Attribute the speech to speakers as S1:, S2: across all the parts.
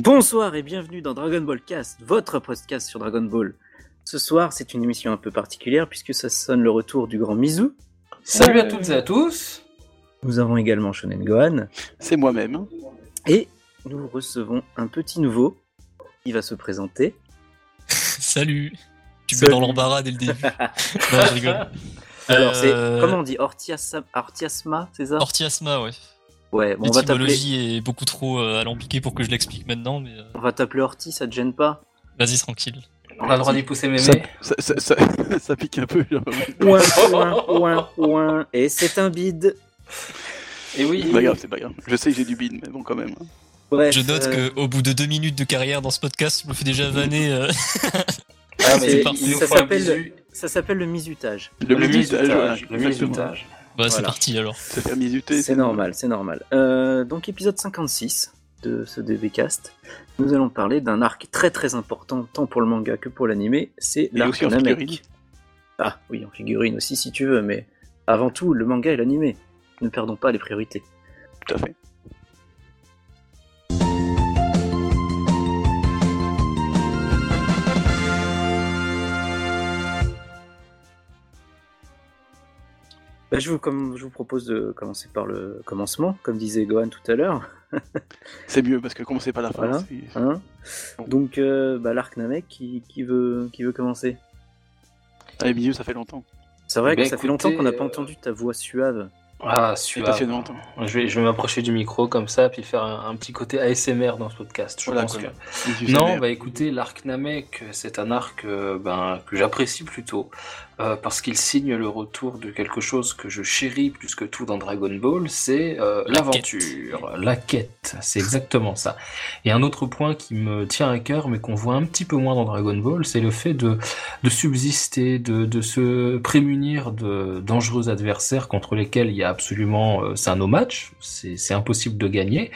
S1: Bonsoir et bienvenue dans Dragon Ball Cast, votre podcast sur Dragon Ball. Ce soir, c'est une émission un peu particulière puisque ça sonne le retour du grand Mizu.
S2: Salut
S1: Euh,
S2: à toutes et à tous.
S1: Nous avons également Shonen Gohan
S3: C'est moi-même. hein.
S1: et nous recevons un petit nouveau qui va se présenter.
S4: Salut Tu me mets
S1: Salut.
S4: dans l'embarras dès le début. non, je rigole.
S1: Alors, c'est
S4: Euh,
S1: comment on dit Ortiasa- Ortiasma, c'est ça
S4: Ortiasma, ouais.
S1: Ouais, bon, on va t'appeler
S4: L'étymologie est beaucoup trop euh, alambiquée pour que je l'explique maintenant, mais euh,
S1: on va t'appeler Orti, ça te gêne pas
S4: vas-y tranquille.
S2: On a le droit d'y pousser
S3: Ça-
S2: mémé.
S3: Ça, ça- ça- ça pique un peu. j'ai envie.
S1: Ouin, ouin, ouin, ouin. Et c'est un bide.
S2: Et oui.
S3: C'est pas grave, c'est pas grave. Je sais que j'ai du bide, mais bon, quand même. hein.
S1: Bref,
S4: je note
S1: euh,
S4: que qu'au bout de deux minutes de carrière dans ce podcast, je me fais déjà vanner. euh,
S2: Ah,
S1: c'est-
S2: mais il nous
S1: ça
S2: faut un
S1: s'appelle-
S2: bisu.
S1: ça s'appelle le mizutage.
S3: Le, minutage, voilà,
S2: Le
S3: exactement.
S2: minutage.
S4: Bah, c'est
S1: Voilà.
S4: parti alors.
S3: Se faire minuter,
S1: C'est normal, c'est normal. Euh, donc épisode 56 de ce DBcast, nous allons parler d'un arc très très important tant pour le manga que pour l'animé, c'est
S3: Et
S1: l'arc
S3: aussi en figurine.
S1: Namek. Ah oui, en figurine aussi si tu veux, mais avant tout le manga et l'animé. Ne perdons pas les priorités.
S3: tout à fait.
S1: Bah, je, vous, comme, je vous propose de commencer par le commencement, comme disait Gohan tout à l'heure.
S3: C'est mieux parce que commencez pas la fin.
S1: Voilà.
S3: c'est-
S1: hein.
S3: Oh.
S1: Donc euh, bah, l'arc Namek, qui, qui veut, qui veut commencer
S3: Ah, les minutes, ça fait longtemps.
S1: C'est
S3: Eh
S1: vrai
S2: Bah,
S1: que
S3: ben,
S1: ça fait
S2: écoutez,
S1: longtemps qu'on n'a pas
S2: euh,
S1: entendu ta voix suave.
S2: Ah,
S3: C'est
S2: super.
S3: assez longtemps.
S2: Je vais, je vais m'approcher du micro comme ça, puis faire un, un petit côté ASMR dans ce podcast. Je
S3: Voilà,
S2: pense
S3: quoi.
S2: que...
S3: Minute,
S2: Non,
S3: c'est
S2: bah écoutez, l'arc Namek, c'est un arc euh, ben, que j'apprécie plutôt, euh, parce qu'il signe le retour de quelque chose que je chéris plus que tout dans Dragon Ball, c'est euh,
S4: La
S2: l'aventure, la quête, c'est exactement ça. Et un autre point qui me tient à cœur, mais qu'on voit un petit peu moins dans Dragon Ball, c'est le fait de, de subsister, de, de se prémunir de dangereux adversaires contre lesquels il y a absolument... euh, c'est un no-match, c'est c'est impossible de gagner.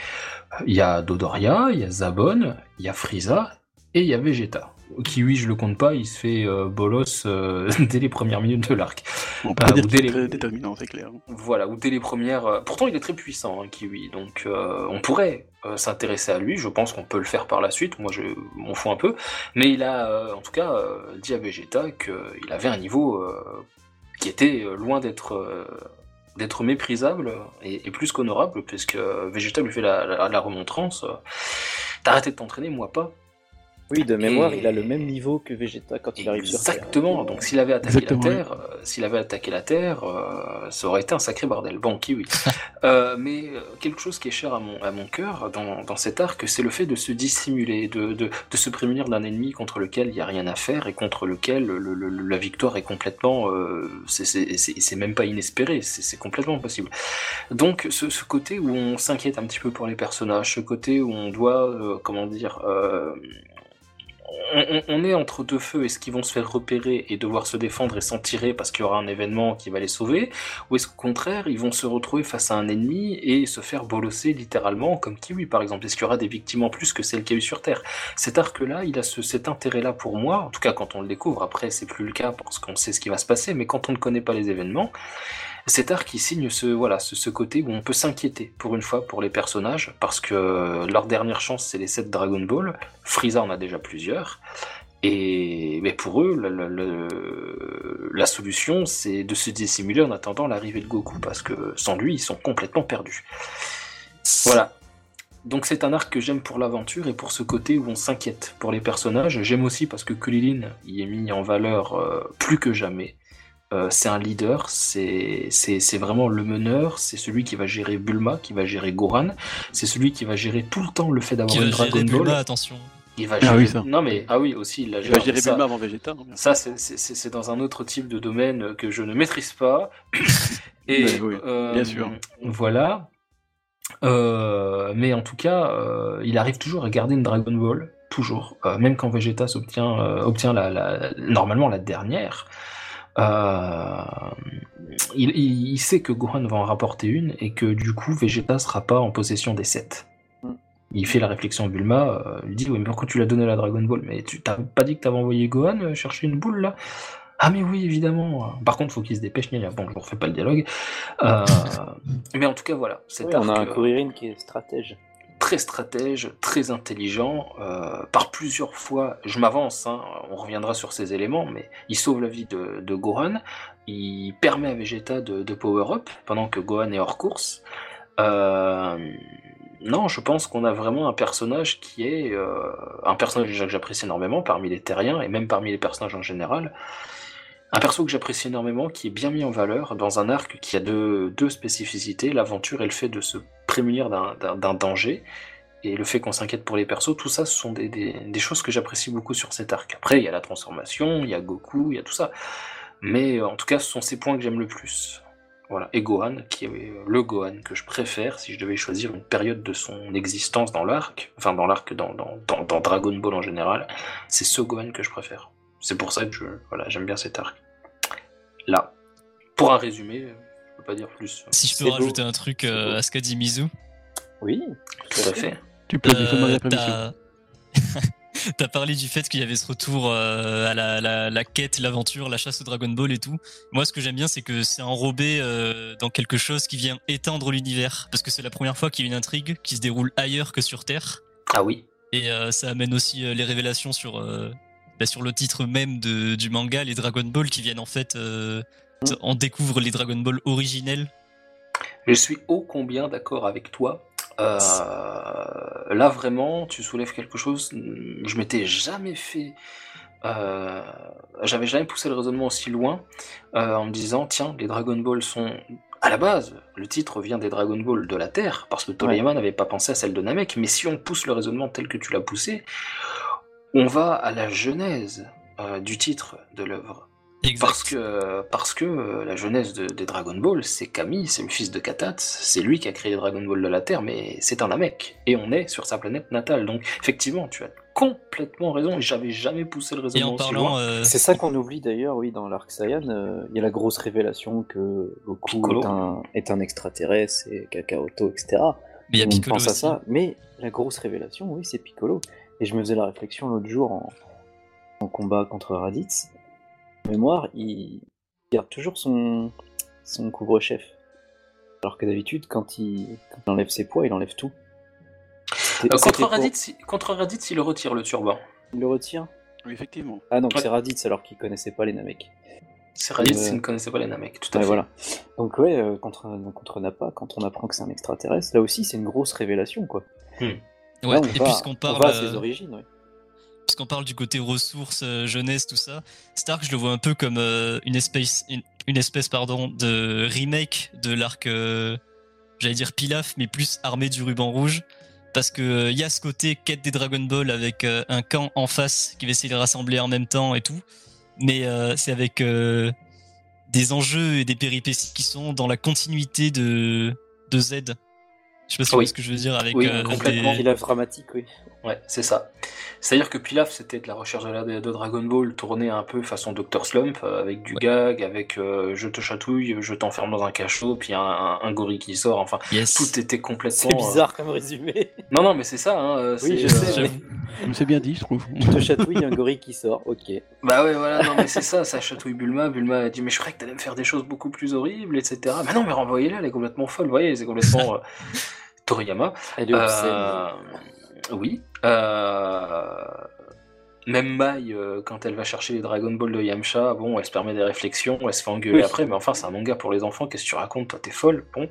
S2: Il y a Dodoria, il y a Zabon, il y a Frieza et il y a Vegeta. Qui, oui, je le compte pas, il se fait euh, bolos euh, dès les premières minutes de l'arc.
S3: bien. On peut
S2: bah,
S3: dire
S2: vous
S3: qu'il est
S2: délé-
S3: très déterminant, c'est clair. hein.
S2: Voilà, ou dès les premières. euh, Pourtant, il est très puissant, hein, Kiwi, donc euh, on pourrait euh, s'intéresser à lui. Je pense qu'on peut le faire par la suite. Moi, je m'en fous un peu. Mais il a, euh, en tout cas, euh, dit à Vegeta qu'il avait un niveau euh, qui était euh, loin d'être. euh, d'être méprisable et, et plus qu'honorable, puisque Vegeta lui fait la, la- la remontrance. euh, T'as arrêté de t'entraîner, moi pas.
S1: Oui, de
S2: mémoire, il a le même
S1: niveau que Vegeta quand
S2: Exactement. Donc s'il avait attaqué
S3: Exactement,
S2: la
S3: oui.
S2: Terre, euh, s'il avait attaqué la Terre, euh, ça aurait été un sacré bordel. Bon, kiwi. euh, mais euh, quelque chose qui est cher à mon à mon cœur dans, dans cet arc, c'est le fait de se dissimuler, de de, de se prémunir d'un ennemi contre lequel il n'y a rien à faire et contre lequel le- le- le- la victoire est complètement, euh, c'est- c'est c'est- c'est même pas inespéré, c'est c'est complètement impossible. Donc ce, ce côté où on s'inquiète un petit peu pour les personnages, ce côté où on doit, euh, comment dire, euh, on, on- on est entre deux feux, est-ce qu'ils vont se faire repérer et devoir se défendre et s'en tirer parce qu'il y aura un événement qui va les sauver, ou est-ce qu'au contraire ils vont se retrouver face à un ennemi et se faire bolosser littéralement comme Kiwi par exemple, est-ce qu'il y aura des victimes en plus que celles qu'il y a eu sur Terre Cet arc-là, il a ce- cet intérêt-là pour moi, en tout cas quand on le découvre, après c'est plus le cas parce qu'on sait ce qui va se passer, mais quand on ne connaît pas les événements, cet arc qui signe ce voilà ce, ce côté où on peut s'inquiéter pour une fois pour les personnages parce que euh, leur dernière chance c'est les 7 Dragon Ball. Frieza en a déjà plusieurs et mais pour eux le- le- le- la solution c'est de se dissimuler en attendant l'arrivée de Goku parce que sans lui ils sont complètement perdus. Voilà. Donc c'est un arc que j'aime pour l'aventure et pour ce côté où on s'inquiète pour les personnages. J'aime aussi parce que Kulilin y est mis en valeur euh, plus que jamais. Euh, c'est un leader, c'est c'est- c'est vraiment le meneur, c'est celui qui va gérer Bulma, qui va gérer Goran, c'est celui qui va gérer tout le temps le fait
S4: Qui
S2: d'avoir
S4: va
S2: une
S4: gérer
S2: Dragon
S4: Bulma,
S2: Ball.
S4: attention.
S2: Il va
S3: Ah
S2: gérer-
S3: oui, ça.
S2: Non mais ah oui aussi il la
S3: Je
S2: gère.
S3: vais gérer
S2: Ça-
S3: Bulma avant Vegeta. hein, bien sûr.
S2: ça, c'est- c'est c'est- c'est dans un autre type de domaine que je ne maîtrise pas. Et,
S3: Ben oui,
S2: euh,
S3: bien sûr.
S2: Voilà. Euh, mais en tout cas, euh, il arrive toujours à garder une Dragon Ball, toujours. Euh, même quand Vegeta s'obtient, euh, obtient la, la- normalement la dernière. Euh, il, il- il sait que Gohan va en rapporter une et que du coup Vegeta sera pas en possession des sept.
S1: Mm.
S2: Il fait la réflexion à Bulma, euh, il dit Oui, mais pourquoi tu l'as donné à la Dragon Ball Mais tu t'as pas dit que t'avais envoyé Gohan euh, chercher une boule là Ah, mais oui, évidemment Par contre, faut qu'il se dépêche, Nia. Bon, je vous refais pas le dialogue. Euh, mais en tout cas, voilà. Cet
S1: on a
S2: arc,
S1: un
S2: euh,
S1: Kuririn qui est stratège.
S2: très stratège, très intelligent. euh, par plusieurs fois, je m'avance, hein, on reviendra sur ces éléments, mais il sauve la vie de, de Gohan. Il permet à Vegeta de, de power-up pendant que Gohan est hors course. Euh, non, je pense qu'on a vraiment un personnage qui est euh, un personnage déjà que j'apprécie énormément parmi les terriens et même parmi les personnages en général. Un perso que j'apprécie énormément, qui est bien mis en valeur dans un arc qui a deux, deux spécificités, l'aventure et le fait de se prémunir d'un- d'un d'un danger, et le fait qu'on s'inquiète pour les persos, tout ça ce sont des, des- des choses que j'apprécie beaucoup sur cet arc. Après, il y a la transformation, il y a Goku, il y a tout ça. Mais euh, en tout cas, ce sont ces points que j'aime le plus. Voilà. Et Gohan, qui est euh, le Gohan que je préfère si je devais choisir une période de son existence dans l'arc, enfin dans l'arc, dans, dans, dans- dans Dragon Ball en général, c'est ce Gohan que je préfère. C'est pour ça que je, voilà, j'aime bien cet arc. Là, pour un résumé, euh, je peux pas dire plus.
S4: Si je
S1: C'est
S4: peux
S1: beau.
S4: rajouter un truc euh,
S1: C'est beau.
S4: à ce qu'a dit Mizu,
S1: Oui.
S2: Tout à fait.
S3: Tu peux, il faut demander
S4: euh,
S3: la permission.
S4: t'as t'as parlé du fait qu'il y avait ce retour euh, à la, la- la quête, l'aventure, la chasse au Dragon Ball et tout. Moi, ce que j'aime bien, c'est que c'est enrobé euh, dans quelque chose qui vient éteindre l'univers, parce que c'est la première fois qu'il y a une intrigue qui se déroule ailleurs que sur Terre.
S2: Ah oui.
S4: Et euh, ça amène aussi euh, les révélations sur, euh, bah, sur le titre même de, du manga, les Dragon Ball, qui viennent en fait. euh,
S1: Mm.
S4: on découvre les Dragon Ball originels.
S2: Je suis ô combien d'accord avec toi. Euh, là vraiment, tu soulèves quelque chose. mm, Je m'étais jamais fait. euh, J'avais jamais poussé le raisonnement aussi loin euh, en me disant tiens, les Dragon Ball sont à la base. Le titre vient des Dragon Ball de la Terre parce que Toriyama n'avait pas pensé à celle de Namek. Mais si on pousse le raisonnement tel que tu l'as poussé, on va à la genèse euh, du titre de l'œuvre. Parce que, parce que euh, la jeunesse de- des Dragon Ball, c'est Camille, c'est le fils de Katat, c'est lui qui a créé les Dragon Ball de la Terre, mais c'est un Namek, et on est sur sa planète natale. Donc effectivement, tu as complètement raison, et j'avais jamais poussé le
S4: Et
S2: raisonnement
S4: en
S2: aussi loin.
S4: parlant, euh,
S1: C'est ça qu'on oublie d'ailleurs, oui, dans l'arc Saiyan, euh, il y a la grosse révélation que Goku
S2: Piccolo.
S1: est un, est un extraterrestre et Kakaroto, etc.
S4: mais il y a
S1: on
S4: Piccolo
S1: pense à
S4: aussi.
S1: ça, mais la grosse révélation, oui, c'est Piccolo. Et je me faisais la réflexion l'autre jour en, en combat contre Raditz. En mémoire, il garde toujours son, son couvre-chef. Alors que d'habitude, quand il, quand il enlève ses poids, il enlève tout. C'était-
S2: Euh, contre,
S1: c'était pour-
S2: Raditz, il- contre Raditz, il retire le turban.
S1: Il le retire
S3: Oui, effectivement.
S1: Ah donc
S2: Ouais.
S1: c'est Raditz alors qu'il connaissait pas les Namek.
S2: C'est Raditz,
S1: Euh,
S2: il ne connaissait pas les Namek, tout à
S1: Ouais,
S2: fait.
S1: voilà. Donc ouais, euh, contre, contre Nappa, quand on apprend que c'est un extraterrestre, là aussi c'est une grosse révélation quoi.
S4: Ouais,
S1: Là, on
S4: et
S1: va-
S4: puisqu'on
S1: on
S4: parle,
S1: va à ses
S4: euh,
S1: origines, ouais.
S4: puisqu'on parle du côté ressources, euh, jeunesse, tout ça, Stark, je le vois un peu comme euh, une espèce, une, une espèce pardon, de remake de l'arc, euh, j'allais dire Pilaf, mais plus armé du ruban rouge. Parce que euh, il y a ce côté quête des Dragon Ball avec euh, un camp en face qui va essayer de les rassembler en même temps et tout. Mais euh, c'est avec euh, des enjeux et des péripéties qui sont dans la continuité de, de Z. Je sais pas si vous
S2: Oui.
S4: voyez ce que je veux dire avec
S2: Oui,
S4: euh,
S2: complètement.
S4: des-
S1: Il a dramatique, oui.
S2: Ouais, c'est ça. C'est-à-dire que Pilaf, c'était de la recherche de, la, de Dragon Ball tournée un peu façon Dr. Slump, euh, avec du
S4: Ouais.
S2: gag, avec euh, je te chatouille, je t'enferme dans un cachot, puis un, un- un gorille qui sort, enfin,
S4: Yes.
S2: tout était complètement...
S1: C'est
S2: euh,
S1: bizarre comme résumé.
S2: Non, non, mais c'est ça. Hein, euh, c'est,
S1: Oui, je sais.
S2: euh,
S1: mais-
S3: Je me suis bien dit, je trouve.
S1: Je te chatouille, il y a un gorille qui sort, ok.
S2: Bah ouais, voilà, non, mais c'est ça, ça chatouille Bulma. Bulma a dit, mais je croyais que t'allais me faire des choses beaucoup plus horribles, etc. Mais non, mais renvoyez-la, elle est complètement folle, vous voyez, c'est complètement euh, Toriyama.
S1: Elle est obscène.
S2: Euh, oui. Euh, Même Mai, euh, quand elle va chercher les Dragon Ball de Yamcha, bon, elle se permet des réflexions, elle se fait engueuler
S1: Oui.
S2: après, mais enfin, c'est un manga pour les enfants, qu'est-ce que tu racontes Toi, t'es folle. Bon.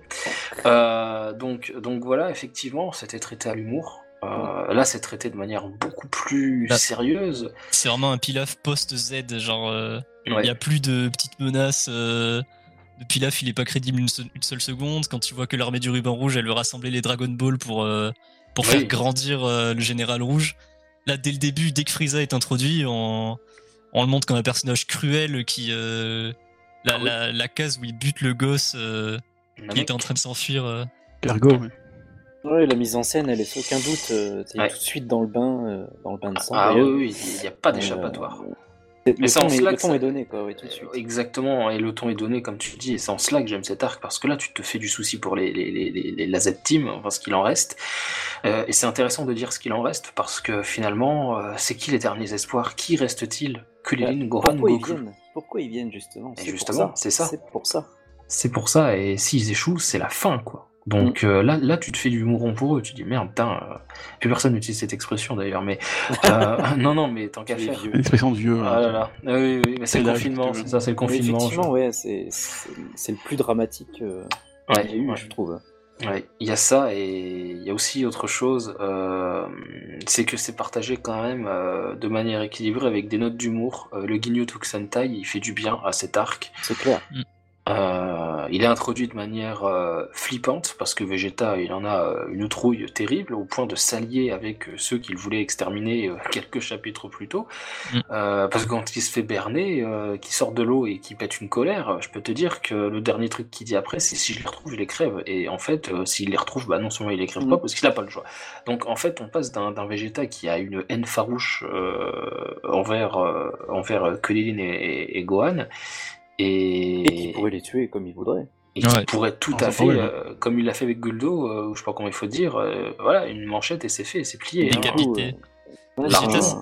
S2: Euh, donc, donc voilà, effectivement, c'était traité à l'humour. Euh, là, c'est traité de manière beaucoup plus
S4: Bah.
S2: sérieuse.
S4: C'est vraiment un pilaf post-Z, genre euh, il
S2: Ouais.
S4: y a plus de petites menaces. euh, le pilaf il est pas crédible une, se- une seule seconde. Quand tu vois que l'armée du ruban rouge elle veut rassembler les Dragon Ball pour, euh, pour
S2: Oui.
S4: faire grandir euh, le général rouge. Là dès le début, dès que Frieza est introduit, on, on le montre comme un personnage cruel qui. euh, la,
S2: Ah oui. Ah
S4: la, la case où il bute le gosse euh, qui était en train de s'enfuir. euh.
S3: Cargo, oui.
S1: Ouais, la mise en scène, elle est sans aucun doute. euh, t'es
S2: Ouais.
S1: tout de suite dans le bain, euh, dans le bain de sang.
S2: Ah oui,
S1: d'ailleurs.
S2: oui, il n'y a pas
S1: Euh,
S2: d'échappatoire.
S1: le
S2: Mais ça,
S1: ton
S2: en
S1: est-
S2: slack,
S1: le ton
S2: ça-
S1: est donné, quoi, oui, tout de suite.
S2: Euh, Exactement, et le ton est donné comme tu dis, et c'est en cela que j'aime cet arc, parce que là tu te fais du souci pour les, les, les, les, les- la Z-Team, enfin ce qu'il en reste. Euh, et c'est intéressant de dire ce qu'il en reste, parce que finalement, euh, c'est qui les derniers espoirs Qui reste-t-il Kulilin, Gohan,
S1: Pourquoi ils
S2: Goku
S1: viennent Pourquoi ils viennent, justement
S2: Et
S1: C'est pour
S2: justement,
S1: ça.
S2: c'est ça.
S1: C'est pour ça.
S2: C'est pour ça, et s'ils échouent, c'est la fin, quoi.
S1: Mm.
S2: Donc euh, là, là, tu te fais du mouron pour eux. Tu dis merde, putain. euh, Plus personne n'utilise cette expression d'ailleurs, mais euh, non, non, mais tant qu'à
S1: Les
S2: faire.
S1: vieux.
S3: L'expression de vieux. hein.
S2: Ah là là. Ah oui, oui, mais c'est le
S3: là,
S2: confinement,
S3: justement.
S2: c'est ça, c'est le
S1: Mais
S2: confinement.
S1: effectivement,
S2: genre.
S1: ouais, c'est c'est- c'est le plus dramatique euh, qu'il y a
S2: Ouais,
S1: eu,
S2: ouais.
S1: je trouve.
S2: Ouais, il y a ça et il y a aussi autre chose, euh, c'est que c'est partagé quand même euh, de manière équilibrée avec des notes d'humour. Euh, le Ginyu Tokusentai, il fait du bien à cet arc.
S1: C'est clair.
S2: Euh, il est introduit de manière euh, flippante parce que Vegeta, il en a euh, une trouille terrible au point de s'allier avec euh, ceux qu'il voulait exterminer euh, quelques chapitres plus tôt.
S4: Mm.
S2: Euh, parce que quand il se fait berner, euh, qu'il sort de l'eau et qu'il pète une colère, euh, je peux te dire que le dernier truc qu'il dit après, c'est si je les retrouve, je les crève. Et en fait, euh, s'il les retrouve, bah non seulement il les crève
S1: Mm.
S2: pas parce qu'il n'a pas le choix. Donc en fait, on passe d'un d'un Vegeta qui a une haine farouche euh, envers euh, envers euh, Krillin et, et- et Gohan.
S1: Et,
S2: Et,
S1: qui pourrait les tuer comme il voudrait.
S2: et qui
S4: Ouais.
S2: pourrait tout à
S3: Ah, ça,
S2: fait,
S3: ouais.
S2: euh, comme il l'a fait avec Guldo, euh, ou je sais pas comment il faut dire, euh, voilà, une manchette et c'est fait, c'est plié.
S1: Du
S2: hein.
S4: Décapité.
S1: coup, euh, ouais,
S2: Largement.
S1: c'est-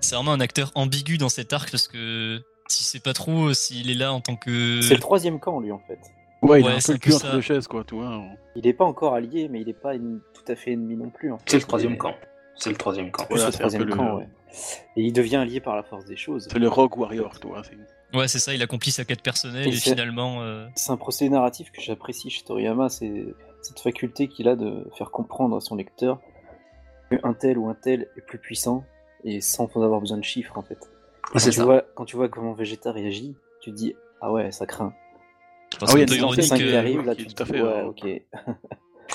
S4: C'est vraiment un acteur ambigu dans cet arc parce que si c'est pas trop euh, s'il est là en tant que.
S1: C'est le troisième camp, lui, en fait.
S3: Ouais, il
S4: Ouais,
S3: a un peu
S4: c'est un
S3: le
S4: peu
S3: cul entre
S4: ça.
S3: deux chaises, quoi, tu vois. on-
S1: Il n'est pas encore allié, mais il n'est pas en- tout à fait ennemi non plus. en fait.
S2: C'est le troisième
S1: Et-
S2: camp. C'est le troisième camp.
S1: Plus
S3: Voilà,
S1: le
S3: c'est un peu
S1: troisième
S3: le-
S1: camp, ouais. Et il devient allié par la force des choses.
S3: C'est le Rogue Warrior, tu vois. c'est-
S4: Ouais, c'est ça, il accomplit sa quête personnelle
S1: Et
S4: et,
S1: c'est-
S4: finalement. euh,
S1: C'est un procédé narratif que j'apprécie chez Toriyama, c'est cette faculté qu'il a de faire comprendre à son lecteur qu'un tel ou un tel est plus puissant et sans avoir besoin de chiffres en fait. Quand
S2: C'est
S1: tu,
S2: ça.
S1: vois, quand tu vois comment Vegeta réagit, tu te dis ah ouais, ça craint.
S4: parce
S3: Ah oui,
S4: qu'on
S3: il y a
S4: peut
S3: des
S1: Quand
S4: ironique,
S1: T5
S3: cinq
S1: qui
S4: euh,
S1: arrive, là,
S3: qui-
S1: tu te
S3: tout à
S1: dis
S3: fait,
S1: ouais,
S3: euh,
S1: ok.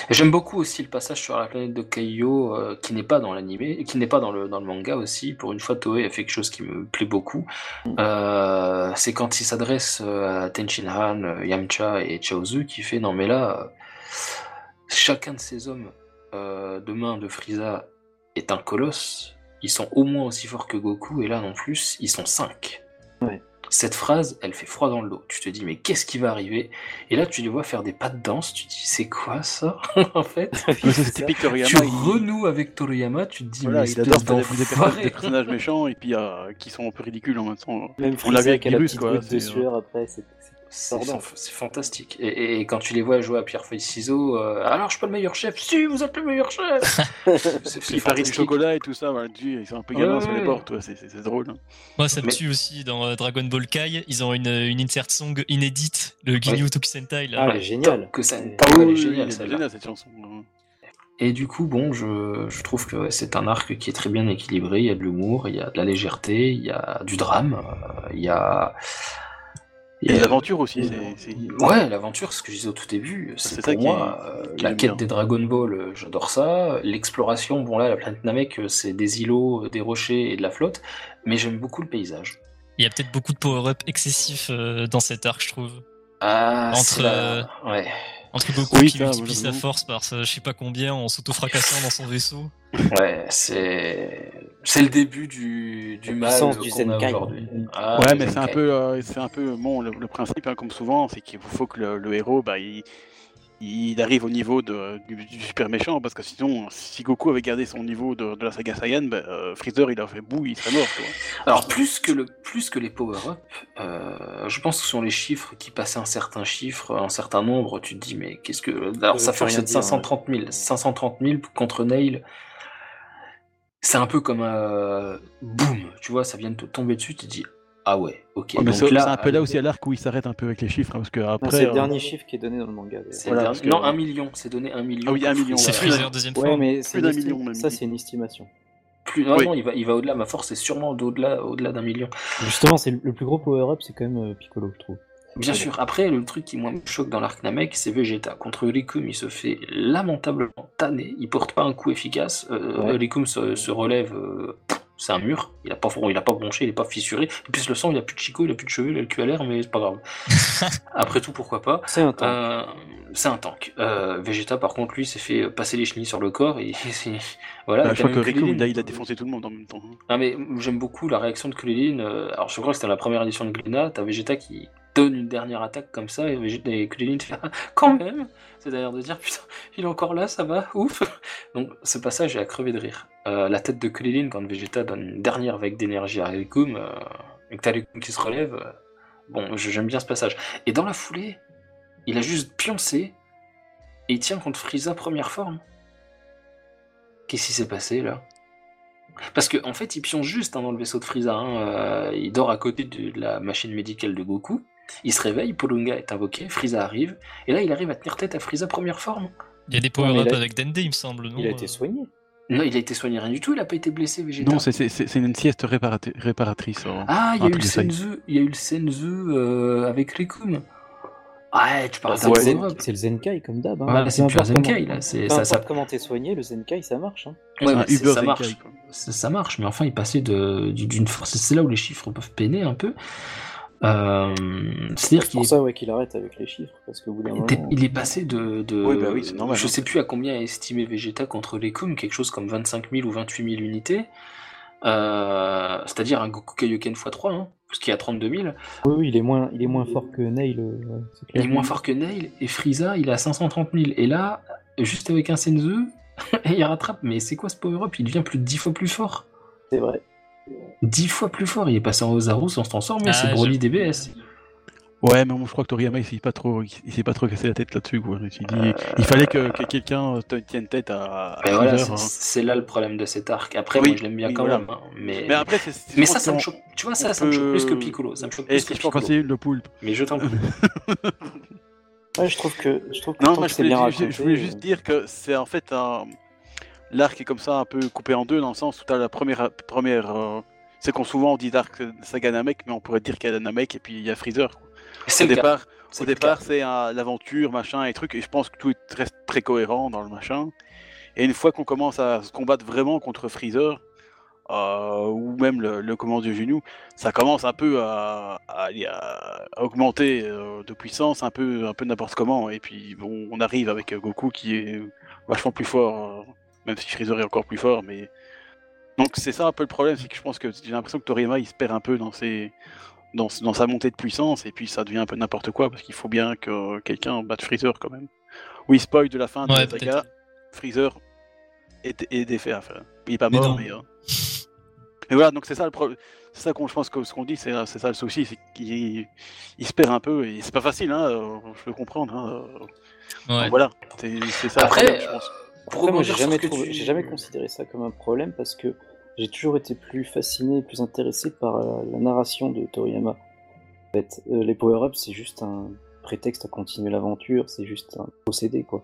S2: J'aime beaucoup aussi le passage sur la planète de Kaio, euh, qui n'est pas dans l'animé, qui n'est pas dans le, dans le manga aussi. Pour une fois, Toei a fait quelque chose qui me plaît beaucoup. Euh, c'est quand il s'adresse euh, à Tenshin Han, euh, Yamcha et Chaozu, qui fait non mais là, euh, chacun de ces hommes euh, de main de Frieza est un colosse. Ils sont au moins aussi forts que Goku et là non plus, ils sont cinq.
S1: Ouais.
S2: Cette phrase, elle fait froid dans le dos. Tu te dis mais qu'est-ce qui va arriver et là, tu les vois faire des pas de danse, tu te dis c'est quoi ça en fait
S3: Mais ça, c'est
S1: C'est ça.
S3: typique Toriyama.
S2: Tu
S3: il-
S2: renoues avec Toriyama, tu te dis
S3: Voilà,
S2: mais
S3: il
S2: espèce
S3: adore faire des- des, personnages, des
S2: d'enfoiré.
S3: personnages méchants et puis euh, qui sont un peu ridicules en même temps.
S1: Même
S3: On l'a vu
S1: Frieza
S3: avec
S1: qui a la
S3: Virus,
S1: petite
S3: quoi,
S1: goutte de
S3: c'est, euh,
S1: sueur après, c'est c'est
S2: C'est
S1: Pardon.
S2: fan- c'est fantastique. Et, et- et quand tu les vois jouer à pierre feuille ciseaux, euh, alors je suis pas le meilleur chef. Si vous êtes le meilleur chef. C'est- c'est
S3: Il parie du
S2: fantastique.
S3: chocolat et tout ça, voilà, tu- ils sont un peu galants
S2: Ouais,
S3: sur
S2: ouais.
S3: les bords, tu vois, c'est- c'est c'est drôle. hein.
S4: Moi, ça me
S2: Mais-
S4: tue aussi dans euh, Dragon Ball Kai. Ils ont une, une insert song inédite, le Ginyu Tokusentai. Là.
S1: Ah, elle est géniale.
S2: Que ça-
S1: C'est-
S2: Ah oui, elle est
S3: oui,
S2: géniale,
S3: elle est
S2: celle-là.
S3: géniale, cette chanson. hein.
S2: Et du coup, bon, je, je trouve que ouais, c'est un arc qui est très bien équilibré. Il y a de l'humour, il y a de la légèreté, il y a du drame, euh, il y a.
S3: Et l'aventure aussi,
S2: Euh,
S3: c'est- c'est.
S2: Ouais, l'aventure, ce que je disais au tout début, c'est
S3: Bah, C'est
S2: pour
S3: ça qui
S2: moi euh,
S3: qui
S2: la
S3: est
S2: quête
S3: bien.
S2: des Dragon Ball, euh, j'adore ça. L'exploration, bon là, la planète Namek, euh, c'est des îlots, euh, des rochers et de la flotte, mais j'aime beaucoup le paysage.
S4: Il y a peut-être beaucoup de power-up excessif euh, dans cet arc, je trouve.
S2: Ah,
S4: Entre,
S2: c'est
S3: euh,
S2: la- ouais.
S4: Entre Goku
S3: Oui,
S4: qui
S3: ça,
S4: multiplie sa
S3: j'avoue.
S4: force par euh, je sais pas combien en s'auto-fracassant dans son vaisseau.
S2: Ouais, c'est c'est le début du, du
S1: La
S2: mal
S1: puissance
S2: qu'on
S1: du
S2: a
S1: Zenkai.
S2: aujourd'hui. Ah,
S3: Ouais,
S2: le
S3: mais c'est un
S2: Zenkai.
S3: peu, euh, c'est un peu, bon, le, le principe, hein, comme souvent, c'est qu'il faut que le, le héros, bah, il, il arrive au niveau de, du, du super méchant, parce que sinon, si Goku avait gardé son niveau de, de la saga Saiyan, bah, euh, Freezer, il aurait fait bout, il serait mort, tu vois.
S2: Alors plus que le plus que les power-up, euh, je pense que ce sont les chiffres qui passaient un certain chiffre, un certain nombre. Tu te dis mais qu'est-ce que alors
S1: Ça
S2: sa
S1: veut
S2: force
S1: rien
S2: c'est de
S1: dire, hein.
S2: 530 000, 530 000 contre Nail. C'est un peu comme un boum, tu vois, ça vient de te tomber dessus. Tu te dis ah ouais, ok.
S3: Oh, mais
S2: donc
S3: c'est
S2: là,
S3: un peu là aussi à l'arc où il s'arrête un peu avec les chiffres, hein, parce que
S1: Non,
S3: après. euh,
S1: c'est le dernier chiffre qui est donné dans le manga. d'ailleurs.
S2: c'est
S3: Voilà,
S2: le
S3: parce
S2: dernier-
S3: que-
S2: non un million, c'est donné un million.
S3: Ah oui, un million,
S4: C'est
S3: Ouais.
S4: Freezer, deuxième
S1: Ouais,
S4: fois.
S1: mais c'est
S3: Plus d'un
S1: une esti-
S3: million, même,
S1: ça
S3: il dit.
S1: c'est une estimation.
S2: Plus non,
S3: Oui.
S2: non, il va il va au-delà. Ma force est sûrement au-delà au-delà d'un million.
S1: Justement, c'est le plus gros power-up, c'est quand même euh, Piccolo, je trouve.
S2: Bien sûr, après, le truc qui moi me choque dans l'arc Namek, c'est Vegeta. Contre Ulikum, il se fait lamentablement tanner, il porte pas un coup efficace, euh,
S1: Ouais.
S2: Ulikum se, se relève, euh, c'est un mur, il a pas il a pas bronché, il est pas fissuré, et puis le sang, il a plus de chico, il a plus de cheveux, il a le cul à l'air, mais c'est pas grave. après tout, pourquoi pas
S1: C'est un temps.
S2: euh, c'est un tank. Euh, Vegeta, par contre, lui, s'est fait passer les chenilles sur le corps. Et, c'est- voilà,
S3: Bah,
S2: il
S3: je
S2: a
S3: crois que
S2: même
S3: Riku,
S2: Krillin.
S3: il a, il a défoncé tout le monde en même temps. hein.
S2: Non, mais j'aime beaucoup la réaction de Krillin. euh, alors, je crois que c'était la première édition de Glénat. T'as Vegeta qui donne une dernière attaque comme ça, et, Vegeta, et Krillin fait Ah, quand même C'est-à-dire de dire Putain, il est encore là, ça va, ouf Donc, ce passage est à crever de rire. Euh, la tête de Krillin, quand Vegeta donne une dernière vague d'énergie à Rikum, euh, et que t'as Rikum qui se relève, euh, bon, je- j'aime bien ce passage. Et dans la foulée, il a juste pioncé. Et il tient contre Frieza première forme. Qu'est-ce qui s'est passé là Parce qu'en en fait, il pionce juste hein, dans le vaisseau de Frieza. hein, euh, il dort à côté de la machine médicale de Goku. Il se réveille, Polunga est invoqué, Frieza arrive. Et là, il arrive à tenir tête à Frieza première forme.
S4: Il y a des
S1: mais
S4: power-up
S1: il a-
S4: avec Dende, il me semble, non
S1: Il a
S4: euh,
S1: été soigné.
S2: Non, il a été soigné, rien du tout, il n'a pas été blessé, Vegeta.
S3: Non, c'est- c'est c'est une sieste réparati- réparatrice. hein.
S2: Ah, il y a
S3: Un
S2: eu le
S3: truc de ça.
S2: Senzu, il y a eu le Senzu euh, avec Rikum. Ouais, tu parles
S1: Bah,
S2: d'un
S1: c'est, le Zen-
S2: power-up.
S1: c'est le Zenkai comme d'hab. Hein.
S2: Voilà, c'est
S1: Peu
S2: plus un
S1: importe
S2: Zenkai,
S1: comment-
S2: là, c'est-
S1: peu
S2: ça-
S1: importe
S2: ça-
S1: comment t'es soigné, le Zenkai ça marche. hein.
S2: Ouais,
S3: Un
S2: mais c'est-
S3: Uber
S2: ça
S3: Zenkai,
S2: marche.
S3: quoi.
S2: Ça, ça marche, mais enfin, il passait de- du- d'une force. C'est là où les chiffres peuvent peiner un peu. Euh, C'est-à-dire
S1: C'est
S2: qu'il
S1: pour
S2: est,
S1: ça ouais, qu'il arrête avec les chiffres, parce qu'au bout d'un
S2: t'es-
S1: moment.
S2: il est passé de. de-
S3: Oui, bah oui, c'est normal,
S2: Je
S3: hein.
S2: sais plus à combien est estimé Vegeta contre Rikum, quelque chose comme 25 000 ou 28 000 unités. Euh, C'est-à-dire un Goku Kaioken x3, hein, parce qu'il y a 32 000.
S1: Oui, oui, il est moins, il est moins fort que Nail, euh, ouais, c'est
S2: Il
S1: clair.
S2: est moins fort que Nail et Frieza, il est à 530 000. Et là, juste avec un Senzu, il rattrape. Mais c'est quoi ce power-up Il devient plus de 10 fois plus fort.
S1: C'est vrai.
S2: 10 fois plus fort. Il est passé en Ozaru sans se transformer.
S4: Ah,
S2: c'est Broly DBS.
S3: Ouais, mais bon, je crois que Toriyama, il s'est pas trop, il s'est pas trop cassé la tête là-dessus, quoi. Il, s'est dit- il fallait que, que quelqu'un te tienne tête à. à
S2: Euh. Mais Ben voilà,
S3: Freezer,
S2: c'est
S3: hein.
S2: c'est là le problème de cet arc. Après,
S3: Oui,
S2: moi, je l'aime bien
S3: oui,
S2: quand
S3: voilà.
S2: même. hein, Mais,
S3: Mais après, c'est- c'est-
S2: mais
S3: je
S2: ça,
S3: pense
S2: ça me
S3: qu'on-
S2: choque. Tu vois,
S3: on
S2: ça, ça me choque
S3: peut-
S2: plus que Piccolo. Ça me choque
S3: Et
S2: plus
S3: si
S2: que
S3: je peux
S2: Piccolo.
S3: passer le poulpe
S2: Mais je t'en prie.
S1: Ouais, je trouve que, je trouve que,
S3: Non,
S1: tant
S3: moi,
S1: que
S3: je
S1: c'est
S3: voulais,
S1: bien
S3: ju- je-
S1: raconté,
S3: je voulais juste dire que c'est en fait un. L'arc est comme ça, un peu coupé en deux, dans le sens où t'as la première. première euh, C'est qu'on souvent on dit Dark Saga Namek, mais on pourrait dire qu'il y a Namek et puis il y a Freezer. quoi.
S2: C'est
S3: au
S2: le cas.
S3: départ,
S2: C'est
S3: au
S2: le cas.
S3: départ, c'est un- l'aventure, machin et truc, et je pense que tout est reste très cohérent dans le machin. Et une fois qu'on commence à se combattre vraiment contre Freezer, euh, ou même le, le commandant du genou, ça commence un peu à, à- à- à augmenter euh, de puissance, un peu, un peu n'importe comment. Et puis bon, on arrive avec euh, Goku qui est vachement plus fort, euh, même si Freezer est encore plus fort. Mais donc c'est ça un peu le problème, c'est que je pense que j'ai l'impression que Toriyama il se perd un peu dans ses dans, dans sa montée de puissance et puis ça devient un peu n'importe quoi parce qu'il faut bien que quelqu'un batte Freezer quand même. Oui, spoil de la fin de
S4: Ouais,
S3: la saga,
S4: peut-être.
S3: Freezer est, est défait. Enfin, il est pas
S4: Mais
S3: mort,
S4: non.
S3: mais, euh, mais voilà, donc c'est ça le problème. C'est ça qu'on, je pense que ce qu'on dit, c'est c'est ça le souci, c'est qu'il il se perd un peu et c'est pas facile, hein, euh, je peux comprendre. hein, euh,
S4: Ouais.
S3: donc voilà, c'est c'est ça. le
S2: Après,
S3: problème, je pense.
S2: Pour
S1: Après, moi,
S2: rebondir
S1: j'ai
S2: sur
S1: jamais,
S2: ce que
S1: trouvé-
S2: tu-
S1: j'ai jamais considéré ça comme un problème parce que j'ai toujours été plus fasciné, plus intéressé par euh, la narration de Toriyama. En fait, euh, les power-ups, c'est juste un prétexte à continuer l'aventure, c'est juste un procédé, quoi.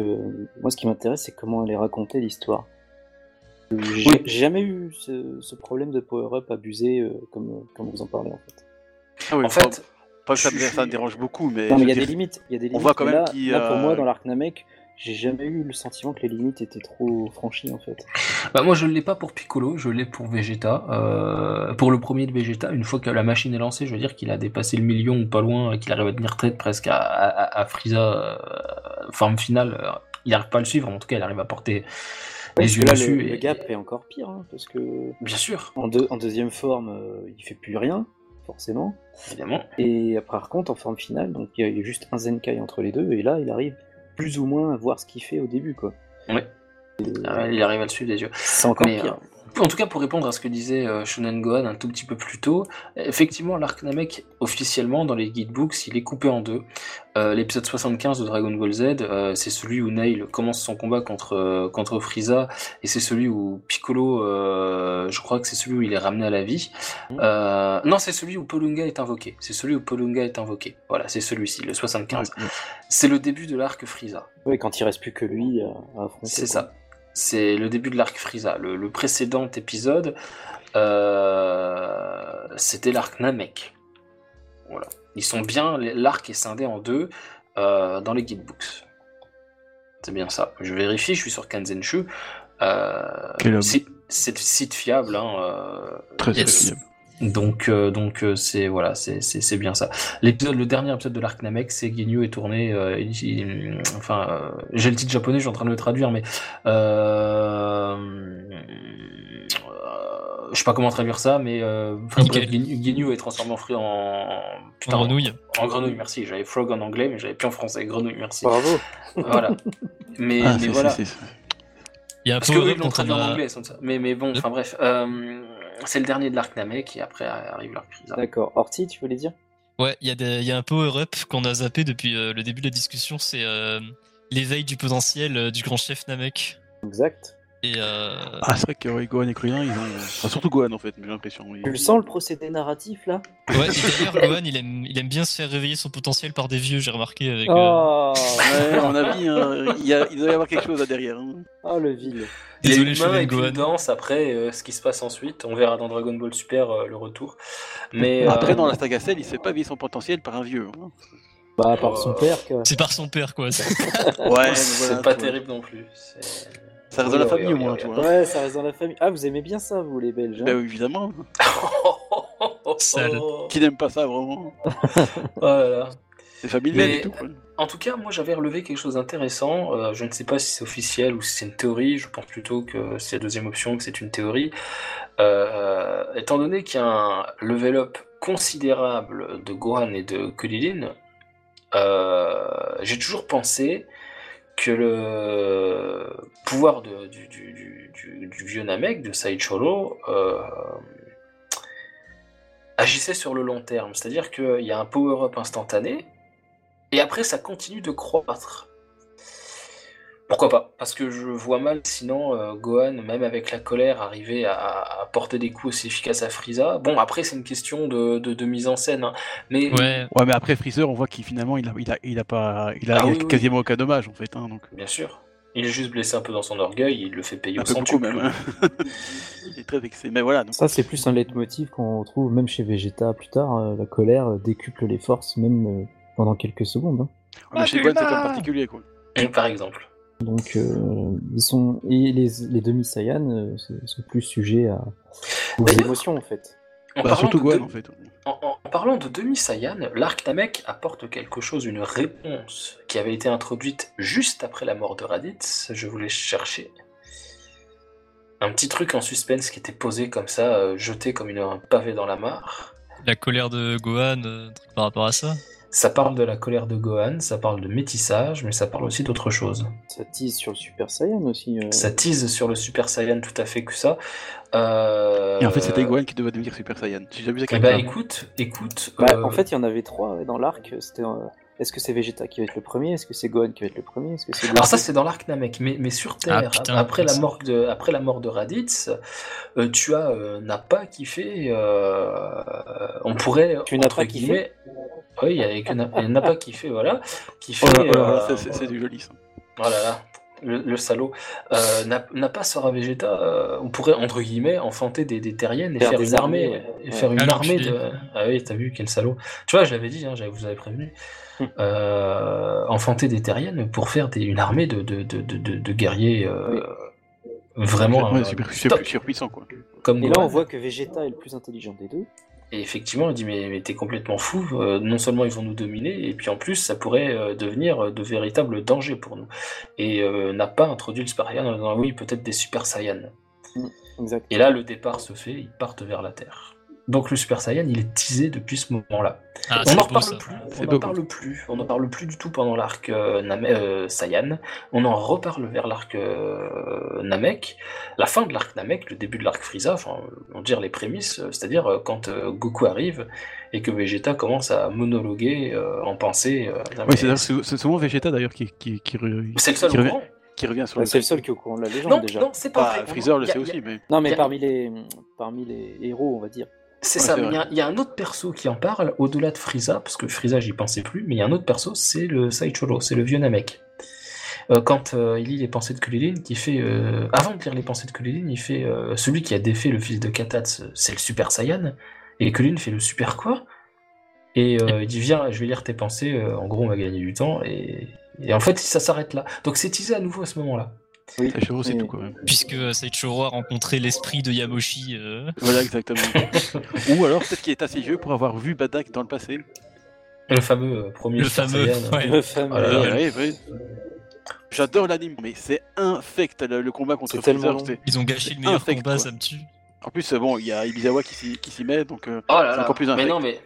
S1: Euh, moi, ce qui m'intéresse, c'est comment elle est racontée, l'histoire. Euh, J'ai
S2: Oui.
S1: j'ai jamais eu ce, ce problème de power-up abusé euh, comme, comme vous en parlez, en fait.
S3: Ah oui,
S2: En fait,
S3: pas que ça,
S2: je
S3: me, ça
S2: suis-
S3: me dérange beaucoup, mais,
S1: Non, mais il y a
S3: je
S1: des
S3: veux dire,
S1: limites. Il y a des
S3: on
S1: limites.
S3: voit quand
S1: mais
S3: même
S1: là-
S3: qu'il y
S1: là, pour
S3: a-
S1: moi, dans l'arc Namek, j'ai jamais eu le sentiment que les limites étaient trop franchies, en fait.
S2: Bah moi je ne l'ai pas pour Piccolo, je l'ai pour Vegeta. Euh, pour le premier de Vegeta, une fois que la machine est lancée, je veux dire qu'il a dépassé le million ou pas loin, qu'il arrive à tenir tête presque à, à, à Frieza, euh, forme finale. euh, Il n'arrive pas à le suivre, en tout cas il arrive à
S1: Ouais,
S2: porter les
S1: parce
S2: yeux
S1: que là,
S2: dessus.
S1: le,
S2: et-
S1: le gap est encore pire, hein, parce que
S2: Bien sûr,
S1: en, deux- en deuxième forme, euh, il fait plus rien, forcément.
S2: évidemment.
S1: Et après, par contre, en forme finale, donc il y a- il y a juste un Zenkai entre les deux, et là, il arrive plus ou moins à voir ce qu'il fait au début, quoi.
S2: Ouais. Euh, Il arrive à le suivre des yeux.
S1: C'est encore
S2: Mais,
S1: pire.
S2: euh, en tout cas, pour répondre à ce que disait euh, Shonen Gohan un tout petit peu plus tôt, effectivement, l'arc Namek, officiellement, dans les guidebooks, il est coupé en deux. Euh, L'épisode 75 de Dragon Ball Z, euh, c'est celui où Nail commence son combat contre, euh, contre Frieza, et c'est celui où Piccolo, euh, je crois que c'est celui où il est ramené à la vie. Euh, non, c'est celui où Polunga est invoqué. C'est celui où Polunga est invoqué. Voilà, c'est celui-ci, le 75. C'est le début de l'arc Frieza.
S1: Ouais, quand il reste plus que lui à, à affronter.
S2: euh, C'est
S1: quoi.
S2: ça. C'est le début de l'arc Frieza. Le, le précédent épisode, euh, c'était l'arc Namek. Voilà. Ils sont bien. L'arc est scindé en deux euh, dans les guidebooks. C'est bien ça. Je vérifie. Je suis sur Kanzenshu. Euh,
S3: Quel homme.
S2: c'est- c'est le site fiable. hein, euh,
S3: Très
S4: Yes.
S3: bien.
S2: donc, euh, donc euh, c'est voilà, c'est- c'est c'est bien ça. L'épisode, le dernier épisode de l'arc Namek, c'est Ginyu est tourné. euh, il- il- enfin, euh, j'ai le titre japonais, je suis en train de le traduire, mais euh, euh, je sais pas comment traduire ça, mais euh, enfin, bref,
S4: Nickel.
S2: Ginyu, Ginyu est transformé en fruit en putain,
S4: En grenouille.
S2: En grenouille, merci. J'avais frog en anglais, mais j'avais plus en français. Grenouille, merci.
S1: Bravo.
S2: voilà. Mais,
S3: Ah,
S2: mais
S3: c'est-
S2: voilà.
S3: c'est- c'est-
S4: Il y a un
S2: Parce que eux,
S4: power-up
S2: ils l'ont
S4: quand on
S2: traduit en
S4: a-
S2: anglais, sans ça. Mais, mais bon, enfin bref. euh, c'est le dernier de l'arc Namek, et après arrive l'arc Frieza.
S1: D'accord. Orti, tu voulais dire
S4: Ouais, il y, a des- il y a un power-up qu'on a zappé depuis euh, le début de la discussion, c'est euh, l'éveil du potentiel euh, du grand chef Namek.
S1: Exact.
S4: Et euh,
S3: Ah, c'est vrai que ouais, Gohan et Krillin, ils ont. euh, Enfin, Bah, surtout Gohan en fait, j'ai l'impression. ils-
S1: Tu le sens le procédé narratif là
S4: ouais, et d'ailleurs, Gohan, il aime, il aime bien se faire réveiller son potentiel par des vieux, j'ai remarqué. Avec, euh,
S1: Oh,
S3: Ouais, à mon avis, hein, il, y a- il doit y avoir quelque chose là derrière. hein.
S1: oh, le vil.
S2: Il y a
S4: Désolé,
S2: une
S4: Shonen
S2: main avec
S4: Gohan.
S2: une danse après euh, ce qui se passe ensuite. On verra dans Dragon Ball Super euh, le retour. Mais
S3: Après,
S2: euh,
S3: dans la saga Cell, il se fait pas vivre son potentiel par un vieux. hein.
S1: Bah, à part son
S2: Euh,
S1: père, que...
S4: C'est par son père, quoi. c'est-
S3: Ouais, mais
S2: c'est
S3: voilà,
S2: pas
S3: tu vois.
S2: terrible non plus. C'est-
S3: Ça reste dans la
S2: Oui,
S3: famille au
S2: oui,
S3: moins,
S2: oui,
S3: tu vois.
S1: Ouais, ça reste dans la famille. Ah, vous aimez bien ça, vous, les Belges. hein
S3: Bah, évidemment.
S4: Sale.
S2: Oh
S3: Qui n'aime pas ça vraiment
S2: là là.
S3: C'est familial
S2: Mais-
S3: et tout. quoi.
S2: En tout cas, moi j'avais relevé quelque chose d'intéressant. Euh, je ne sais pas si c'est officiel ou si c'est une théorie. Je pense plutôt que c'est la deuxième option, que c'est une théorie. Euh, étant donné qu'il y a un level up considérable de Gohan et de Kulilin, euh, j'ai toujours pensé que le pouvoir de- du, du- du- du- du vieux Namek, de Saicholo, euh, agissait sur le long terme. C'est-à-dire qu'il y a un power-up instantané, et après ça continue de croître. Pourquoi pas Parce que je vois mal sinon euh, Gohan, même avec la colère, arriver à, à porter des coups aussi efficaces à Frieza. Bon, après c'est une question de, de- de mise en scène, hein. mais
S4: Ouais,
S3: Ouais, mais après Freezer, on voit qu'il finalement, il a, il a, il a pas, il a,
S2: Ah
S3: il a
S2: oui, oui.
S3: quasiment aucun dommage en fait. Hein, donc.
S2: bien sûr. Il est juste blessé un peu dans son orgueil, il le fait payer
S3: Un
S2: au
S3: peu beaucoup
S2: centuple.
S3: même. hein. il est très vexé. Mais voilà, donc,
S1: Ça, c'est plus un leitmotiv qu'on retrouve même chez Vegeta plus tard. euh, la colère euh, décuple les forces, même euh, pendant quelques secondes. hein.
S3: Ah, mais chez Gohan, c'est un particulier quoi.
S2: Par exemple.
S1: Donc, euh, ils sont... Et les, les demi-Saiyans euh, c'est- sont plus sujets à... aux
S2: D'ailleurs-
S1: émotions, en fait.
S2: En
S3: Bah,
S2: parlant
S3: surtout
S2: de
S3: Gohan
S2: deux-
S3: en fait.
S2: En, en- en parlant de demi-Saiyan, l'arc Namek apporte quelque chose, une réponse qui avait été introduite juste après la mort de Raditz. Je voulais chercher un petit truc en suspense qui était posé comme ça, euh, jeté comme une, un pavé dans la mare.
S4: la colère de Gohan euh, un truc par rapport à ça.
S2: Ça parle de la colère de Gohan, ça parle de métissage, mais ça parle aussi d'autre chose.
S1: Ça tease sur le Super Saiyan aussi. euh.
S2: Ça tease sur le Super Saiyan tout à fait que ça. Euh,
S3: Et en fait, c'était Gohan qui devait devenir Super Saiyan. J'ai jamais vu ça
S2: Eh
S3: comme
S2: ben
S3: ça.
S2: écoute, écoute.
S1: Bah,
S2: euh,
S1: En fait, il y en avait trois ouais, dans l'arc. C'était. euh, Est-ce que c'est Vegeta qui va être le premier Est-ce que c'est Gohan qui va être le premier Est-ce que c'est
S2: Alors ça
S1: Goku
S2: c'est dans l'arc Namek, mais, mais sur Terre,
S4: putain,
S2: après, la
S4: ça.
S2: mort de, après la mort de Raditz, euh, tu as euh, Nappa qui fait... euh, on pourrait...
S1: Tu
S2: entre
S1: n'as pas kiffé
S2: guillemets- Oui, il y a que Na- il y a Nappa qui fait, voilà. Qui fait...
S3: Oh là, oh là là,
S2: euh,
S3: ça, c'est c'est du joli ça.
S2: oh là là, le, le salaud. Euh, Nap- Nappa sera Vegeta, euh, on pourrait, entre guillemets, enfanter des, des terriennes et faire, des armées.
S1: ouais.
S2: Et faire une
S4: Ah,
S2: armée
S4: l'enculé.
S2: de... Ah oui, t'as vu, quel salaud. Tu vois, je l'avais dit, hein, j'avais- vous avez prévenu.
S1: Hum.
S2: Euh, enfanter des terriennes pour faire des- une armée de, de, de, de, de- de guerriers euh,
S1: Oui.
S2: vraiment
S3: Ouais,
S2: euh,
S3: super,
S2: top,
S3: super, surpuissant quoi.
S2: comme
S1: Et là, on
S2: Gohan.
S1: voit que Vegeta est le plus intelligent des deux.
S2: Et effectivement, il dit mais, mais t'es complètement fou. euh, non seulement ils vont nous dominer, et puis en plus ça pourrait euh, devenir euh, de véritables dangers pour nous. Et euh, n'a pas introduit le Super Saiyan en disant, oui peut-être des Super Saiyans.
S1: Exact.
S2: Et là le départ se fait, ils partent vers la Terre. Donc le Super Saiyan il est teasé depuis ce moment-là.
S4: Ah,
S2: on
S4: c'est
S2: n'en
S4: beau,
S2: reparle
S4: ça.
S2: plus.
S3: C'est
S2: On
S3: beau.
S2: n'en parle plus. On n'en parle plus du tout pendant l'arc euh, Nam- euh, Saiyan. On en reparle vers l'arc euh, Namek. La fin de l'arc Namek, le début de l'arc Frieza. Enfin, on dire les prémices, euh, c'est-à-dire euh, quand euh, Goku arrive et que Vegeta commence à monologuer euh, en pensée. euh, Non, mais
S3: Ouais, c'est d'ailleurs- c'est c'est souvent Vegeta d'ailleurs qui, qui, qui, re-
S2: c'est le seul
S3: qui,
S2: au
S3: revient-
S2: courant.
S3: qui revient sur
S1: Bah,
S3: le
S1: c'est le seul qui est au courant de la légende
S2: Non,
S1: déjà.
S2: non, c'est pas
S3: Bah,
S2: vrai.
S3: Freezer le
S2: Il y a-
S3: sait
S2: il y a-
S3: aussi, mais.
S1: Non, mais
S2: Y a-
S1: parmi les, parmi les héros, on va dire.
S2: C'est
S3: Ouais,
S2: ça,
S3: c'est
S2: mais il y a-
S3: vrai.
S2: il y, a un autre perso qui en parle, au-delà de Frieza, parce que Frieza, j'y pensais plus, mais il y a un autre perso, c'est le Saicholo, c'est le vieux Namek. Euh, quand euh, il lit les pensées de Kulilin, qui fait. euh, avant de lire les pensées de Kulilin, il fait. euh, celui qui a défait le fils de Katatz, c'est le Super Saiyan. Et Kulilin fait le Super quoi Et euh, il dit Viens, je vais lire tes pensées, euh, en gros, on va gagner du temps. Et, et en fait, ça s'arrête là. Donc c'est teasé à nouveau à ce moment-là.
S1: Oui.
S3: Tachiro, c'est
S1: Oui.
S3: tout quand même.
S4: Puisque euh, Saichiro a rencontré l'esprit de Yamoshi. euh,
S3: Voilà, exactement. Ou alors, peut-être qu'il est assez vieux pour avoir vu Badak dans le passé.
S2: Le fameux euh, premier
S4: Le
S2: Super
S4: fameux,
S2: Saiyan.
S4: ouais.
S1: Le fameux.
S2: Ah là là.
S3: Euh, Ouais, ouais, ouais. J'adore l'anime, mais c'est infect le, le combat contre
S1: C'est tellement
S3: Freezer.
S1: long.
S3: c'est-
S4: Ils ont gâché le meilleur
S3: Infect,
S4: combat,
S3: quoi.
S4: ça me tue.
S3: En plus, euh, bon, il y a Ibizawa qui s'y, qui s'y met, donc euh,
S2: Oh là
S3: C'est
S2: là.
S3: encore plus
S2: mais
S3: infect.
S2: non, mais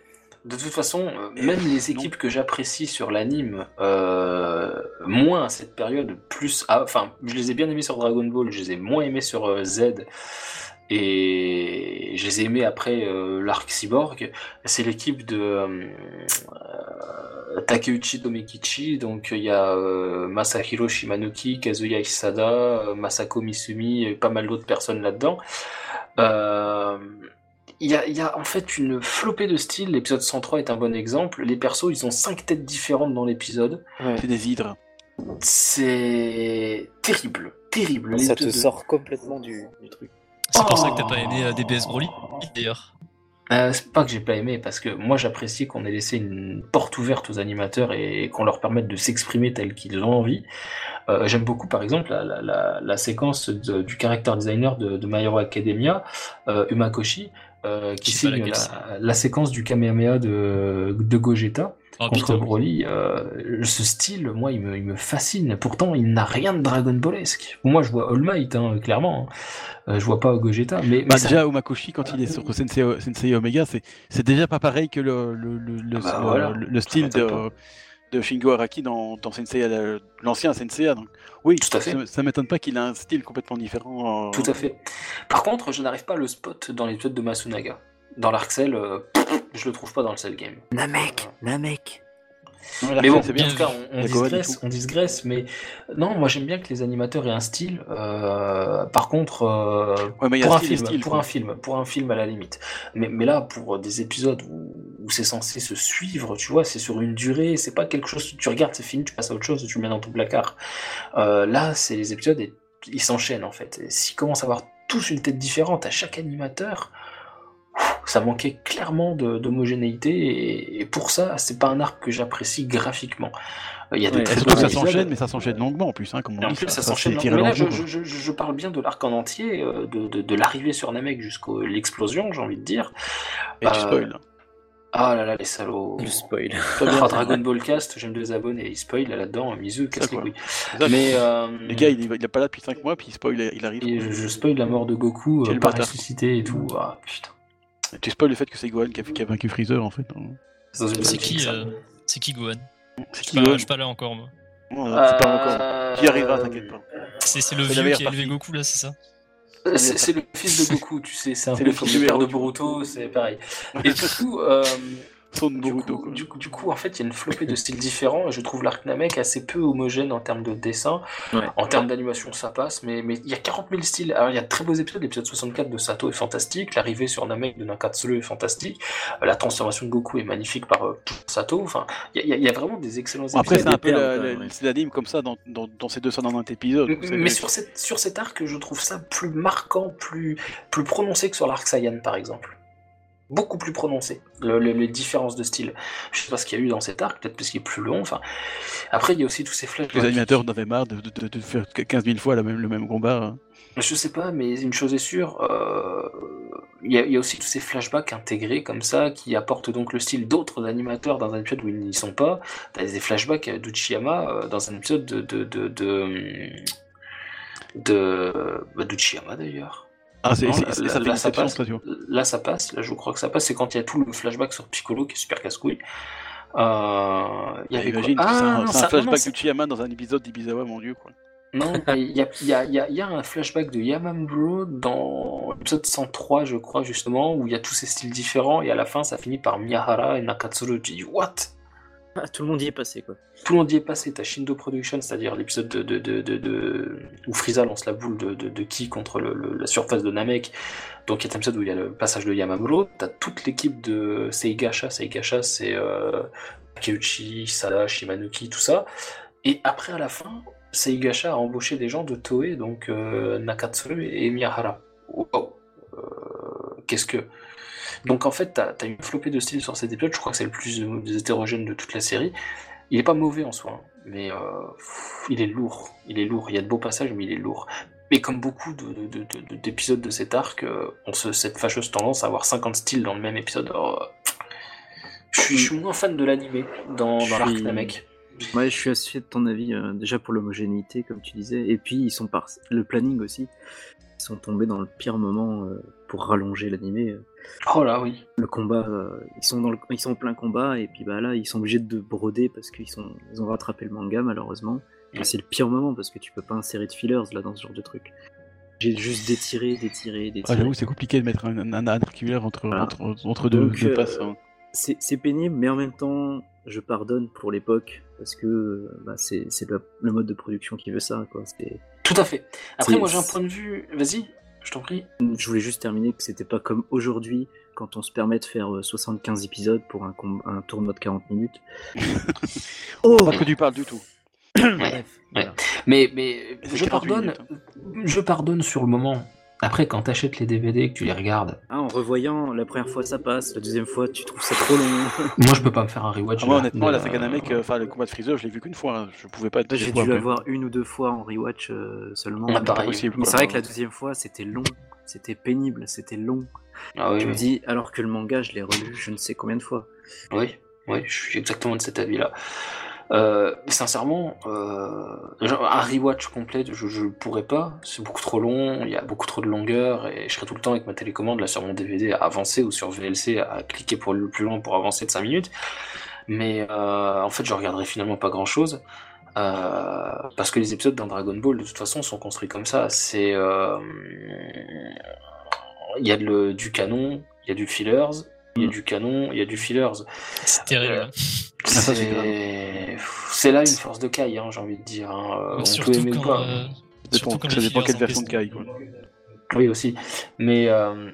S2: de toute façon, euh,
S3: Et
S2: même
S3: pff,
S2: les équipes que j'apprécie sur l'anime, euh, moins à cette période, plus. à- Enfin, je les ai bien aimées sur Dragon Ball, je les ai moins aimées sur euh, Z. Et je les ai aimées après euh, l'arc cyborg. C'est l'équipe de. euh, euh, Takeuchi Tomekichi, donc il y a euh, Masahiro Shimanuki, Kazuya Isada, euh, Masako Misumi et pas mal d'autres personnes là-dedans. Euh, Il y, a, il y a en fait une flopée de styles, l'épisode 103 est un bon exemple. Les persos, ils ont cinq têtes différentes dans l'épisode.
S1: Ouais.
S3: C'est des hydres.
S2: C'est terrible, terrible.
S1: Ça te
S2: L'épisode-
S1: sort complètement du, du truc.
S4: C'est pour ça
S2: Oh.
S4: que t'as pas aimé euh, DBS Broly, d'ailleurs.
S2: Euh, c'est pas que j'ai pas aimé, parce que moi j'apprécie qu'on ait laissé une porte ouverte aux animateurs et qu'on leur permette de s'exprimer tel qu'ils ont envie. Euh, J'aime beaucoup par exemple la, la, la, la séquence de- du character designer de, de My Hero Academia, euh, Umakoshi, euh, qui
S4: Je sais pas
S2: signe
S4: laquelle
S2: la, la séquence du Kamehameha de, de Gogeta
S4: Oh,
S2: contre
S4: putain, oui.
S2: Broly. Euh, ce style, moi, il me, il me fascine. Pourtant, il n'a rien de Dragon Ballesque. Moi, je vois All Might, hein, clairement. hein. Euh, je vois pas Gogeta, mais,
S3: Bah,
S2: mais ça-
S3: déjà, Umakoshi, quand il est sur Sensei, Sensei Omega, c'est, c'est déjà pas pareil que le, le, le, le,
S2: Ah bah
S3: le-
S2: voilà,
S3: le- le style
S2: m'étonne
S3: de, de Shingo Araki dans, dans Sensei, euh, l'ancien Sensei. Donc, oui,
S2: Tout à fait.
S3: Ça, ça m'étonne pas qu'il a un style complètement différent. euh,
S2: Tout à fait. Par contre, je n'arrive pas à le spot dans l'épisode de Masunaga. Dans l'Arc Cell, euh, je le trouve pas dans le Cell Game.
S1: Namek Namek
S3: dans l'arc,
S2: Mais bon,
S3: c'est
S2: en
S3: bien.
S2: tout cas, on, on
S3: La Gohan et
S2: digresse, on digresse, mais non, moi j'aime bien que les animateurs aient un style. euh, par contre, euh,
S3: Ouais, mais il y a
S2: pour un
S3: style et
S2: film,
S3: style,
S2: pour
S3: quoi.
S2: un film, pour un film à la limite. Mais, mais là, pour des épisodes où, où c'est censé se suivre, tu vois, c'est sur une durée, c'est pas quelque chose que tu regardes, c'est fini, tu passes à autre chose, tu le mets dans ton placard. Euh, là, c'est les épisodes et ils s'enchaînent en fait. Et S'ils commencent à avoir tous une tête différente à chaque animateur, pff, ça manquait clairement de- d'homogénéité et, et pour ça, c'est pas un arc que j'apprécie graphiquement. Euh, Il y a de
S1: Ouais,
S3: Et
S2: très
S3: surtout que
S2: bons
S3: ça
S2: épisodes.
S3: s'enchaîne, mais ça s'enchaîne longuement en plus, hein, comme on
S2: Et en
S3: dit,
S2: plus, ça
S3: c'est
S2: s'enchaîne.
S3: tiré
S2: Mais là, je,
S3: lentement, quoi.
S2: je- je- je parle bien de l'arc en entier, euh, de, de- de l'arrivée sur Namek jusqu'à l'explosion, j'ai envie de dire.
S3: Et tu
S2: euh,
S3: spoil.
S2: Ah là là, les salauds.
S1: Le spoil.
S2: Ah, Dragon Ball Cast, j'aime deux abonnés, ils spoil là-dedans, Mizu, casse les
S3: quoi.
S2: couilles.
S3: C'est ça,
S2: Mais. euh,
S3: Le gars, il, est- il est pas là depuis 5 mois, puis il spoil, il arrive.
S2: et je, je spoil la mort de Goku, euh,
S3: Quel
S2: pas
S3: bâtard.
S2: ressuscité et tout. Ah putain.
S3: Tu spoil le fait que c'est Gohan qui a, qui a vaincu Freezer en fait. hein.
S2: C'est dans une bonne
S4: C'est qui,
S2: fille, ça.
S4: euh, C'est qui Gohan
S3: C'est
S4: Je suis
S3: qui
S4: pas-
S3: Gohan
S4: je suis pas là encore, moi.
S3: Non, c'est pas encore.
S2: Euh,
S3: J'y arrivera, t'inquiète pas.
S4: C'est c'est le
S3: C'est la
S4: vieux
S3: meilleure
S4: qui a élevé
S3: partie.
S4: Goku, là, c'est ça
S2: C'est c'est le fils de Goku, tu sais, c'est un
S3: C'est
S2: peu
S3: le
S2: comme
S3: fils
S2: le
S3: de
S2: père de
S3: Goku.
S2: Boruto, c'est pareil. Et du coup, euh,
S3: Son de
S2: du,
S3: Boruto,
S2: coup,
S3: quoi.
S2: du coup- du coup, en fait, il y a une flopée de styles différents et je trouve l'arc Namek assez peu homogène en termes de dessin.
S1: Ouais.
S2: En termes d'animation, ça passe, mais mais il y a 40 000 styles. Alors, il y a de très beaux épisodes. L'épisode 64 de Sato est fantastique. L'arrivée sur Namek de Nakatsulu est fantastique. Euh, La transformation de Goku est magnifique par euh, Sato. Enfin, il y, a- il y a- il y a vraiment des excellents
S3: Bon, Après,
S2: épisodes.
S3: c'est un peu
S1: perles,
S3: la-
S1: quand
S3: la-
S1: même, ouais.
S3: c'est l'anime comme ça dans, dans, dans ces 290 épisodes.
S2: M-
S3: C'est-
S2: Mais sur, cette, sur cet arc, je trouve ça plus marquant, plus, plus prononcé que sur l'arc Saiyan, par exemple. Beaucoup plus prononcé, le- le- les différences de style. Je sais pas ce qu'il y a eu dans cet arc, peut-être parce qu'il est plus long. Enfin, Après, il y a aussi tous ces flashs.
S3: les animateurs en avaient marre de, de- de- de faire 15 000 fois la même, le même combat.
S2: Je sais pas, mais une chose est sûre, euh, il y, a- il y a aussi tous ces flashbacks intégrés comme ça qui apportent donc le style d'autres animateurs dans un épisode où ils n'y sont pas. T'as des flashbacks euh, d'Uchiyama euh, dans un épisode de. de. de. de. de- bah, d'Uchiyama d'ailleurs.
S3: Ah, c'est
S2: Non,
S3: c'est-
S2: là-
S3: c'est-
S2: là-
S3: ça fait
S2: là,
S3: une
S2: ça
S3: exception,
S2: passe.
S3: ça, tu vois.
S2: Là, ça passe, là, je crois que ça passe. C'est quand il y a tout le flashback sur Piccolo qui est super casse-couille. Euh, il y avait quoi
S3: Imagine,
S2: Ah,
S3: c'est un,
S2: non,
S3: c'est un
S2: ça- non, non,
S3: flashback
S2: ça-
S3: du Chiyama dans un épisode d'Ibizawa, mon dieu. Quoi.
S2: Non, mais il y a, il y, a, il y, a, il y a un flashback de Yamamuro dans l'épisode 103, je crois, justement, où il y a tous ces styles différents, et à la fin, ça finit par Miyahara et Nakatsuru. Tu dis, what?
S1: Ah, tout le monde y est passé, quoi.
S2: Tout le monde y est passé. T'as Shindo Production, c'est-à-dire l'épisode de, de, de, de, de- où Frieza lance la boule de, de, de Ki contre le- le- la surface de Namek. Donc il y a un épisode où il y a le passage de Yamamuro. T'as toute l'équipe de Seigasha. Seigasha, c'est euh, Takeuchi, Sada, Shimanuki, tout ça. Et après, à la fin, Seigasha a embauché des gens de Toei, donc euh, Nakatsuru et Miyahara. Wow. Euh, Qu'est-ce que. Donc en fait, t'as as une flopée de styles sur cet épisode. Je crois que c'est le plus euh, hétérogène de toute la série. Il est pas mauvais en soi, hein, mais euh, pff, il est lourd. Il est lourd. Il y a de beaux passages, mais il est lourd. Mais comme beaucoup de- de- de- de- de- d'épisodes de, cet arc, euh, on se cette fâcheuse tendance à avoir 50 styles dans le même épisode. Alors, euh, je suis- je suis moins fan de l'animé dans,
S1: Je
S2: dans l'arc
S1: suis-
S2: Namek.
S1: Ouais, je suis assez de ton avis, euh, déjà pour l'homogénéité, comme tu disais, et puis ils sont par le planning aussi. Ils sont tombés dans le pire moment euh, pour rallonger l'animé. euh.
S2: Oh là oui.
S1: Le combat, euh, ils sont dans le, ils sont en plein combat, et puis bah là, ils sont obligés de broder parce qu'ils sont, ils ont rattrapé le manga malheureusement. Et C'est le pire moment parce que tu peux pas insérer de fillers là dans ce genre de truc. J'ai juste détiré, détiré,
S3: Ah,
S1: détiré.
S3: J'avoue, c'est compliqué de mettre un, un, un articulaire entre,
S1: Voilà.
S3: entre, entre deux,
S1: Donc,
S3: deux
S1: euh,
S3: passes. hein.
S1: c'est c'est pénible, mais en même temps, je pardonne pour l'époque parce que euh, bah, c'est c'est le, le mode de production qui veut ça. Quoi. C'est-
S2: Tout à fait. Après,
S1: C'est-
S2: moi, j'ai un point de vue. Vas-y, je t'en prie.
S1: Je voulais juste terminer que c'était pas comme aujourd'hui quand on se permet de faire euh, 75 épisodes pour un, com- un tournoi de 40 minutes. oh
S3: Pas que tu parles du tout.
S1: Bref, voilà.
S2: Mais, mais
S3: C'est
S2: je
S3: 48
S2: pardonne.
S3: minutes,
S2: Je pardonne sur le moment. Après, quand t'achètes les DVD et que tu les regardes,
S1: Ah, en revoyant, la première fois ça passe, la deuxième fois tu trouves ça trop long.
S2: moi, je peux pas me faire un rewatch.
S3: Ah, moi,
S2: de
S3: honnêtement,
S2: de-
S3: la Sakana Mec, euh, enfin, le combat de Freezer, je l'ai vu qu'une fois. hein. Je pouvais pas être
S1: J'ai dû l'avoir une ou deux fois en rewatch euh, seulement.
S2: Ah, pareil.
S1: Mais c'est vrai que la deuxième fois c'était long, c'était pénible, c'était long.
S2: Ah oui,
S1: Je me
S2: oui.
S1: dis, alors que le manga je l'ai relu je ne sais combien de fois.
S2: Oui, oui, je suis exactement de cet avis-là. Euh, sincèrement, euh, genre, un rewatch complet, je ne pourrais pas. C'est beaucoup trop long, il y a beaucoup trop de longueur et je serai tout le temps avec ma télécommande là sur mon DVD à avancer ou sur VLC à cliquer pour le plus long pour avancer de 5 minutes. Mais euh, en fait, je regarderai finalement pas grand-chose. euh, parce que les épisodes d'un Dragon Ball, de toute façon, sont construits comme ça. C'est euh, il y a de le- du canon, il y a du fillers, il y a du canon, il y a du fillers.
S4: C'est terrible.
S2: Euh,
S4: hein.
S3: ça, c'est
S2: C'est c'est là une force de caille, hein, j'ai envie de dire. hein. Euh, On peut
S4: Bah, surtout,
S2: aimer ou
S4: quand,
S2: pas.
S4: euh,
S3: Ça
S4: surtout
S3: dépend,
S4: quand
S3: ça
S4: les
S3: dépend
S4: fillers
S3: quelle
S4: en
S3: version de
S4: question.
S3: Kai. quoi.
S2: Oui, aussi. Mais euh,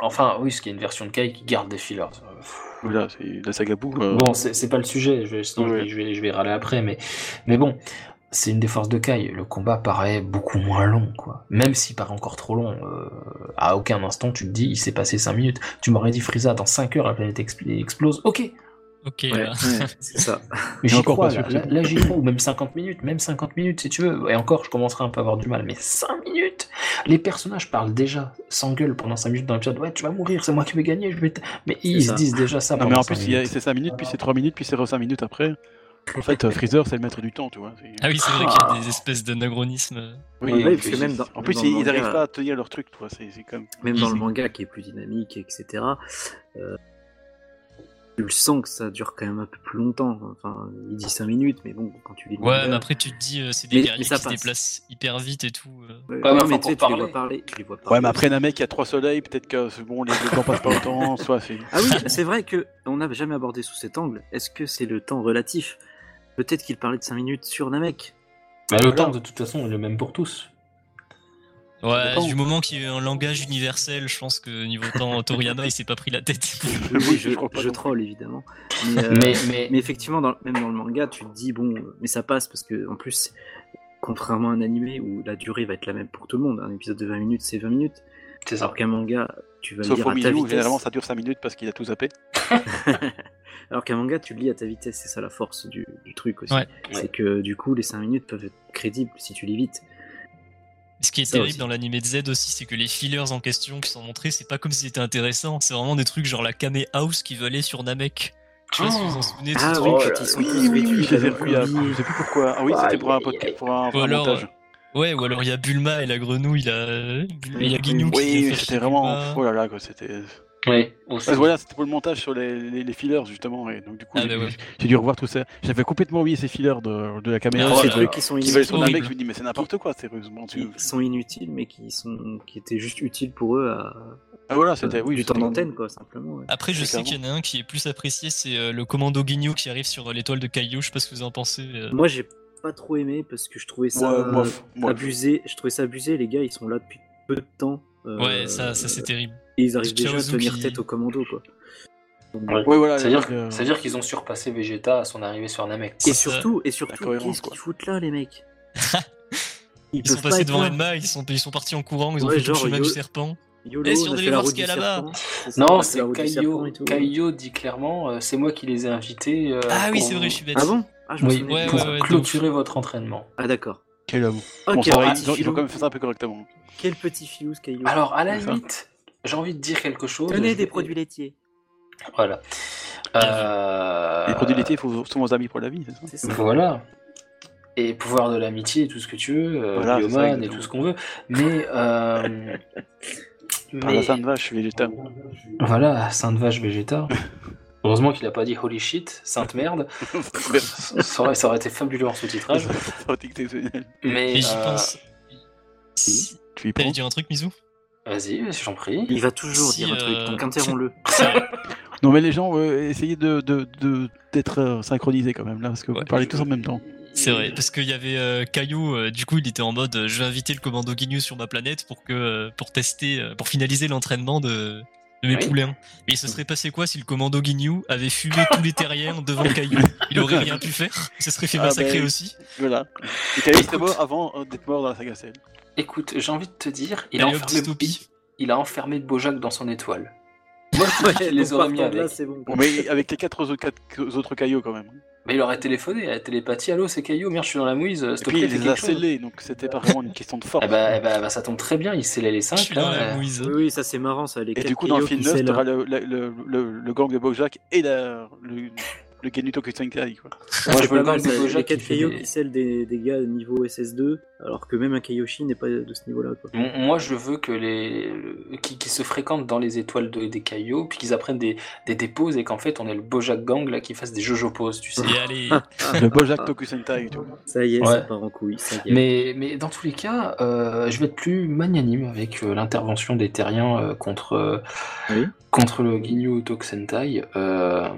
S2: enfin, oui, ce qui est une version de caille qui garde des fillers. Euh,
S3: Voilà, c'est la saga Boo. euh,
S2: Bon, c'est c'est pas le sujet, je vais, sinon je vais-
S3: Ouais.
S2: je, vais, je vais râler après, mais, mais bon, c'est une des forces de Kai. Le combat paraît beaucoup moins long, quoi. Même s'il paraît encore trop long, euh, à aucun instant tu te dis, il s'est passé 5 minutes. Tu m'aurais dit, Frieza, dans 5 heures, la planète expl- explose. Ok,
S4: Ok,
S1: Ouais,
S4: là.
S1: ouais, c'est ça.
S2: Mais J'y
S3: encore
S2: crois,
S3: pas sûr
S2: là,
S3: que
S2: là,
S3: c'est
S2: là, j'y crois, ou même 50 minutes, même 50 minutes si tu veux, et encore je commencerai un peu à avoir du mal, mais 5 minutes Les personnages parlent déjà, s'engueulent pendant 5 minutes dans l'épisode, ouais tu vas mourir, c'est moi qui vais gagner, je vais t- mais ils
S1: ça.
S2: se disent déjà ça
S3: Non,
S2: pendant
S3: mais en
S2: 5
S3: plus, il y a-
S2: minutes.
S3: c'est 5 minutes, puis c'est 3 minutes, puis c'est 5 minutes après. En fait, euh, Freezer, c'est le maître du temps, tu vois. c'est-
S4: Ah oui, c'est vrai qu'il y a des espèces d'anachronismes. euh,
S3: Oui,
S2: Oui,
S3: en
S2: parce que
S3: plus,
S1: même
S3: ils-
S1: dans-
S3: en plus,
S1: dans le
S3: ils ils
S1: manga-
S3: arrivent pas à tenir leur truc, tu vois. C'est c'est comme.
S1: Même dans le manga qui est plus dynamique, etc. euh, tu le sens que ça dure quand même un peu plus longtemps. Enfin, il dit 5 minutes, mais bon, quand tu lis. le
S4: Ouais,
S1: manga-
S4: mais après tu te dis, euh, c'est des
S1: Mais- mais
S4: guerriers qui
S1: ça
S4: se
S1: passe.
S4: déplacent hyper vite et tout. euh.
S1: Ouais,
S2: mais
S1: non,
S2: enfin,
S1: mais
S2: pour
S1: tu sais, tu les
S2: parler.
S1: vois parler. Tu les vois parler.
S3: Ouais, mais après, Namek, il y a 3 soleils, peut-être que c'est bon, les les temps passent pas autant, soit c'est.
S1: Ah oui, c'est vrai que on n'a jamais abordé sous cet angle. Est-ce que c'est le temps relatif Peut-être qu'il parlait de 5 minutes sur Namek.
S2: Mais le
S3: Voilà.
S2: temps de toute façon est le même pour tous.
S4: Ouais,
S3: dépend.
S4: du moment qu'il y ait un langage universel, je pense que niveau temps, Toriyama il s'est pas pris la tête.
S1: Oui,
S3: Oui,
S1: je,
S3: je crois pas
S1: je
S3: non
S1: troll évidemment. Mais, euh,
S2: Mais, mais,
S1: mais effectivement, dans- même dans le manga, tu te dis bon, euh, mais ça passe parce que en plus, contrairement à un animé où la durée va être la même pour tout le monde, un épisode de 20 minutes c'est 20 minutes,
S2: c'est ça.
S1: alors qu'un manga, tu vas le
S3: Sauf
S1: lire
S3: au
S1: à ta
S3: milieu, où
S1: vitesse.
S3: généralement, ça dure 5 minutes parce qu'il a tout zappé.
S1: Alors qu'un manga, tu le lis à ta vitesse, c'est ça la force du, du truc aussi.
S4: Ouais.
S1: C'est que du coup, les 5 minutes peuvent être crédibles si tu lis vite.
S4: Ce qui est
S1: Ça
S4: terrible
S1: aussi.
S4: dans l'anime de Z aussi, c'est que les fillers en question qui sont montrés, c'est pas comme si c'était intéressant. C'est vraiment des trucs genre la Kame House qui veut aller sur Namek. Je sais pas si vous vous en souvenez de ce
S1: Ah
S4: truc.
S1: oui,
S2: Oh
S1: quand
S2: là
S1: ils sont
S2: là.
S1: tous vêtus
S3: je les ai
S1: avec
S3: revus,
S1: Kobe.
S3: euh, je sais plus pourquoi. Ah oui, c'était pour un
S2: Aïe, aïe, aïe.
S3: podcast, pour un
S4: Ou
S3: un
S4: alors, euh,
S3: montage.
S4: Ouais, ou alors il y a Bulma et la grenouille, là. Bulma- il y a Guignou qui vient
S3: Oui,
S4: chercher
S3: c'était vraiment.
S4: Bulma.
S3: Oh là là, quoi, c'était.
S2: Oui, aussi.
S3: Parce que voilà, c'était pour le montage sur les, les, les fillers justement, et donc du coup
S4: Ah
S3: j'ai
S4: bah
S3: dû-
S4: ouais.
S3: j'ai dû revoir tout ça. J'avais complètement oublié ces fillers de, de la caméra.
S4: Ah,
S1: Tous
S4: Oh
S1: ces
S4: là
S1: trucs
S4: là.
S1: qui sont
S3: Qui veulent sur
S1: inutiles,
S3: la
S4: horrible.
S3: mec, je me dis mais c'est n'importe quoi, sérieusement. Tu...
S1: qui sont inutiles, mais qui sont qui étaient juste utiles pour eux à
S3: Ah voilà, c'était oui,
S1: du
S3: c'était-
S1: temps d'antenne quoi, simplement. ouais.
S4: Après, je
S3: Ouais,
S4: sais
S3: clairement.
S4: qu'il y en a un qui est plus apprécié, c'est euh, le commando Guignou qui arrive sur euh, l'étoile de Caillou. Je sais pas ce que vous en pensez. euh.
S1: Moi, j'ai pas trop aimé parce que je trouvais ça
S3: Ouais, mof, mof.
S1: abusé. Je trouvais ça abusé. Les gars, ils sont là depuis peu de temps. euh,
S4: Ouais, ça, ça c'est terrible.
S1: Et ils arrivent déjà à
S4: Kaozu
S1: tenir
S4: qui-
S1: tête au commando quoi.
S3: Ouais, voilà,
S2: C'est-à-dire
S3: les- euh,
S2: c'est-à-dire qu'ils ont surpassé Vegeta à son arrivée sur Namek.
S1: Et
S4: Ça,
S1: surtout, et
S3: la
S1: surtout,
S3: cohérence,
S1: qu'est-ce
S3: quoi.
S1: qu'ils foutent là, les mecs Ils,
S4: Ils sont
S1: peuvent pas
S4: passés
S1: être
S4: devant
S1: là.
S4: Emma, ils sont, ils sont partis en courant, ils ont
S1: Ouais,
S4: fait tout le
S1: genre,
S4: chemin
S1: yo-
S4: du serpent.
S1: Yolo,
S4: Eh, si
S1: on
S4: on
S1: a
S4: allait
S1: fait la
S4: voir ce
S1: route
S4: qu'il
S1: du
S4: y a là-bas.
S1: serpent. ça, on
S2: Non,
S1: a fait
S2: c'est
S1: la route du serpent
S2: Caillot.
S1: et tout.
S2: Caillot dit clairement, euh, c'est moi qui les ai invités. euh,
S4: Ah oui,
S2: pour-
S4: c'est vrai, je suis bête.
S1: Ah bon Ah, je me
S2: Oui,
S1: souvenais
S4: ouais,
S1: plus.
S2: pour
S4: ouais, de ouf.
S2: clôturer votre entraînement.
S1: Ah d'accord.
S3: Quel homme.
S1: Ah,
S3: Bon,
S1: quel,
S3: ça va,
S1: petit
S3: ils, ont, ils ont
S1: filou.
S3: quand même fait ça un peu correctement.
S1: quel petit filou ce caillou.
S2: Alors, à la
S3: C'est ça.
S2: limite, j'ai envie de dire quelque chose.
S1: Tenez
S2: Je
S3: euh,
S1: des
S2: vais-
S1: produits laitiers.
S2: Voilà. Euh,
S1: Bah.
S3: Les produits laitiers, il faut souvent aux amis pour la vie, c'est ça
S1: C'est ça.
S2: Voilà. Et pouvoir de l'amitié et tout ce que tu veux, euh,
S3: Voilà, c'est ça,
S2: Bioman et
S3: exactement.
S2: tout ce qu'on veut. Mais. euh,
S3: Par Ah, la sainte vache, je suis végétal.
S2: Voilà, Sainte Vache Végéta. Heureusement qu'il a pas dit holy shit, Sainte Merde. ça, aurait, ça aurait été fabuleux en sous-titrage. Mais.
S4: Et j'y
S2: euh,
S4: pense. Si-
S3: Tu y
S4: T'allais
S3: penses
S4: dire un truc, Mizu
S2: Vas-y, j'en prie.
S1: Il va toujours
S4: Si,
S1: dire un truc,
S4: euh,
S1: donc interromps-le.
S4: C'est vrai.
S3: Non, mais les gens, euh, essayez de, de, de- d'être euh, synchronisés quand même là, parce que
S4: Ouais.
S3: vous parlez tous en même temps.
S4: C'est vrai, parce qu'il y avait euh, Caillou, euh, du coup il était en mode euh, je vais inviter le commando Guignou sur ma planète pour que euh, pour tester, euh, pour finaliser l'entraînement de, de mes
S2: Oui.
S4: poulains. Mais il se serait passé quoi si le commando Guignou avait fumé tous les terriens devant Caillou Il aurait rien pu faire, il se serait fait
S3: Ah,
S4: massacrer
S3: ben.
S4: aussi.
S3: Voilà. Et Kali était
S2: Écoute.
S3: mort avant euh, d'être mort dans la saga Cell.
S2: Écoute, j'ai envie de te dire, il
S4: Allez,
S2: a,
S4: hop,
S2: enfermé,
S4: dystopie.
S2: il- il a enfermé Bojack dans son étoile. Moi, je les aurais
S1: partant
S2: mis
S1: de
S2: avec.
S1: là, c'est bon.
S3: Bon, mais avec les quatre autres, quatre autres caillots quand même.
S2: Mais il aurait téléphoné à la télépathie Allô, c'est Caillou, merde, je suis dans la mouise, s'il
S3: Et
S2: te
S3: puis
S2: plaît,
S3: il
S2: fais
S3: les a
S2: quelque chose.
S3: scellés, hein. donc c'était pas vraiment une question de force.
S2: Eh bah, eh bah, bah, ça tombe très bien, il scellait les hein.
S4: Je
S2: 5.
S4: suis dans la mouise.
S1: Oui, oui, ça c'est marrant, ça. Les
S3: Et
S1: quatre
S3: du coup, dans le
S1: cailloux
S3: film
S1: qui
S3: 9,
S1: scellent.
S3: t'auras le, le, le, le- le gang de Bojack et la, le, le Genuto Kusankai, quoi.
S2: Moi, je
S1: C'est
S2: veux
S1: pas
S2: le
S1: mal,
S2: gang
S1: ça.
S2: de
S1: Les
S2: Bojack. qui
S1: 4
S2: fait
S1: cailloux
S2: des-
S1: qui scellent des, des gars niveau SS2, alors que même un Kaiyoshi n'est pas de ce niveau-là. quoi.
S2: Mon- Moi, je veux que les qui, qui se fréquentent dans les étoiles de- des caillots, puis qu'ils apprennent des, des, des poses et qu'en fait, on est le Bojack Gang là qui fasse des Jojo poses, tu sais.
S4: Et allez,
S3: Le Bojack Tokusentai et tout.
S1: Ah. Ça y est, ça
S2: Ouais.
S1: part en couille. ça y est.
S2: Mais, mais dans tous les cas, euh, je vais être plus magnanime avec euh, l'intervention des terriens euh, contre, euh,
S1: Ah Oui.
S2: contre le Ginyu Tokusentai. Euh,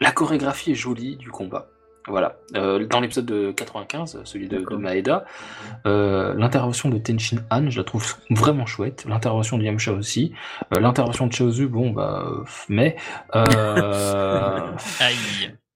S2: la chorégraphie est jolie du combat. Voilà. Euh, dans l'épisode de 95, celui de, de
S1: D'accord.
S2: Maeda, euh, l'intervention de Tenshin Han, je la trouve vraiment chouette. L'intervention de Yamcha aussi. Euh, l'intervention de Chaozu, bon, bah, euh, mais. euh,
S4: aïe.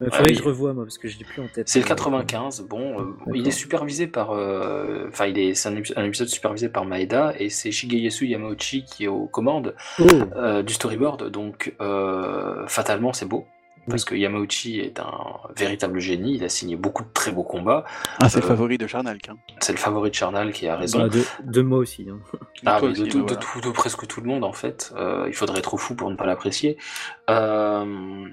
S1: Il faudrait
S2: oui.
S1: que je revoie, moi, parce que je l'ai plus en tête.
S2: C'est le 95. Bon, euh, il
S1: D'accord.
S2: est supervisé par. euh, Enfin, il est, c'est un, épi- un épisode supervisé par Maeda et c'est Shigeyasu Yamauchi qui est aux commandes
S1: Oh,
S2: euh, du storyboard. Donc, euh, fatalement, c'est beau. Parce que Yamauchi est un véritable génie. Il a signé beaucoup de très beaux combats.
S3: Ah, c'est
S2: Euh,
S3: le favori de Charnalk. Hein.
S2: C'est le favori de Charnal qui a raison.
S1: bah, de, de moi aussi. hein.
S2: Ah,
S3: Toi
S2: mais de,
S3: aussi,
S2: tout-
S3: bah,
S2: de
S3: voilà.
S2: tout- de presque tout le monde, en fait. Euh, il faudrait être fou pour ne pas l'apprécier. Euh,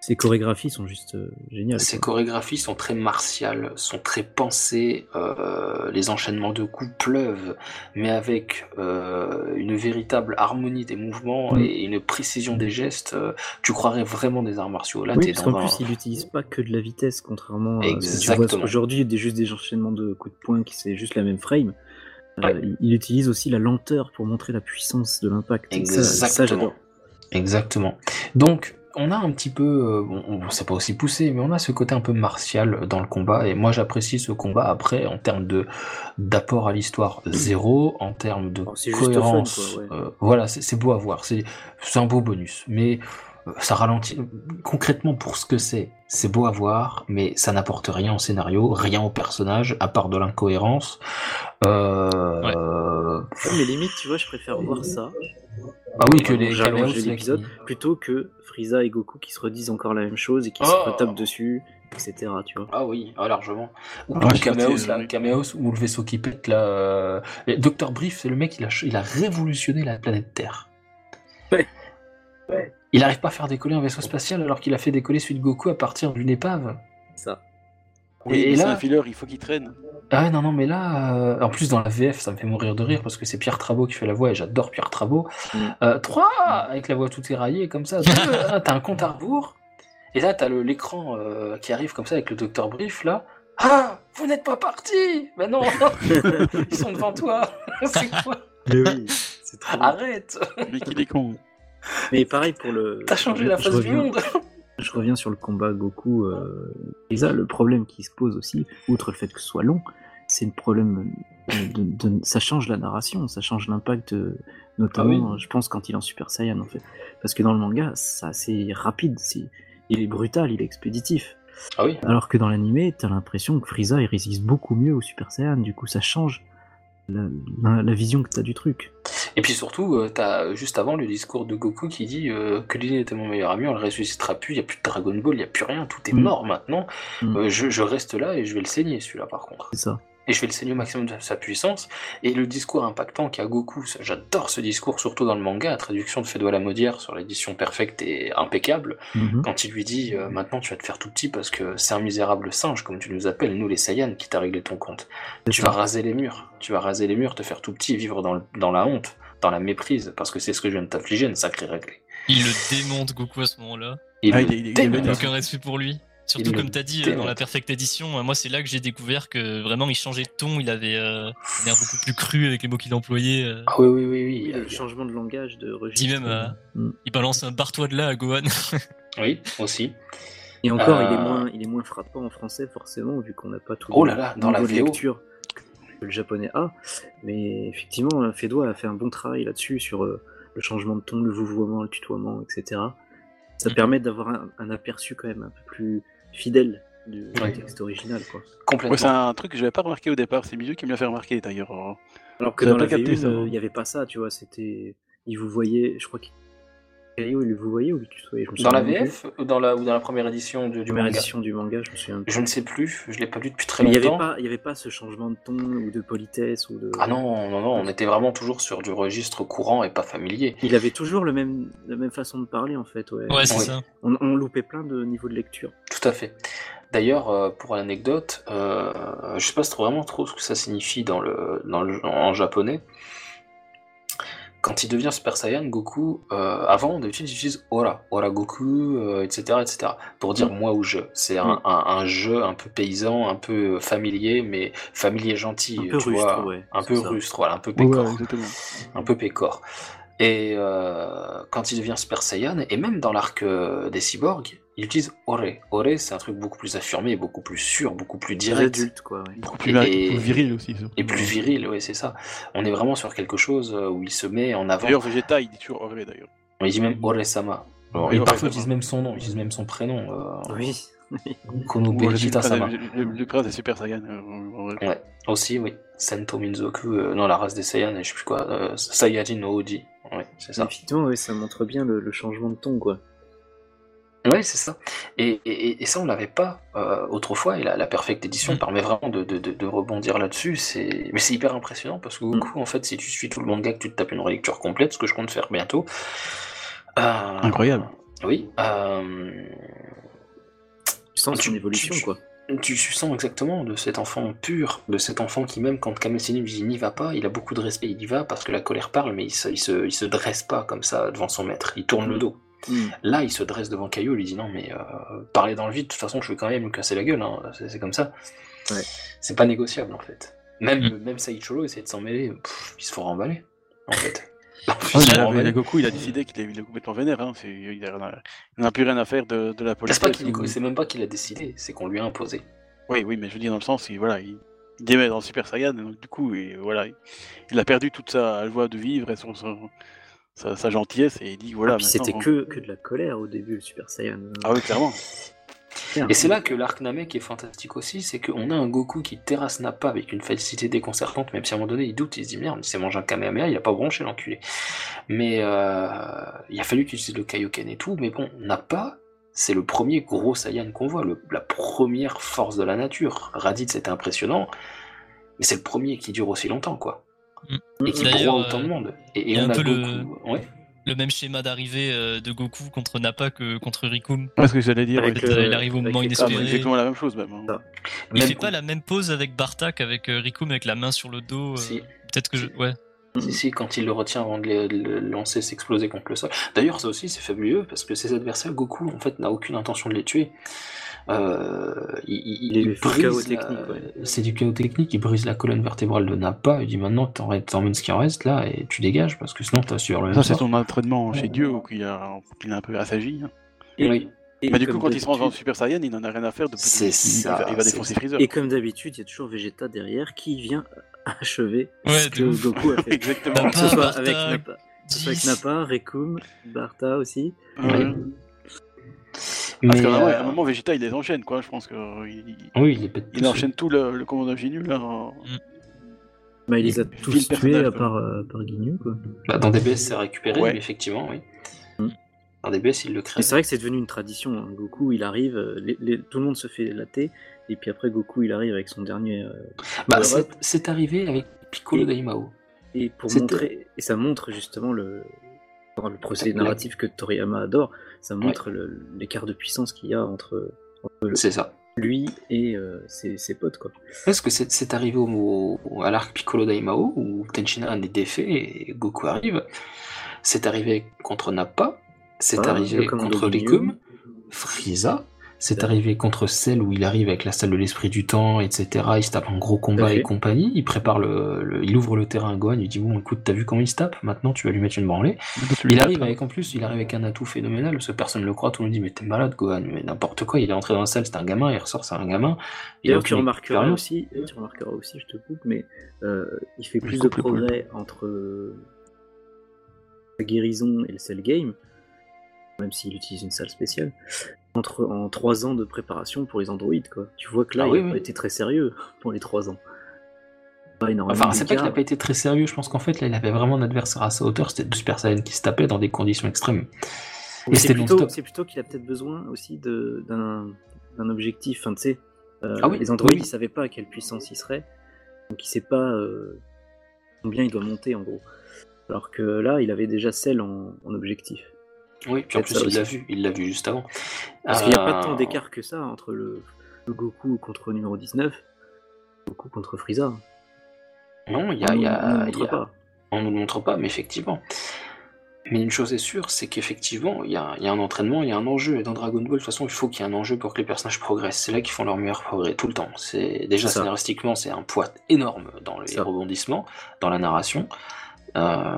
S1: Ces chorégraphies sont juste euh, géniales.
S2: Ces
S1: quoi.
S2: chorégraphies sont très martiales, sont très pensées, euh, les enchaînements de coups pleuvent, mais avec euh, une véritable harmonie des mouvements
S1: Mm.
S2: et une précision des gestes, euh, tu croirais vraiment des arts martiaux. Là, t'es
S1: Oui, parce
S2: dans
S1: qu'en
S2: un-
S1: plus, il n'utilise pas que de la vitesse, contrairement à ce que tu
S2: Exactement.
S1: vois aujourd'hui, des- juste des enchaînements de coups de poing qui c'est juste la même frame. Euh,
S2: Ouais.
S1: il- il utilise aussi la lenteur pour montrer la puissance de l'impact. Et Ça, ça,
S2: Exactement.
S1: j'adore.
S2: Exactement. Donc, on a un petit peu, euh, bon, on- c'est pas aussi poussé, mais on a ce côté un peu martial dans le combat. Et moi, j'apprécie ce combat. Après, en termes de d'apport à l'histoire, zéro. En termes de
S1: Oh, c'est juste
S2: cohérence,
S1: fun, quoi,
S2: euh, voilà, c'est c'est beau à voir. C'est c'est un beau bonus, mais euh, ça ralentit. Concrètement, pour ce que c'est, c'est beau à voir, mais ça n'apporte rien au scénario, rien au personnage, à part de l'incohérence. Euh,
S4: Ouais.
S1: Ouais, mais limite, tu vois, je préfère voir ça
S2: Ah oui, que
S1: Vraiment,
S2: les
S1: j'ai
S2: Calwaus,
S1: regardé
S2: là,
S1: l'épisode.
S2: qui-
S1: plutôt que Frieza et Goku qui se redisent encore la même chose et qui
S2: Oh.
S1: se retapent dessus, etc. Tu vois.
S2: Ah oui, ah, largement. Ou
S3: Ah,
S2: ou
S3: je sais pas
S2: Cameos,
S3: si-
S2: là, Cameos, ou le vaisseau qui pète, là. euh, et Dr. Brief, c'est le mec, il a, ch- il a révolutionné la planète Terre.
S1: Ouais.
S2: Ouais. Il n'arrive pas à faire décoller un vaisseau spatial alors qu'il a fait décoller celui de Goku à partir d'une épave.
S1: Ça.
S3: Oui,
S2: et
S3: mais c'est
S2: là-
S3: un filler, il faut qu'il traîne.
S2: Ah ouais, non, non, mais là, euh, en plus dans la VF, ça me fait mourir de rire parce que c'est Pierre Travaux qui fait la voix et j'adore Pierre Travaux.
S1: Mm.
S2: Euh, trois, avec la voix toute éraillée comme ça. Deux, un, t'as un compte à rebours. Et là, t'as le- l'écran euh, qui arrive comme ça avec le docteur Brief là. Ah, vous n'êtes pas parti Mais non, ils sont devant toi. c'est quoi
S1: Mais oui. C'est trop
S2: Ah,
S1: bien.
S2: Arrête,
S3: Mais qu'il est con.
S1: Mais pareil pour le.
S2: t'as changé la
S1: je
S2: face du
S1: reviens-
S2: monde.
S1: Je reviens sur le combat Goku euh, Frieza. Le problème qui se pose aussi, outre le fait que ce soit long, c'est le problème de, de- de- ça change la narration, ça change l'impact, euh,
S2: Ah
S1: notamment, je pense, quand il est en Super Saiyan en fait. Parce que dans le manga, ça c'est rapide, c'est il est brutal, il est expéditif.
S2: Ah oui.
S1: Alors que dans l'animé, t'as l'impression que Frieza il résiste beaucoup mieux au Super Saiyan. Du coup, ça change la, la- la vision que t'as du truc.
S2: Et puis surtout, euh, t'as euh, juste avant le discours de Goku qui dit euh, que Lin était mon meilleur ami, on le ressuscitera plus, il n'y a plus de Dragon Ball, il n'y a plus rien, tout est
S1: Mm.
S2: mort maintenant.
S1: Mm.
S2: Euh, je, je reste là et je vais le saigner celui-là par contre.
S1: C'est ça.
S2: Et je vais le saigner au maximum de sa puissance. Et le discours impactant qu'a Goku, ça, j'adore ce discours, surtout dans le manga, la traduction de Fedwa Lamodière sur l'édition perfecte et impeccable,
S1: Mhm.
S2: quand il lui dit euh, maintenant tu vas te faire tout petit parce que c'est un misérable singe, comme tu nous appelles, nous les Saiyans, qui t'a réglé ton compte.
S1: C'est
S2: Tu
S1: ça.
S2: vas raser les murs, tu vas raser les murs, te faire tout petit, vivre dans, le- dans la honte, dans la méprise, parce que c'est ce que je viens de t'affliger, une sacrée règle.
S4: Il le démonte Goku à ce moment-là.
S2: Il
S3: Ah,
S2: le
S3: il est- il est- il est
S2: démonte.
S3: vénère.
S4: Aucun respect pour lui. Surtout,
S2: Il
S4: comme
S2: le
S4: t'as dit, euh,
S2: démonte.
S4: dans la Perfect Edition, euh, moi, c'est là que j'ai découvert que vraiment, il changeait de ton. Il avait euh, un air beaucoup plus cru avec les mots qu'il employait. euh.
S2: Ah oui, oui, oui, oui.
S1: Oui,
S2: il y a-
S1: le changement de langage, de registre.
S4: Dis même, euh,
S1: Mm.
S4: il balance un barre-toi de là à Gohan.
S2: oui, aussi.
S1: Et encore, il,
S2: Euh,
S1: est moins, il est moins frappant en français, forcément, vu qu'on n'a pas tout
S2: Oh
S1: le
S2: là là, dans la
S1: niveau de
S2: VO.
S1: lecture que le japonais a. Mais effectivement, euh, Fedois a fait un bon travail là-dessus sur euh, le changement de ton, le vouvoiement, le tutoiement, etc. Ça
S4: Mhm.
S1: permet d'avoir un, un aperçu quand même un peu plus fidèle du du
S2: Ouais.
S1: texte original. Quoi.
S2: Complètement.
S3: Ouais, c'est un truc que je n'avais pas remarqué au départ, c'est Mizu qui me l'a fait remarquer d'ailleurs. euh.
S1: Alors que
S3: J'avais
S1: dans la
S3: pas capté
S1: V1,
S3: ça,
S1: euh,
S3: hein.
S1: il n'y avait pas ça, tu vois. C'était. Il vous voyait, je crois qu'il. Caillou, il vous voyait ou il tutoyait je me
S2: Dans la
S1: souviens plus.
S2: VF ou dans la, ou dans la première édition du, du
S1: Première
S2: manga
S1: édition du manga, je me souviens. plus.
S2: Je ne sais plus, je l'ai pas lu depuis très
S1: Mais Il n'y avait,
S2: longtemps.
S1: pas- il y avait pas ce changement de ton ou de politesse ou de.
S2: Ah non, non, non, on était vraiment toujours sur du registre courant et pas familier.
S1: Il avait toujours le même, la même façon de parler en fait. Ouais.
S4: Ouais, c'est
S2: Oui.
S4: ça.
S1: On, on loupait plein de niveaux de lecture.
S2: Tout à fait. D'ailleurs, euh, pour l'anecdote, euh, je sais pas trop vraiment trop ce que ça signifie dans le, dans le- en japonais. Quand il devient Super Saiyan, Goku, euh, avant, d'habitude, il utilise Ora, Ora Goku, euh, etc., etc., pour dire moi ou je. C'est un,
S1: Mm.
S2: un- un jeu un peu paysan, un peu familier, mais familier gentil, euh,
S1: Un peu
S2: tu
S1: rustre,
S2: vois.
S1: ouais,
S2: Un
S1: c'est
S2: peu
S1: ça.
S2: rustre, voilà, un peu
S3: Ouais,
S2: pécor.
S3: ouais, exactement.
S2: un peu pécor. Et euh, quand il devient Super Saiyan, et même dans l'arc euh, des cyborgs, il utilise Ore. Ore, c'est un truc beaucoup plus affirmé, beaucoup plus sûr, beaucoup plus
S1: Des
S2: direct
S1: adultes quoi. ouais.
S3: Beaucoup plus,
S2: Et-
S3: vari- plus viril aussi. surtout.
S2: et plus viril, oui, c'est ça. On est vraiment sur quelque chose euh, où il se met en avant.
S3: D'ailleurs, Vegeta, il dit toujours Oré d'ailleurs.
S2: On dit même Ore-sama. Genre,
S3: Oui,
S2: et
S3: Ore
S2: parfois,
S3: Sama.
S2: ils disent même son nom, ils disent même son prénom. euh,
S1: Oui.
S2: Konobe
S3: Ou le-
S2: Kita-sama.
S3: le, le- le prince des Super Saiyan. euh, ouais.
S2: Ouais, aussi, oui. Sento Minzoku, euh, non, la race des Saiyans, et je sais plus quoi. euh, Saiyajin no Oji. Ouais, c'est ça.
S1: Effectivement, ouais, ça montre bien le, le changement de ton quoi.
S2: Ouais, c'est ça. Et, et- et ça, on l'avait pas euh, autrefois. Et la, la Perfect Edition
S4: Mm.
S2: permet vraiment de, de- de- de rebondir là-dessus. C'est... Mais c'est hyper impressionnant parce que Goku, en fait, si tu suis tout le manga, que tu te tapes une relecture complète, ce que je compte faire bientôt. euh,
S3: Incroyable.
S2: Oui. euh,
S1: Tu sens
S2: Ah, Tu-
S1: son
S2: tu-
S1: évolution
S2: tu-
S1: quoi.
S2: tu, tu sens exactement de cet enfant pur, de cet enfant qui, même quand Kamesini lui dit n'y va pas, il a beaucoup de respect, il y va parce que la colère parle, mais il se, il se, il se dresse pas comme ça devant son maître. Il tourne le dos.
S1: Mm.
S2: Là, il se dresse devant Caillou et lui dit non, mais euh, parler dans le vide, de toute façon, je vais quand même me casser la gueule, hein. c'est c'est comme ça.
S1: Ouais.
S2: C'est pas négociable en fait. Même,
S4: Mm.
S2: même Saicholo essaie de s'en mêler, Pff, il se faut remballer en fait. Il
S3: Ah,
S2: se
S3: mais
S2: fait
S3: là, mais
S2: remballer.
S3: là, Goku, il a décidé qu'il est, il est complètement vénère. Hein. c'est- Il a- il n'a plus rien à faire de, de la police.
S2: C'est pas qu'il- c'est même pas qu'il a décidé, c'est qu'on lui a imposé.
S3: Oui, oui, mais je veux dire dans le sens, il, voilà, il il démarre dans Super Saiyan, et donc du coup, il, voilà, il, il a perdu toute sa joie de vivre et son, son- sa, sa gentillesse, et il dit voilà.
S1: Ah, puis c'était
S3: maintenant,
S1: que, que de la colère au début le Super Saiyan.
S3: Ah oui, clairement.
S2: Et c'est là que l'arc Namek est fantastique aussi, c'est qu'on a un Goku qui terrasse Nappa avec une facilité déconcertante, même si à un moment donné il doute, il se dit merde, il s'est mangé un Kamehameha, il a pas bronché l'enculé. Mais euh, il a fallu qu'il utilise le Kaioken et tout, mais bon, Nappa, c'est le premier gros Saiyan qu'on voit, le- la première force de la nature. Raditz c'était impressionnant, mais c'est le premier qui dure aussi longtemps, quoi. Et qui
S4: D'ailleurs,
S2: broie autant de
S4: euh,
S2: monde. Et, et
S4: il y a
S2: on
S4: un
S2: a
S4: peu
S2: Goku.
S4: le-
S2: Ouais.
S4: Le même schéma d'arrivée euh, de Goku contre Nappa que contre Rikum.
S3: Parce que j'allais dire,
S1: Avec euh,
S3: oui,
S1: le-
S4: il arrive au
S1: avec
S4: moment
S1: les
S3: c'est
S1: femmes,
S4: inespéré.
S3: Ah, exactement la même chose même. hein.
S1: Ça.
S4: Il
S2: Même
S4: fait
S2: coup.
S4: pas la même pose avec Barta qu'avec euh, Rikum avec la main sur le dos. euh,
S2: Si.
S4: Peut-être que je... Ouais.
S2: Si, si, quand il le retient avant de le, de le lancer, s'exploser contre le sol. D'ailleurs, ça aussi, c'est fabuleux parce que ses adversaires, Goku, en fait, n'a aucune intention de les tuer. Euh, il, il,
S1: Il
S2: il
S1: est full
S2: brise euh,
S1: chaos
S2: la-
S1: technique, ouais.
S2: C'est du chaos technique. Il brise la colonne vertébrale de Nappa. Il dit maintenant, t'en- t'emmènes ce qui en reste là et tu dégages parce que sinon, t'as sur le.
S3: Ça, c'est son entraînement chez Dieu, où il a, qu'il a un peu assagi. hein.
S1: Et-
S2: Oui.
S1: et
S3: Mais du coup,
S1: comme
S3: quand il se rend en
S1: d'habitude-
S3: Super Saiyan, il n'en a rien à faire. De...
S2: C'est
S3: il,
S2: ça,
S3: va, il va
S2: c'est
S3: défoncer
S2: ça.
S3: Freezer.
S1: Et comme d'habitude, il y a toujours Vegeta derrière qui vient achever
S4: Ouais,
S1: ce
S4: de
S1: que
S4: ouf.
S1: Goku a fait.
S3: Exactement.
S1: Que ce soit
S4: Bartha,
S1: avec Nappa, que ce soit avec
S4: Dix.
S1: Nappa, Rekum, Barta aussi.
S3: Ouais.
S2: Ouais.
S3: Mm. Parce
S2: Mais,
S3: qu'à un moment-
S2: euh,
S3: à un moment, Vegeta, il les enchaîne, quoi. Je pense que euh, il, il-
S2: oui, il les pète
S3: il
S2: tous.
S3: enchaîne tout le, le commandant Ginu, là. hein, en-
S2: Mm.
S1: Bah, il les a
S3: Puis
S1: tous
S3: le
S1: tués
S3: personnage,
S1: à
S3: quoi.
S1: part, euh, par Guignou. Quoi.
S2: Bah, dans DBS, c'est récupéré,
S3: Ouais.
S2: mais effectivement, oui.
S1: Mm.
S2: Dans DBS, il le crée.
S1: Mais c'est vrai que c'est devenu une tradition. hein. Goku, il arrive, euh, les- les- tout le monde se fait latter, et puis après, Goku, il arrive avec son dernier. euh,
S2: Bah,
S1: power-up.
S2: c'est- c'est arrivé avec Piccolo Daimao.
S1: et pour
S2: C'était-
S1: montrer, et ça montre justement le, dans le procédé
S2: Ouais.
S1: narratif que Toriyama adore. Ça montre le- l'écart de puissance qu'il y a entre
S2: C'est ça.
S1: lui et euh, ses, ses potes, quoi.
S2: Est-ce que c'est c'est arrivé au, au- à l'arc Piccolo Daimao où Tenshinhan est défait et Goku arrive C'est arrivé contre Nappa, c'est
S1: Ah,
S2: arrivé
S1: le commando
S2: contre
S1: Ginyu.
S2: Rikum, Frieza, C'est arrivé contre celle où il arrive avec la salle de l'esprit du temps, etc. Il se tape un gros combat et
S1: fait.
S2: compagnie. Il prépare le, le- il ouvre le terrain à Gohan. Il dit bon, écoute, t'as vu comment il se tape Maintenant, tu vas lui mettre une branlée. Il arrive avec en plus, il arrive avec un atout phénoménal, parce que personne ne le croit, tout le monde dit mais t'es malade Gohan, mais n'importe quoi, il est entré dans la salle, c'est un gamin, il ressort, c'est un gamin. Il a
S1: D'ailleurs, tu
S2: aucune
S1: remarqueras
S2: expérience.
S1: aussi, tu remarqueras aussi, je te coupe, mais euh, il fait
S3: Je
S1: plus de
S3: coupe le poulpe.
S1: progrès entre euh, la guérison et le cell game, même s'il utilise une salle spéciale, entre en trois ans de préparation pour les androïdes, quoi. Tu vois que là,
S2: Ah
S1: il
S2: oui,
S1: a
S2: oui.
S1: pas été très sérieux pour les trois ans. Pas énormément.
S2: Enfin, c'est pas qu'il n'a
S1: d'écart.
S2: pas été très sérieux, je pense qu'en fait, là, il avait vraiment un adversaire à sa hauteur, c'était deux Super Saiyan qui se tapaient dans des conditions extrêmes.
S1: Mais
S2: c'était
S1: C'est plutôt,
S2: non-stop.
S1: c'est plutôt qu'il a peut-être besoin aussi de- d'un d'un objectif. Enfin, tu sais, euh,
S2: Ah oui,
S1: les androïdes,
S2: oui.
S1: ils savaient pas à quelle puissance ils seraient, donc il sait pas euh, combien il doit monter en gros. Alors que là, il avait déjà celle en, en objectif.
S2: Oui, puis en
S1: Peut-être
S2: plus,
S1: ça
S2: il l'a
S1: aussi.
S2: vu, il l'a vu juste avant.
S1: Parce qu'il n'y a
S2: Euh,
S1: pas tant d'écart que ça entre le, le Goku contre numéro 19, Goku contre Frieza.
S2: Non, il y
S1: On
S2: a.
S1: nous-
S2: il y
S1: on nous
S2: a- il
S1: montre
S2: y a-
S1: pas.
S2: on nous le montre pas, mais effectivement. Mais une chose est sûre, c'est qu'effectivement, il y, a il y a un entraînement, il y a un enjeu. Et dans Dragon Ball, de toute façon, il faut qu'il y ait un enjeu pour que les personnages progressent. C'est là qu'ils font leur meilleur progrès tout le temps. C'est déjà
S1: C'est ça.
S2: scénaristiquement, c'est un poids énorme dans les
S1: Ça.
S2: rebondissements, dans la narration. Euh,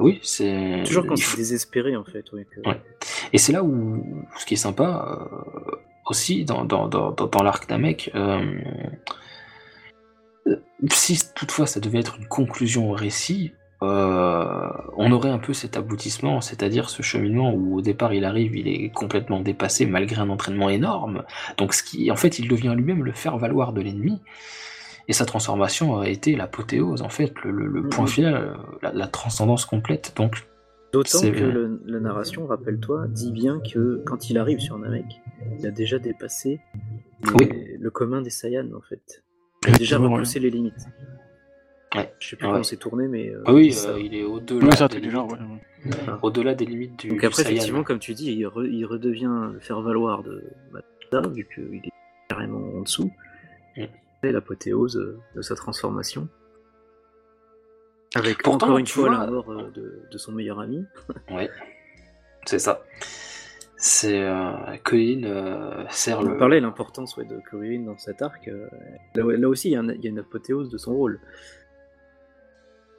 S2: oui, c'est
S1: Toujours quand
S2: il
S1: c'est
S2: faut-
S1: désespéré en fait. oui, que-
S2: Ouais. et c'est là où ce qui est sympa euh, aussi dans, dans, dans, dans, dans l'arc d'Amek, euh, euh, si toutefois ça devait être une conclusion au récit, euh, on aurait un peu cet aboutissement, c'est-à-dire ce cheminement où au départ il arrive, il est complètement dépassé malgré un entraînement énorme. Donc ce qui, en fait, il devient lui-même le faire valoir de l'ennemi. Et sa transformation a été l'apothéose, en fait, le, le- le point
S1: Mhm.
S2: final, euh, la, la transcendance complète. Donc
S1: D'autant
S2: C'est-
S1: que le- la narration, rappelle-toi, dit bien que quand il arrive sur Namek, il a déjà dépassé les-
S2: Oui.
S1: le commun des Saiyans en fait. Il a déjà
S3: Exactement,
S1: repoussé les limites.
S2: Ouais.
S1: Je sais plus
S2: Ouais.
S1: comment c'est tourné, mais. euh,
S2: Ah oui,
S1: c'est ça.
S2: euh, il est
S3: Ouais,
S2: au-delà.
S3: ouais, ça,
S2: des
S3: c'est du genre,
S2: limites.
S3: ouais, ouais.
S2: Au-delà des limites du.
S1: Donc
S2: du
S1: après,
S2: Saiyan.
S1: effectivement, comme tu dis, il, re- il redevient le faire-valoir de Matsuda, vu qu'il est carrément en dessous.
S2: Mm.
S1: C'est l'apothéose euh, de sa transformation. Avec
S2: Pourtant,
S1: encore une
S2: tu
S1: fois
S2: vois-
S1: la mort euh, de, de son meilleur ami.
S2: Ouais, c'est ça. C'est euh, Colin euh, sert
S1: On
S2: le.
S1: parlait de l'importance ouais, de Kuririn dans cet arc. euh, Là, là aussi, il y, a un- il y a une apothéose de son rôle.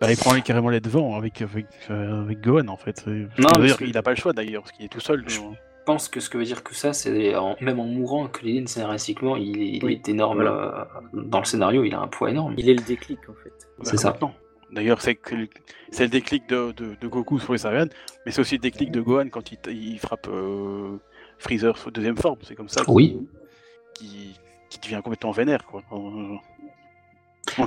S3: Bah, il prend carrément les devants avec, avec, euh, avec Gohan en fait.
S2: Non, parce
S3: d'ailleurs,
S2: que-
S3: il n'a pas le choix d'ailleurs, parce qu'il est tout seul. donc.
S2: Je pense que ce que veut dire que ça, c'est en- même en mourant, Colin scénaristiquement, il, est- il
S1: Oui,
S2: est énorme euh, dans le scénario. Il a un poids énorme.
S1: Il est le déclic en fait.
S3: Bah,
S2: C'est ça.
S3: complètement. D'ailleurs, c'est que le, c'est le déclic de, de, de Goku sur les Saiyans, mais c'est aussi le déclic de Gohan quand il, t- il frappe euh, Freezer sous deuxième forme. C'est comme ça qu'il-
S2: Oui.
S3: qu'il qu'il devient complètement vénère. Quoi. Euh, Donc,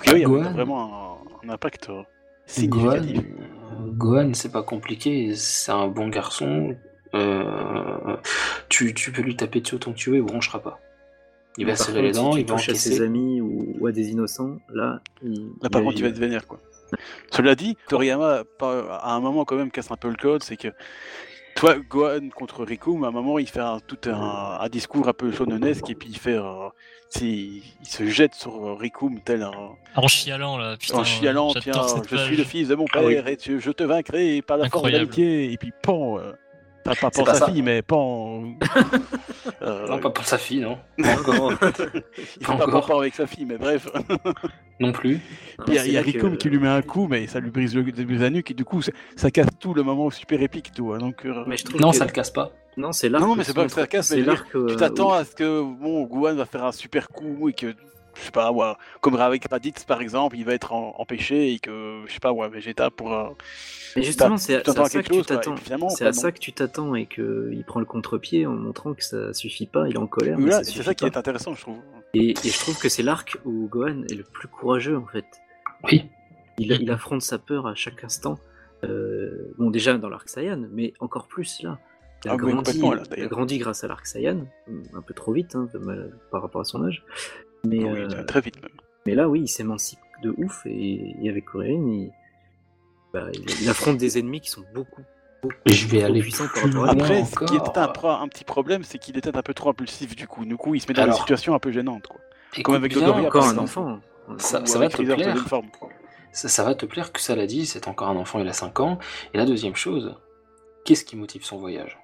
S3: oui, il y a
S2: Gohan-
S3: vraiment un, un impact euh,
S2: Gohan,
S3: significatif.
S2: euh, Gohan, c'est pas compliqué, c'est un bon garçon. Euh, tu, tu peux lui taper dessus autant que tu veux, il bronchera pas. Il va
S1: Par
S2: serrer les
S1: contre,
S2: dents,
S1: si tu
S2: il va
S1: touches à ses
S2: encaisser.
S1: amis ou, ou à des innocents, là, il,
S3: Là, par contre,
S1: agit.
S3: il va être vénère, quoi.
S2: euh,
S3: Cela dit, Toriyama, par- à un moment, quand même, casse un peu le code, c'est que. Toi, Gohan contre Riku, mais à un moment, il fait un, tout un, un discours un peu shonenesque, et puis il fait. euh, c'est- il se jette sur euh, Riku, tel un.
S4: Ah, En chialant là, putain.
S3: en chialant,
S4: j'adore
S3: tiens,
S4: cette
S3: je suis
S4: page.
S3: le fils de mon père,
S2: Ah oui.
S3: et tu- je te vaincrai par la force de
S4: Incroyable.
S3: l'amitié, et puis pan. euh, pas, pas
S2: C'est
S3: pan
S2: pas ça.
S3: sa fille, mais pan. euh,
S2: Non, pas pour sa fille, non.
S1: Encore.
S3: il fait pas pan,
S2: encore.
S3: pan avec sa fille, mais bref.
S2: Non plus.
S1: Non,
S3: Il y a,
S1: Hein, c'est
S3: il y a
S1: là que-
S3: Ricoum qui lui met un coup, mais ça lui brise le, lui brise la nuque, et du coup, ça, ça casse tout le moment super épique, tout. hein, donc, euh,
S1: Mais je trouve
S2: Non,
S1: que-
S2: ça le casse pas.
S1: Non, c'est l'arc.
S3: Non, mais
S1: où
S3: c'est
S1: se
S3: pas que
S1: montre-
S3: ça casse, mais
S1: c'est
S3: je veux
S1: l'arc. euh,
S3: tu t'attends
S1: où-
S3: à ce que bon, Gohan va faire un super coup et que, je sais pas, ouais, comme avec Raditz par exemple, il va être en- empêché et que, je sais pas, ouais, Vegeta pour. euh,
S1: Mais justement, c'est à,
S3: t'attends
S1: c'est à
S3: à
S1: ça
S3: quelque
S1: que tu
S3: chose, quoi, et
S1: t'attends.
S3: puis finalement,
S1: C'est
S3: bah
S1: à
S3: non.
S1: ça que tu t'attends et que il prend le contre-pied en montrant que ça suffit pas. Il est en colère. mais
S3: Là,
S1: ça
S3: c'est
S1: suffit
S3: ça qui
S1: pas.
S3: est intéressant, je trouve.
S1: Et, et je trouve que c'est l'arc où Gohan est le plus courageux en fait.
S2: Oui.
S1: Il, il affronte sa peur à chaque instant. Euh, bon, déjà dans l'arc Saiyan, mais encore plus là. Il a,
S3: Ah oui,
S1: grandi,
S3: complètement, là,
S1: il a
S3: d'ailleurs.
S1: grandi grâce à l'arc Saiyan, un peu trop vite hein, mal- par rapport à son âge. Mais,
S3: Ah Oui,
S1: euh,
S3: Très vite, même.
S1: mais là, oui, il s'émancipe de ouf et, et avec Kuririn, il, bah, il- il affronte des ennemis qui sont beaucoup, beaucoup
S2: Et je vais
S1: trop
S2: aller
S1: puissants
S2: plus
S1: par rapport à
S2: loin.
S1: lui.
S3: Après,
S2: non,
S3: ce qui était un,
S1: euh.
S2: encore.
S3: pro- un petit problème, c'est qu'il était un peu trop impulsif, du coup. Du coup, il se met dans
S2: Alors.
S3: une situation un peu gênante, quoi.
S2: Et
S3: Comme avec le
S2: combien,
S3: gorille,
S1: Encore
S2: ça-
S1: un enfant.
S2: Ça,
S3: Ou
S2: ça va
S3: avec
S2: te
S3: Freezer,
S2: plaire.
S3: deuxième forme.
S2: Ça, ça va te plaire que ça l'a dit, c'est encore un enfant, il a 5 ans. Et la deuxième chose, qu'est-ce qui motive son voyage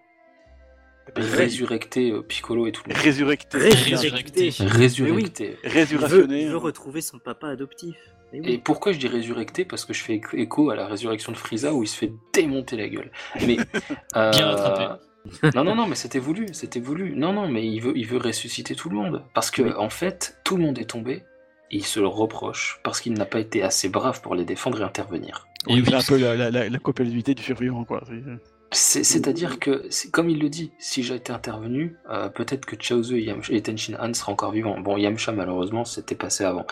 S4: Eh ben,
S2: Résurrecter euh, Piccolo et tout le monde.
S3: Résurrecté. hein.
S4: Résurrecté.
S1: Eh
S2: Résurrecter.
S1: Il veut,
S3: Résurrectionné.
S1: il veut retrouver son papa adoptif. Mais oui.
S2: Et pourquoi je dis résurrecter Parce que je fais éco- écho à la résurrection de Frieza où il se fait démonter la gueule. Mais, euh,
S4: Bien rattrapé.
S2: Non, non, non, mais c'était voulu, c'était voulu. Non, non, mais il veut, il veut ressusciter tout le monde. Parce que, en fait, tout le monde est tombé et il se le reproche parce qu'il n'a pas été assez brave pour les défendre et intervenir.
S4: Et oui,
S3: C'est un peu la, la, la, la culpabilité du survivant, quoi. C'est- euh,
S2: C'est- C'est-à dire que, c'est- comme il le dit, si j'ai été intervenu, euh, peut-être que Chaozu et, Yamcha- et Tenshin Han seraient encore vivants. Bon, Yamcha, malheureusement, c'était passé avant.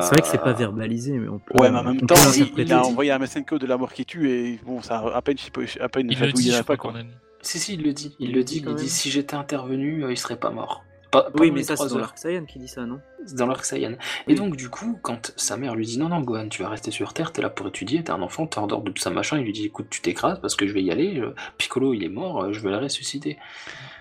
S1: C'est vrai que c'est pas verbalisé, mais on peut.
S3: Ouais, mais en même
S1: on
S3: temps,
S1: peut
S3: il,
S1: l'interpréter.
S3: il a envoyé un Messenko de la mort qui tue et bon, ça a à peine, à peine
S4: il le
S3: chatouillé
S4: dit, je
S3: là-bas,
S4: crois,
S3: quoi.
S4: quand même.
S2: Si, si, il le dit. Il le dit,
S1: quand
S2: il dit
S1: même.
S2: si j'étais intervenu, euh, il serait pas mort. Pas- pas
S1: Oui,
S2: dans
S1: mais
S2: les
S1: ça, c'est
S2: trois
S1: dans
S2: heures.
S1: l'Arc Saiyan qui dit ça, non
S2: C'est dans l'Arc Saiyan. Et donc, du coup, quand sa mère lui dit Non, non, Gohan, tu vas rester sur Terre, t'es là pour étudier, t'es un enfant, t'es en dehors de tout ça, machin, il lui dit Écoute, tu t'écrases parce que je vais y aller, euh, Piccolo, il est mort, euh, je vais le ressusciter.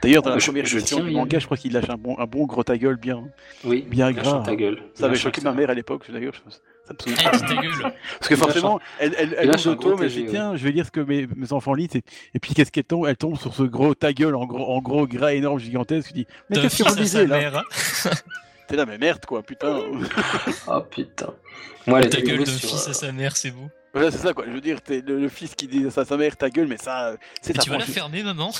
S3: D'ailleurs, dans la
S2: Je-
S3: première
S2: je
S3: version
S2: tiens,
S3: du
S2: il-
S3: manga, je crois qu'il lâche un bon, un bon gros ta gueule bien.
S2: Oui,
S3: Bien
S2: lâche
S3: grave.
S2: ta gueule.
S3: Ça avait
S2: Lâche
S3: choqué
S2: ta-
S3: ma mère à l'époque, d'ailleurs. je- Ça me
S4: Eh,
S3: souvient.
S4: dis ta gueule.
S3: Parce que
S2: Il lâche
S3: forcément, elle, elle,
S2: il
S3: elle
S2: lâche
S3: tombe
S2: un
S3: dans
S2: gros
S3: le tome, elle se dit
S2: TG,
S3: tiens, je vais lire ce que mes, mes enfants lisent. Et, et puis qu'est-ce qu'elle tombe Elle tombe sur ce gros ta gueule en gros, en gros gras énorme gigantesque. Je dis mais
S4: D'un
S3: qu'est-ce que
S4: fils
S3: vous
S4: à
S3: lisez
S4: sa
S3: là
S4: mère. hein.
S3: T'es là, mais merde quoi, putain.
S2: Ah putain. Moi, elle
S4: Ta
S2: était
S4: gueule
S2: tombée
S4: d'un
S2: sur.
S4: fils
S2: euh,
S4: à sa mère, c'est beau.
S3: voilà, c'est ça quoi. Je veux dire, t'es le, le fils qui dit à sa mère ta gueule, mais ça, euh, c'est
S4: Mais
S3: ta
S4: tu vas la
S3: franchise.
S4: fermer, maman.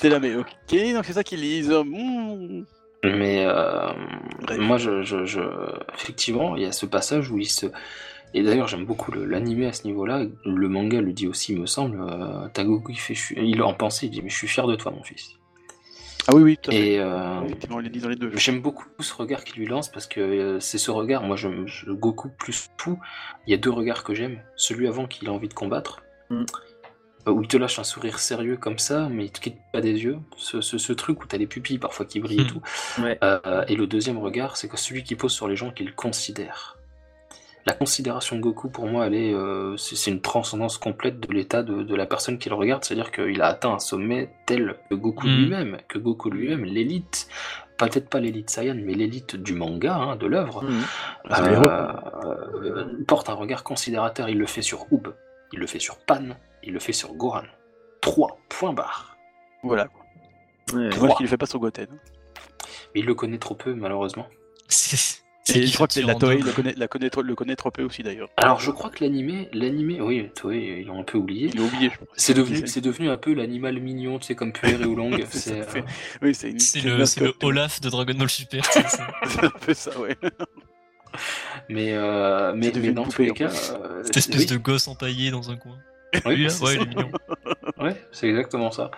S3: T'es là, mais ok, donc c'est ça qu'ils lisent. hmm.
S2: Mais euh,
S3: Bref.
S2: moi, je, je- je- effectivement, il y a ce passage où il se. Et d'ailleurs, j'aime beaucoup le- l'animé à ce niveau-là. Le manga le dit aussi, il me semble. euh, Tagoku, il, fait, je suis- il en pensait, il dit Mais je suis fier de toi, mon fils.
S3: Ah oui, oui, tout à fait.
S2: Et euh,
S3: Effectivement, on les lit dans les deux.
S2: j'aime beaucoup ce regard qu'il lui lance parce que euh, c'est ce regard. Moi, je, je- Goku plus Pou, il y a deux regards que j'aime. Celui avant qu'il a envie de combattre,
S1: Mm.
S2: euh, où il te lâche un sourire sérieux comme ça, mais il te quitte pas des yeux. Ce, ce- ce truc où t'as les pupilles parfois qui brillent et
S4: Mm.
S2: tout.
S1: Ouais.
S2: Euh, et le deuxième regard, c'est que celui qui pose sur les gens qu'il considère. La considération de Goku, pour moi, elle est, euh, c'est c'est une transcendance complète de l'état de, de la personne qui le regarde. C'est-à-dire qu'il a atteint un sommet tel que Goku
S4: Mm.
S2: lui-même, que Goku lui-même, l'élite, peut-être pas l'élite Saiyan, mais l'élite du manga, hein, de l'œuvre,
S3: Mm. C'est
S2: euh,
S3: les héros.
S2: euh, porte un regard considérateur. Il le fait sur Uub, il le fait sur Pan, il le fait sur Gohan. Trois, point barre.
S3: Voilà. quoi.
S1: Ouais.
S3: Dommage qu'il le fait pas sur Goten.
S2: Mais il le connaît trop peu, malheureusement.
S4: C'est
S3: Et je
S4: qui
S3: crois
S4: tire
S3: que la
S4: en
S3: Toei
S4: deux.
S3: le connaît, la connaît, trop- le connaît trop peu aussi d'ailleurs.
S2: Alors, je crois que l'animé, l'animé, oui, Toei, ils l'ont un peu oublié.
S3: Il l'a oublié, je crois.
S2: C'est devenu, c'est devenu un peu l'animal mignon, tu sais, comme Puer et Oolong.
S3: C'est
S2: c'est,
S3: ça,
S2: euh,
S3: Oui, c'est une-
S4: C'est
S3: c'est une
S4: le, c'est le
S3: mascotte.
S4: Olaf de Dragon Ball Super. tu sais, c'est-
S3: C'est un peu ça, ouais.
S2: Mais, euh, mais,
S3: C'est devenu
S2: mais dans
S3: une
S2: tous les
S3: poupée, en
S2: cas.
S3: fait.
S2: euh,
S4: Cette espèce
S2: oui,
S4: de gosse empaillé dans un coin.
S2: oui,
S4: Lui, là,
S2: c'est
S4: ouais,
S2: ça.
S4: il est mignon.
S2: Ouais, c'est exactement ça.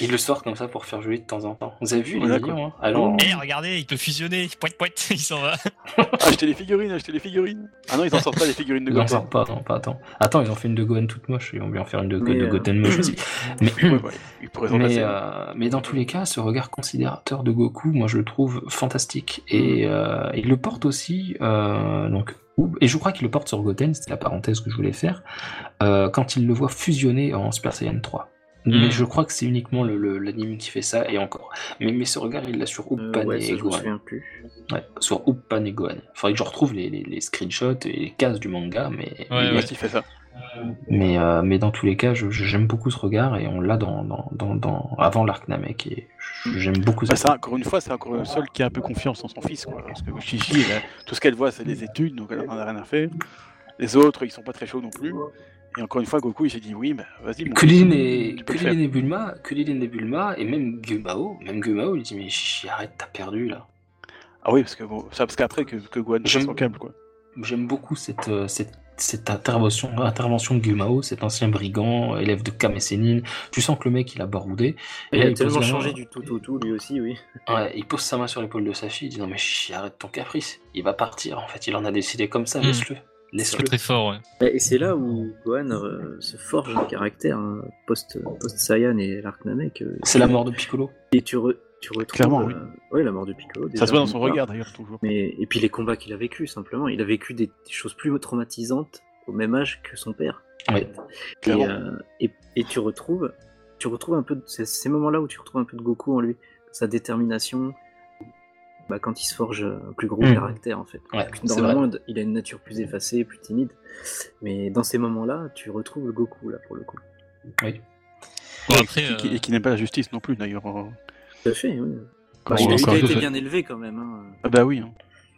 S2: Il le sort comme ça pour faire joli de temps en temps. Vous avez vu, il
S3: Voilà,
S2: est mignon, hein
S3: Oh,
S2: Alors,
S4: Eh, regardez, il peut fusionner. Poit, poit, il s'en va.
S3: Achetez les figurines, achetez les figurines. Ah non, ils en sortent pas les figurines de
S2: ils en
S3: Goten.
S2: sortent pas, attends, pas, attends. Attends, ils ont fait une de Gohan toute moche, ils ont bien faire une de,
S1: Mais,
S2: de
S1: euh,
S2: Goten moche aussi. Mais,
S3: Ouais, ouais, Ils pourraient s'en
S2: mais,
S3: passer.
S2: euh, mais dans tous les cas, ce regard considérateur de Goku, moi je le trouve fantastique. Et euh, il le porte aussi, euh, donc, ou- et je crois qu'il le porte sur Goten, c'était la parenthèse que je voulais faire, euh, quand il le voit fusionner en Super Saiyan 3. Mais
S4: Mm.
S2: je crois que c'est uniquement le- le- l'anime qui fait ça, et encore. Mais, mais ce regard, il l'a sur
S1: Euh,
S2: Uppan
S1: ouais, ça,
S2: et
S1: je me
S2: Gohan.
S1: souviens plus.
S2: Ouais, sur Uppan et Gohan. Faudrait que je retrouve les, les- les screenshots et les cases du manga, mais,
S4: Ouais,
S2: mais-
S3: Merci, il fait ça.
S2: mais, euh, mais dans tous les cas, je- je- j'aime beaucoup ce regard et on l'a dans, dans, dans, dans- avant l'arc Namek et je- j'aime beaucoup
S3: Bah,
S2: ça.
S3: ça, encore une fois, c'est encore le seul qui a un peu confiance en son fils. Quoi. Parce que Chichi, elle a- tout ce qu'elle voit, c'est les études, donc elle en a rien à faire. Les autres, ils sont pas très chauds non plus. Et encore une fois, Goku, il s'est dit oui, bah, vas-y. mon
S2: Kulin
S3: fils,
S2: et,
S3: tu peux le
S2: Kulin
S3: faire.
S2: et Bulma, Kulin et Bulma et même Gumao, même Gumao, il dit mais Chichi, arrête, t'as perdu là.
S3: Ah oui, parce que bon, ça, parce qu'après que, que Gohan
S2: J'aime-
S3: soit son câble, quoi.
S2: J'aime beaucoup cette, euh, cette, cette intervention, intervention de Gumao, cet ancien brigand, élève de Kame Sennin. Tu sens que le mec il a baroudé. Et
S1: Il
S2: là,
S1: a
S2: il pose
S1: tellement
S2: la main-
S1: changé du tout au tout, lui aussi, oui.
S2: Ouais, il pose sa main sur l'épaule de sa fille, il dit non mais Chichi, arrête ton caprice. Il va partir en fait, il en a décidé comme ça,
S4: Mm.
S2: laisse-le. Laisse-le.
S4: Très fort, ouais.
S1: Et c'est là où Gohan euh, se forge un caractère hein, post, post-Saiyan et l'arc Namek. euh,
S2: C'est la mort de Piccolo.
S1: Et tu, re- tu retrouves.
S3: Clairement,
S1: euh,
S3: oui.
S1: ouais, la mort de Piccolo. déjà,
S3: Ça se voit dans son
S1: d'une part.
S3: regard, d'ailleurs, toujours.
S1: Mais, et puis les combats qu'il a vécu, simplement. Il a vécu des, des choses plus traumatisantes au même âge que son père.
S2: Ouais.
S1: Et,
S3: Clairement.
S1: euh, et, et tu retrouves, tu retrouves un peu de- c'est ces moments-là où tu retrouves un peu de Goku en lui, sa détermination. Bah, quand il se forge un plus gros
S3: Hmm.
S2: Mm.
S1: caractère en fait.
S2: Ouais,
S1: Dans
S2: c'est
S1: le
S2: vrai.
S1: monde, il a une nature plus effacée, plus timide. Mais dans ces moments-là, tu retrouves le Goku là pour le coup.
S2: Oui.
S4: Bon,
S3: Ouais,
S4: après,
S3: qui- qui-
S4: euh,
S3: Et qui n'aime pas la justice non plus, d'ailleurs. euh,
S1: Tout à fait, oui.
S3: quand
S1: bah, il,
S3: on-
S1: a, il
S3: quand
S1: a
S3: Ah, je-
S1: été bien élevé quand même. hein.
S3: Ah bah oui. hein.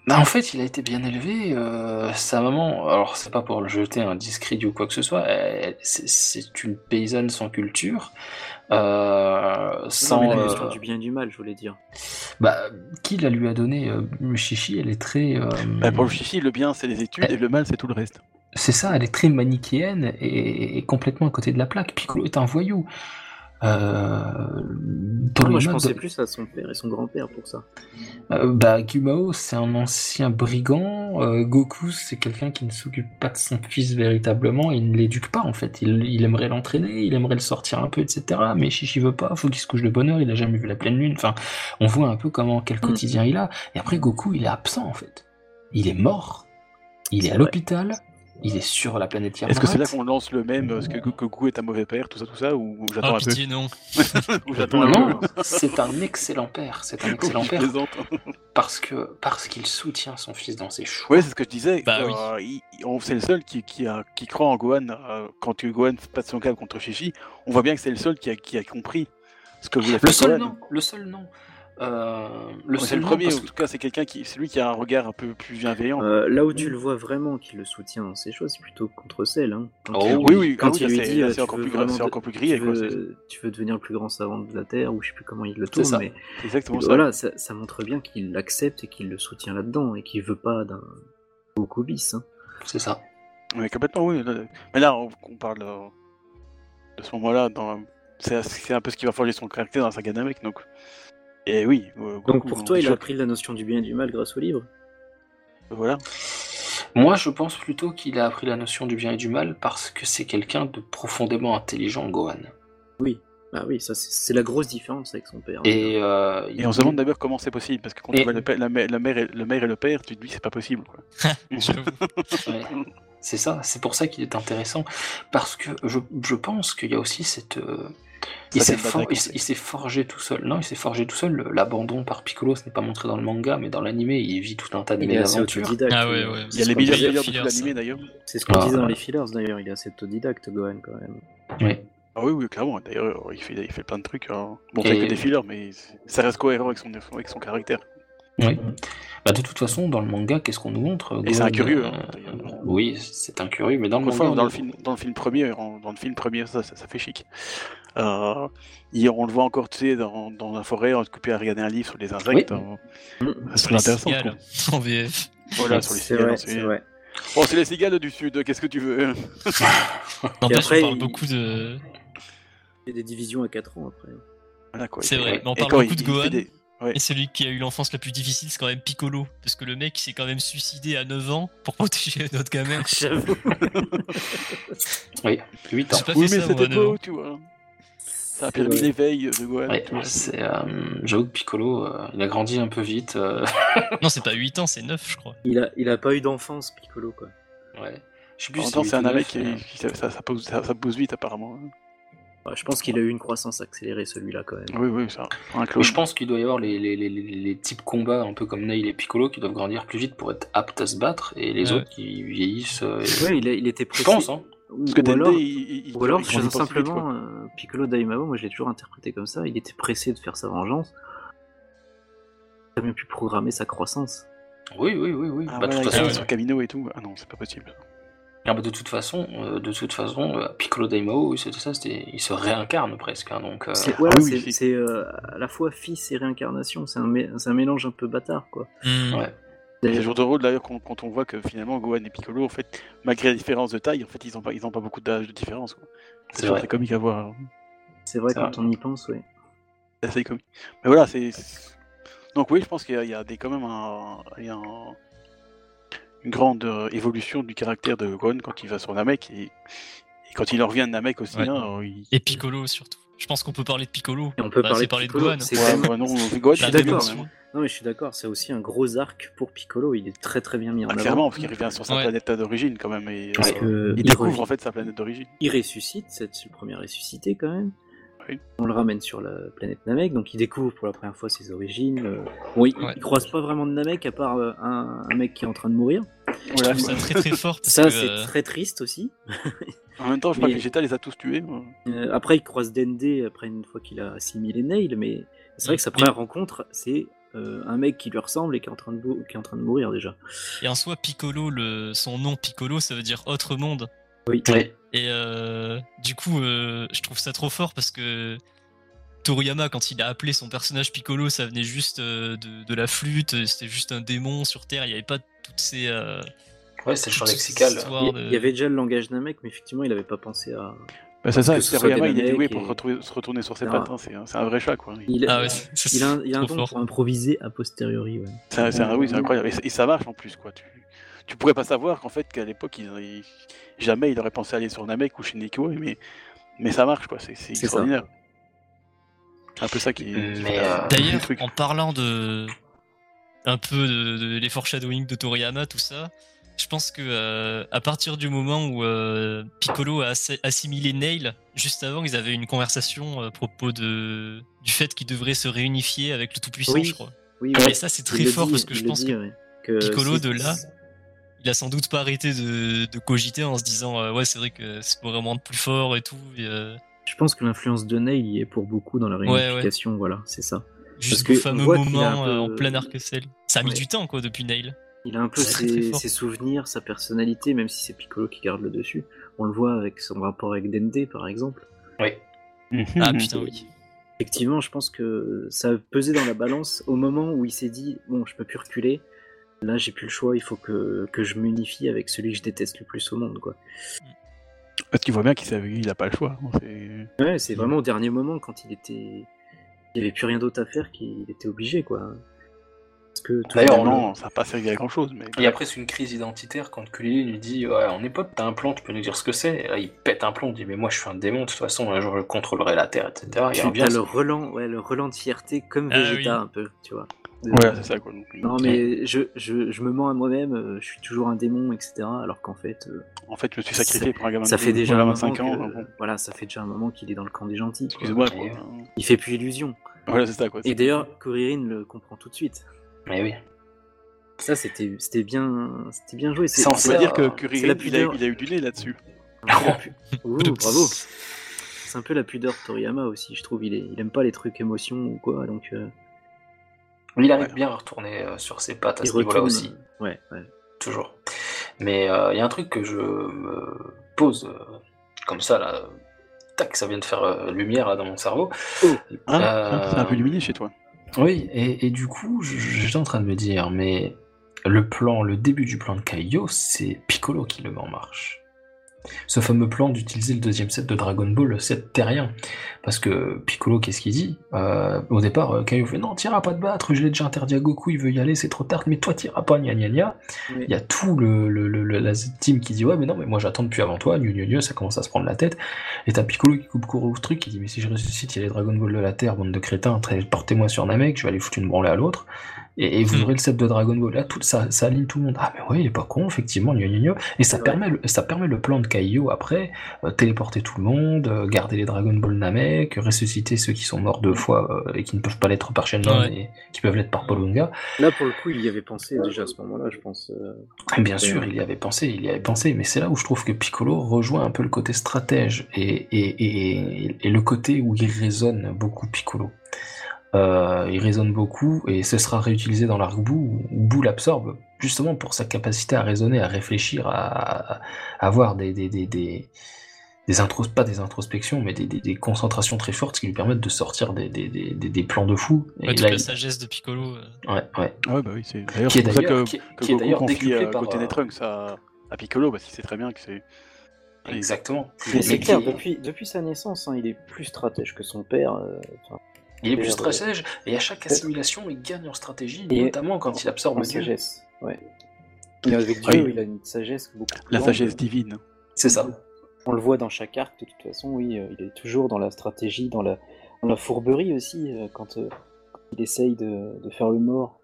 S2: Bah, en fait, il a été bien élevé. euh, sa maman, alors c'est pas pour le jeter un discrédit ou quoi que ce soit, elle- c'est- c'est une paysanne sans culture, euh,
S1: Non,
S2: sans.
S1: mais la question
S2: euh,
S1: du bien et du mal, je voulais dire.
S2: bah, qui la lui a donné euh, Mushishi Elle est très. euh,
S3: Bah, pour le chichi, le bien c'est les
S1: Eh.
S3: études et le mal c'est tout le reste.
S2: C'est ça, elle est très manichéenne et, et complètement à côté de la plaque. Piccolo est un voyou. Euh, dans
S1: Ah, moi,
S2: les
S1: je
S2: notes-
S1: pensais plus à son père et son grand-père pour ça.
S2: Euh, bah, Gumao, c'est un ancien brigand. Euh, Goku, c'est quelqu'un qui ne s'occupe pas de son fils véritablement. Il ne l'éduque pas, en fait. Il, il aimerait l'entraîner, il aimerait le sortir un peu, etc. Mais Chichi veut pas. Faut qu'il se couche de bonheur. Il a jamais vu la pleine lune. Enfin, on voit un peu comment,
S3: Mm.
S2: quel quotidien il a. Et après, Goku, il est absent, en fait. Il est mort. Il est,
S1: C'est
S2: à
S1: vrai.
S2: l'hôpital. Il est sur la planète Terre.
S3: Est-ce que c'est là qu'on lance le même, est-ce que Goku est un mauvais père, tout ça, tout ça, ou j'attends
S4: Oh
S3: un peu
S4: pitié, non.
S3: Ou j'attends un
S2: Non,
S3: peu
S2: c'est un excellent père. C'est un excellent
S3: Je
S2: père
S3: plaisante.
S2: parce que parce qu'il soutient son fils dans ses choix.
S3: Ouais, c'est ce que je disais.
S4: Bah
S3: euh, il- il- on- c'est le seul qui, qui, a- qui croit en Gohan. euh, quand que Gohan passe son câble contre Chichi, on voit bien que c'est le seul qui a, qui a compris ce que voulait faire
S2: Le seul
S3: Gohan.
S2: non, le seul non. Euh,
S3: Ouais,
S2: le
S3: c'est
S2: seul
S3: le
S2: non,
S3: premier,
S2: parce
S3: en tout cas, c'est quelqu'un qui, c'est lui qui a un regard un peu plus bienveillant.
S1: Euh, là où tu le vois vraiment qu'il le soutient dans ces choses, c'est plutôt contre celle. Hein. Quand
S2: Oh,
S1: il-
S3: oui, oui,
S1: quand
S3: ah oui,
S1: il
S3: là,
S1: lui
S3: c'est-
S1: dit,
S3: là,
S1: euh,
S3: c'est
S1: tu
S3: encore,
S1: veux
S3: plus gra-
S1: vraiment
S3: c'est
S1: de-
S3: encore plus grillé.
S1: tu
S3: quoi, c'est-
S1: veux, tu veux devenir le plus grand savant de la Terre, ou je sais plus comment il le
S2: C'est
S1: tourne,
S2: ça.
S1: mais
S3: C'est exactement ça.
S1: voilà, ça, ça montre bien qu'il l'accepte et qu'il le soutient là-dedans, et qu'il veut pas d'un beaucoup bis. hein.
S2: que- c'est ça.
S3: Mais complètement, oui. là- Mais là, on, on parle euh, de ce moment-là. Dans... C'est, c'est un peu ce qui va forger son caractère dans la saga Namek. Donc... Et oui. euh,
S1: Donc
S3: Goku,
S1: pour
S3: on
S1: toi, il a
S3: choque,
S1: appris la notion du bien et du mal grâce au livre
S3: Voilà.
S2: Moi, je pense plutôt qu'il a appris la notion du bien et du mal parce que c'est quelqu'un de profondément intelligent, Gohan.
S1: Ah oui, ça c'est c'est la grosse différence avec son père.
S2: Et, euh,
S3: Et on se demande d'abord comment c'est possible, parce que quand
S2: Et-
S3: tu vois le, père- la, mè- la mère et, le mère et le père, tu te dis c'est pas possible. Quoi.
S4: J'avoue.
S2: Ouais. C'est ça, c'est pour ça qu'il est intéressant. Parce que je, je pense qu'il y a aussi cette. euh, il
S3: Ça,
S2: s'est
S3: c'est pas
S2: for-
S3: vrai qu'on
S2: il s'est- il s'est forgé tout seul. Non, il s'est forgé tout seul. L'abandon par Piccolo, ce n'est pas montré dans le manga, mais dans l'animé, il vit tout un tas de
S1: il est assez
S2: mésaventures.
S1: autodidacte.
S4: Ah ouais,
S1: euh,
S4: ouais.
S1: c'est
S3: Il y a
S1: ce
S3: les
S1: qu'on
S3: milliards
S1: disait-
S4: milliers-
S3: de
S4: fillers,
S3: tout
S4: ça.
S3: l'animé d'ailleurs.
S1: C'est ce qu'on
S2: Ah.
S1: disait dans les fillers d'ailleurs, il est assez autodidacte, Gohan quand même.
S2: Ouais.
S3: Ah oui, oui, clairement. D'ailleurs, il fait, il fait plein de trucs. hein. Bon,
S2: Et-
S3: c'est que des fillers, mais c'est- ça reste cohérent avec son, avec son caractère.
S2: Oui. Bah, de toute façon, dans le manga, qu'est-ce qu'on nous montre
S3: Et c'est
S2: Gohan,
S3: incurieux,
S2: euh,
S3: hein, d'ailleurs.
S2: oui, c'est incurieux, mais dans le
S3: Encore une
S2: manga.
S3: fois, dans
S2: on-
S3: le film, dans le film premier, en- dans le film premier, ça, ça, ça fait chic. Euh, il- on le voit encore, tu sais, dans, dans la forêt, en coupé à regarder un livre sur les insectes.
S2: Oui.
S3: hein.
S1: Mm.
S3: Ça serait
S4: Les
S3: intéressant.
S4: cigales, En VF.
S3: quoi. Voilà, sur les
S1: C'est
S3: cigales.
S1: vrai,
S3: hein,
S1: c'est
S3: c'est-
S1: vrai.
S3: Bon, c'est les cigales du sud. Qu'est-ce que tu veux
S4: N'empêche,
S1: après,
S4: on parle
S1: il-
S4: beaucoup de.
S1: Il y a des divisions à 4 ans après.
S3: Voilà, quoi.
S4: C'est vrai, mais on
S3: Et
S4: parle
S3: quand
S4: beaucoup
S3: il-
S4: de
S3: il fait
S4: Gohan.
S3: des-
S4: Et celui qui a eu l'enfance la plus difficile, c'est quand même Piccolo. Parce que le mec s'est quand même suicidé à 9 ans pour protéger notre gamin.
S1: J'avoue.
S2: Oui, 8 ans.
S4: J'ai pas
S3: Oui,
S4: fait
S3: mais
S4: ça, moi, à
S3: c'était
S4: 9
S3: beau,
S4: ans.
S3: tu vois. Ça a permis l'éveil de Gohan.
S2: Ouais,
S3: tu vois.
S2: c'est, euh, J'avoue que Piccolo, euh, il a grandi un peu vite. euh,
S4: Non, c'est pas 8 ans, c'est 9, je crois.
S1: Il a, il a pas eu d'enfance, Piccolo, quoi.
S2: ouais. Je sais
S3: En
S2: plus
S3: même
S2: si
S3: temps, c'est un
S2: huit ou neuf,
S3: mec
S2: mais- euh,
S3: qui, qui- ça, ça- ça pose, ça, ça pose vite, apparemment.
S1: Bah, je pense qu'il a eu une croissance accélérée, celui-là, quand même.
S3: Oui, oui, ça. Un
S2: Mais
S3: clone.
S2: je pense qu'il doit y avoir les, les, les, les- les types combats, un peu comme Neil et Piccolo, qui doivent grandir plus vite pour être aptes à se battre, et les
S4: Ouais.
S2: autres qui vieillissent. euh, et-
S1: Ouais, il, a- il était
S2: Je
S1: pressé.
S2: pense, hein.
S1: Ou,
S3: Parce que
S1: ou
S3: Dende,
S1: alors,
S3: il, il-
S1: ou alors
S3: il
S1: je
S3: grandit pas si vite, quoi.
S1: simplement euh, Piccolo Daimao, moi je l'ai toujours interprété comme ça, il était pressé de faire sa vengeance. Il a même pu programmer sa croissance.
S2: Oui, oui, oui, oui.
S3: Ah,
S2: Bah, de
S3: voilà,
S2: toute
S3: il
S2: façon,
S3: grandit sur Camino et tout. Ah non, c'est pas possible.
S2: Ah bah, de toute façon, euh, de toute façon, euh, Piccolo Daimao, oui, c'était ça, c'était, il se réincarne presque, hein, donc. euh,
S1: C'est voilà,
S3: ah oui,
S1: c'est-
S3: c'est-
S1: c'est euh, à la fois fils et réincarnation, c'est un, mé- c'est un mélange un peu bâtard, quoi.
S2: Ouais.
S3: C'est toujours drôle d'ailleurs quand, quand on voit que finalement Gohan et Piccolo, en fait, malgré la différence de taille, en fait, ils ont pas, ils ont pas beaucoup d'âge de différence. quoi.
S2: C'est
S3: C'est genre,
S2: vrai.
S3: c'est comique à voir. hein.
S1: C'est vrai
S2: C'est
S1: quand on y pense, oui.
S3: C'est assez comique. Mais voilà, c'est. c'est- Donc oui, je pense qu'il y a, il y a des, quand même un, il y a un- une grande euh, évolution du caractère de Gohan quand il va sur Namek et, et quand il en revient de Namek aussi.
S4: Ouais.
S3: hein, il-
S4: Et Piccolo surtout. Je pense qu'on peut parler de Piccolo.
S1: Et on peut
S4: Bah,
S1: parler,
S4: c'est parler de
S1: Piccolo,
S4: Gohan.
S1: c'est
S3: Ouais,
S1: quand même-
S3: ouais, non, Gohan,
S1: suis
S4: La
S3: il hein, est bien,
S1: d'accord.
S3: quand même.
S4: dimension.
S1: Non, mais je suis d'accord, c'est aussi un gros arc pour Piccolo, il est très très bien mis en
S3: Ah,
S1: avant.
S3: clairement, parce qu'il revient sur sa
S4: Ouais.
S3: planète d'origine quand même. Et,
S1: Parce
S3: euh,
S1: que
S3: il
S1: bah, il,
S3: découvre
S1: revit-
S3: en fait sa planète d'origine.
S1: il ressuscite, c'est c'est le premier ressuscité quand même.
S3: Oui.
S1: On le ramène sur la planète Namek, donc il découvre pour la première fois ses origines. euh, Bon, il, il
S4: Ouais.
S1: croise pas vraiment de Namek à part euh, un, un mec qui est en train de mourir.
S4: Je
S3: Voilà.
S4: trouve ça très très fort. Parce
S1: Ça,
S4: que,
S1: c'est
S4: euh,
S1: très triste aussi.
S3: En même temps, je crois
S1: Mais-
S3: que Vegeta les a tous tués. euh.
S1: Euh, après, il croise Dende après une fois qu'il a assimilé Nail, mais c'est vrai que sa première rencontre, c'est euh, un mec qui lui ressemble et qui est en train de, bou- qui est en train de mourir déjà.
S4: Et en soi, Piccolo, le... son nom Piccolo, ça veut dire autre monde.
S1: Oui.
S2: Oui.
S4: Et euh, du coup, euh, je trouve ça trop fort parce que Toriyama, quand il a appelé son personnage Piccolo, ça venait juste euh, de, de la flûte, euh, c'était juste un démon sur Terre, il n'y avait pas toutes ces. euh,
S2: Ouais, c'est le champ
S4: toutes ces
S2: lexical.
S4: histoires
S1: Il
S4: de-
S1: il y avait déjà le langage d'un mec, mais effectivement, il n'avait pas pensé à.
S3: Bah, c'est ça,
S1: Que ce soit
S3: Toriyama,
S1: des
S3: il est doué
S1: mecs
S3: pour
S1: et-
S3: retrouver- se retourner sur ses
S1: Non.
S3: pattes. hein, C'est un- c'est un vrai chat, quoi.
S1: Il,
S4: Ah ouais, c'est-
S1: euh, il a, un- il a un
S4: trop
S1: don
S4: fort.
S1: pour improviser a posteriori. Ouais.
S3: C'est c'est un- oui, c'est incroyable. Et, c- et ça marche en plus, quoi. Tu, tu pourrais pas savoir qu'en fait, qu'à l'époque, ils- ils- jamais il aurait pensé aller sur Namek ou chez Neko, mais, mais ça marche, quoi. C'est c'est
S1: C'est ça.
S3: extraordinaire. C'est un peu ça qui est. qui
S2: Mais,
S3: fait la-
S2: euh,
S3: le
S4: D'ailleurs,
S3: truc.
S4: en parlant de un peu de, de- les foreshadowing de Toriyama, tout ça, je pense que euh, à partir du moment où euh, Piccolo a assi- assimilé Nail, juste avant, ils avaient une conversation euh, à propos de du fait qu'ils devraient se réunifier avec le Tout-Puissant,
S1: Oui.
S4: je crois.
S1: Oui,
S4: Et
S1: oui.
S4: ça, c'est
S1: Il
S4: très
S1: le
S4: fort
S1: dit,
S4: parce que
S1: il
S4: je
S1: le
S4: pense
S1: dit,
S4: que
S1: ouais. Que
S4: Piccolo,
S1: si-
S4: de là, il a sans doute pas arrêté de, de cogiter en se disant euh, ouais c'est vrai que c'est pour vraiment rendre plus fort et tout et, euh,
S1: Je pense que l'influence de Nail y est pour beaucoup dans la
S4: ouais.
S1: réunification, voilà, c'est ça. Parce
S4: jusqu'au
S1: que on
S4: fameux
S1: voit qu'il a un
S4: moment
S1: peu-
S4: euh, en plein arc-en-ciel ça a mis
S1: Ouais.
S4: du temps quoi depuis Nail
S1: Il a un peu
S4: C'est très, très
S1: ses,
S4: fort.
S1: ses souvenirs, sa personnalité, même si c'est Piccolo qui garde le dessus. On le voit avec son rapport avec Dende, par exemple.
S2: Oui.
S1: Mhm.
S4: ah putain oui
S1: Effectivement, je pense que ça a pesé dans la balance au moment où il s'est dit Bon, je peux plus reculer. Là, j'ai plus le choix, il faut que, que je m'unifie avec celui que je déteste le plus au monde. quoi.
S3: Parce qu'il voit bien qu'il savait- il a pas le choix. hein, c'est-
S1: Ouais, c'est vraiment au dernier moment quand il était. Il n'y avait plus rien d'autre à faire qu'il était obligé, quoi. Parce que tout
S2: D'ailleurs, on
S1: simplement-
S3: Finalement, ça n'a pas servi à grand chose. Mais...
S2: Il y a presque une crise identitaire quand Kulilin lui dit ouais, On est potes, t'as un plan, tu peux nous dire ce que c'est. Et là, il pète un plomb, il dit Mais moi, je suis un démon, de toute façon, un jour, je contrôlerai la Terre, etc. Il
S1: Tu
S2: revient.
S1: as le relent, ouais, le relent de fierté comme
S4: Ah
S1: Vegeta
S4: oui.
S1: un peu, tu vois. De-
S3: Voilà, c'est ça, quoi. Donc,
S1: Non mais je, je, je me mens à moi-même, euh, je suis toujours un démon, etc. Alors qu'en fait, euh,
S3: En fait, je me suis sacrifié pour un gamin
S1: ça
S3: de
S1: fait déjà
S3: voilà,
S1: un
S3: 25
S1: moment
S3: ans.
S1: que-
S3: hein, bon,
S1: voilà, ça fait déjà un moment qu'il est dans le camp des gentils. quoi.
S3: Excuse-moi,
S2: Ouais.
S3: quoi.
S1: Il fait plus illusion.
S3: Voilà, c'est ça, quoi.
S1: Et d'ailleurs, Kuririn le comprend tout de suite.
S2: Mais oui.
S1: Ça, c'était c'était bien, c'était bien joué. C'est
S2: Ça, on
S3: On
S1: c'est
S3: va
S2: ça-
S3: dire que
S1: c'est la
S3: Kuririn, il a,
S1: pudeur.
S3: il a eu du nez là-dessus.
S1: un peu la pu- Ouh, bravo. C'est un peu la pudeur de Toriyama aussi, je trouve. Il, est, il aime pas les trucs émotions ou quoi, donc euh,
S2: Mais il arrive
S3: Ouais.
S2: bien à retourner euh, sur ses pattes à
S1: il
S2: ce niveau-là
S1: retourne.
S2: aussi.
S1: Ouais, ouais.
S2: toujours. Mais euh, il y a un truc que je me pose euh, comme ça, là. Tac, ça vient de faire euh, lumière là, dans mon cerveau.
S1: Oh,
S3: Hein
S2: Euh,
S3: C'est un peu illuminé chez toi.
S2: Oui, et, et du coup, je- j'étais en train de me dire, mais le plan, le début du plan de Kaiyo, c'est Piccolo qui le met en marche. Ce fameux plan d'utiliser le deuxième set de Dragon Ball, le set terrien. Parce que Piccolo, qu'est-ce qu'il dit Euh, Au départ, euh, Kaiyo fait Non, t'iras pas te battre, je l'ai déjà interdit à Goku, il veut y aller, c'est trop tard, mais toi, t'iras pas, gna gna gna.
S1: Oui.
S2: Il y a tout le, le- le- le- la team qui dit Ouais, mais non, mais moi j'attends depuis avant toi, gnu gnu gnu, ça commence à se prendre la tête. Et t'as Piccolo qui coupe court au truc, qui dit Mais si je ressuscite, il y a les Dragon Ball de la Terre, bande de crétins, très- portez-moi sur Namek, je vais aller foutre une branlée à l'autre. Et, et vous
S4: Hmm.
S2: aurez le sceptre de Dragon Ball. Là, tout, ça, ça aligne tout le monde. Ah, mais ouais, il est pas con, effectivement, gna gna gna. Et ça
S1: Ouais.
S2: permet, le- ça permet le plan de Kaio après, euh, téléporter tout le monde, euh, garder les Dragon Ball Namek, ressusciter ceux qui sont morts deux fois euh, et qui ne peuvent pas l'être par Shenlong
S4: Hmm. Ouais.
S2: et qui peuvent l'être par Polunga.
S1: Là, pour le coup, il y avait pensé déjà à ce moment-là, je pense. euh,
S2: Et Bien sûr, il y avait pensé, il y avait pensé, mais c'est là où je trouve que Piccolo rejoint un peu le côté stratège et, et- et- et le côté où il résonne beaucoup Piccolo. Euh, il résonne beaucoup et ce sera réutilisé dans larc où Bou l'absorbe justement pour sa capacité à raisonner, à réfléchir, à, à avoir des, des, des, des, des intros, pas des introspections, mais des, des- des concentrations très fortes qui lui permettent de sortir des, des, des, des- des plans de fou. Et
S4: Ouais, toute
S2: là,
S4: la
S2: il-
S4: sagesse de Piccolo euh,
S2: ouais, ouais.
S3: Ah ouais, bah oui, c'est d'ailleurs
S2: Qui est
S3: c'est pour ça
S2: d'ailleurs
S3: que,
S2: qui-
S3: que
S2: qui est
S3: Goku
S2: d'ailleurs
S3: confie
S2: décuplé
S3: euh,
S2: par
S3: Goten
S2: euh,
S3: et Trunks à, à Piccolo, parce qu'il sait très bien que c'est...
S2: Exactement.
S1: Mais
S2: Mais
S1: c'est
S2: qui-
S1: clair, depuis, depuis sa naissance, hein, il est plus stratège que son père. euh, enfin,
S2: Il est plus
S1: D'ailleurs, euh,
S2: stratège, et à chaque assimilation, il gagne en stratégie,
S1: Et-
S2: notamment quand il absorbe
S1: en
S2: Dieu.
S1: sagesse. Ouais. Et avec
S3: Ah
S1: Dieu,
S3: oui.
S1: il a une sagesse beaucoup plus
S3: La
S1: grande.
S3: sagesse divine.
S2: C'est ça.
S1: On le voit dans chaque arc, de toute façon, oui, euh, il est toujours dans la stratégie, dans la, dans la fourberie aussi, euh, quand euh, il essaye de, de faire le mort.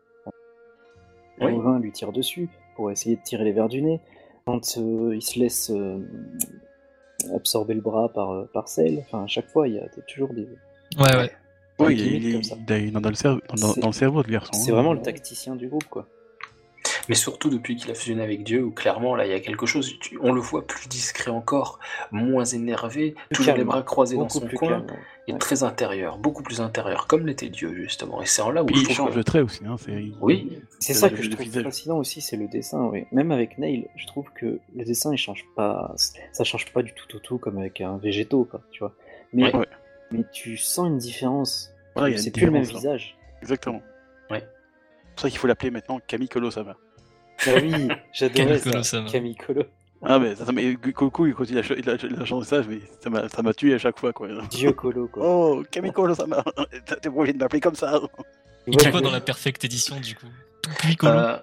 S2: Oui.
S1: Chauvin lui tire dessus pour essayer de tirer les vers du nez. Quand euh, il se laisse euh, absorber le bras par, euh, par Cell, enfin, à chaque fois, il y a toujours des.
S4: ouais ouais
S1: Ouais,
S3: Oui,
S1: il est
S3: il,
S1: comme
S3: est-
S1: ça.
S3: il a une dans le cerveau, dans, dans-
S1: C'est-
S3: dans le cerveau de garçon. hein.
S1: C'est vraiment le tacticien du groupe, quoi.
S2: Mais surtout depuis qu'il a fusionné avec Dieu, où clairement, là, il y a quelque chose. Tu- On le voit plus discret encore, moins énervé, toujours les
S1: calme.
S2: bras croisés dans
S1: Beaucoup
S2: son
S1: plus
S2: coin,
S1: calme. ouais.
S2: et très intérieur, beaucoup plus intérieur, comme l'était Dieu, justement. Et c'est en là où
S3: Puis
S2: je
S3: il
S2: trouve
S3: change
S2: que-
S3: de trait aussi. Hein, c'est-
S2: Oui.
S1: C'est
S3: Le-
S1: ça que
S3: le-
S1: je
S3: le
S1: trouve
S3: visage.
S1: fascinant aussi, c'est le dessin. Oui. Même avec Nail, je trouve que le dessin, il change pas. Ça change pas du tout au tout comme avec un végétaux, quoi, tu vois. Mais,
S2: Ouais.
S1: mais tu sens une différence.
S3: Voilà, il y a une
S1: c'est plus le même
S3: différence, hein.
S1: visage.
S3: Exactement.
S2: Ouais.
S3: C'est pour ça qu'il faut l'appeler maintenant Camille Colo, ça va.
S1: Ah oui, j'adorais ça.
S4: Camicolo, ça va.
S1: Camicolo.
S3: Ah, mais ça, ça m'a- Goku, quand il a, ch- il a- il a chanté ça, mais ça m'a- ça m'a tué à chaque fois, quoi.
S1: Dieu Colo, quoi.
S3: Oh, Camille Colo, ça m'a. T'es obligé de m'appeler comme ça.
S1: Tu
S4: C'est
S1: vois,
S4: quoi
S1: je-
S4: dans la perfecte édition du coup Tout cuit colo.
S2: Euh,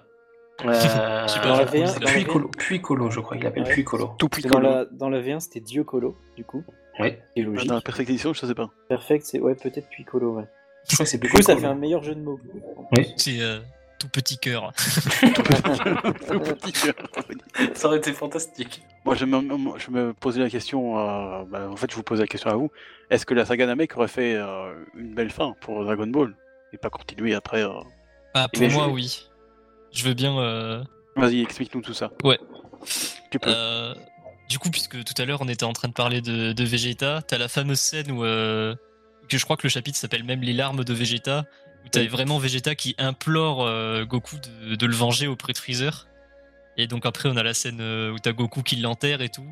S2: euh,
S4: Je sais
S1: pas, Dans la V1,
S2: Puy
S1: dans la V1.
S2: Colo- Puy Colo, je crois qu'il l'appelle
S1: Ouais.
S2: Puy Colo.
S3: Tout puis
S1: Dans
S3: Colo.
S1: la, dans la V1, c'était Dieu Colo, du coup.
S2: Ouais.
S1: C'est
S3: Ah,
S1: logique.
S3: Dans la perfecte édition, je sais pas.
S1: Perfect, c'est ouais, peut-être puis Colo, ouais.
S2: Je crois que c'est
S1: Du
S2: Puy
S1: coup, ça
S2: Colo.
S1: fait un meilleur jeu de mots.
S2: Oui.
S4: C'est euh, tout petit cœur.
S1: Bah,
S3: Tout petit cœur.
S2: Ça aurait été fantastique.
S3: Moi, je me, moi, je me posais la question. euh, bah, en fait, je vous posais la question à vous. Est-ce que la saga Namek aurait fait euh, une belle fin pour Dragon Ball et pas continuer après euh,
S4: Ah, pour
S2: Mais je-
S4: moi, oui. Je veux bien. euh,
S3: Vas-y, explique-nous tout ça.
S4: Ouais.
S3: Tu peux.
S4: Euh, du coup, puisque tout à l'heure on était en train de parler de, de Vegeta, t'as la fameuse scène où. euh, que je crois que le chapitre s'appelle même Les larmes de Vegeta, où t'as vraiment Vegeta qui implore euh, Goku de, de le venger auprès de Freezer. Et donc après, on a la scène euh, où t'as Goku qui l'enterre et tout.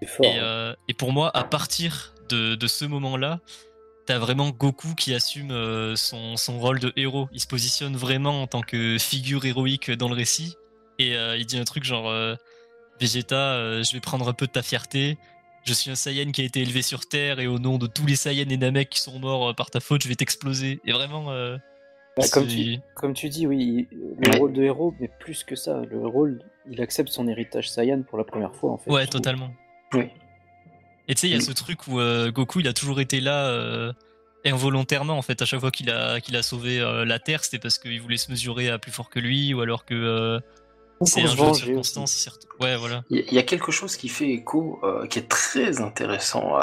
S1: C'est fort.
S4: Et,
S1: hein.
S4: euh, et pour moi, à partir de, de ce moment-là, t'as vraiment Goku qui assume euh, son, son rôle de héros. Il se positionne vraiment en tant que figure héroïque dans le récit. Et euh, il dit un truc genre euh, Vegeta, euh, je vais prendre un peu de ta fierté. Je suis un Saiyan qui a été élevé sur Terre et au nom de tous les Saiyans et Namek qui sont morts euh, par ta faute, je vais t'exploser. Et vraiment, euh,
S1: Bah, comme,
S4: c'est-
S1: tu, comme tu dis, oui, il- le
S2: Ouais.
S1: rôle de héros, mais plus que ça, le rôle, il accepte son héritage Saiyan pour la première fois, en fait.
S4: Ouais,
S1: je trouve.
S4: totalement.
S2: Oui.
S4: Et tu sais, il y a
S2: Mm.
S4: ce truc où euh, Goku, il a toujours été là euh, involontairement, en fait. À chaque fois qu'il a, qu'il a sauvé euh, la Terre, c'était parce qu'il voulait se mesurer à plus fort que lui, ou alors que euh, c'est
S1: se
S4: un jeu de
S1: venger
S4: circonstances. il s'est ret- Ouais, voilà.
S2: Il y a- il y a quelque chose qui fait écho, euh, qui est très intéressant à,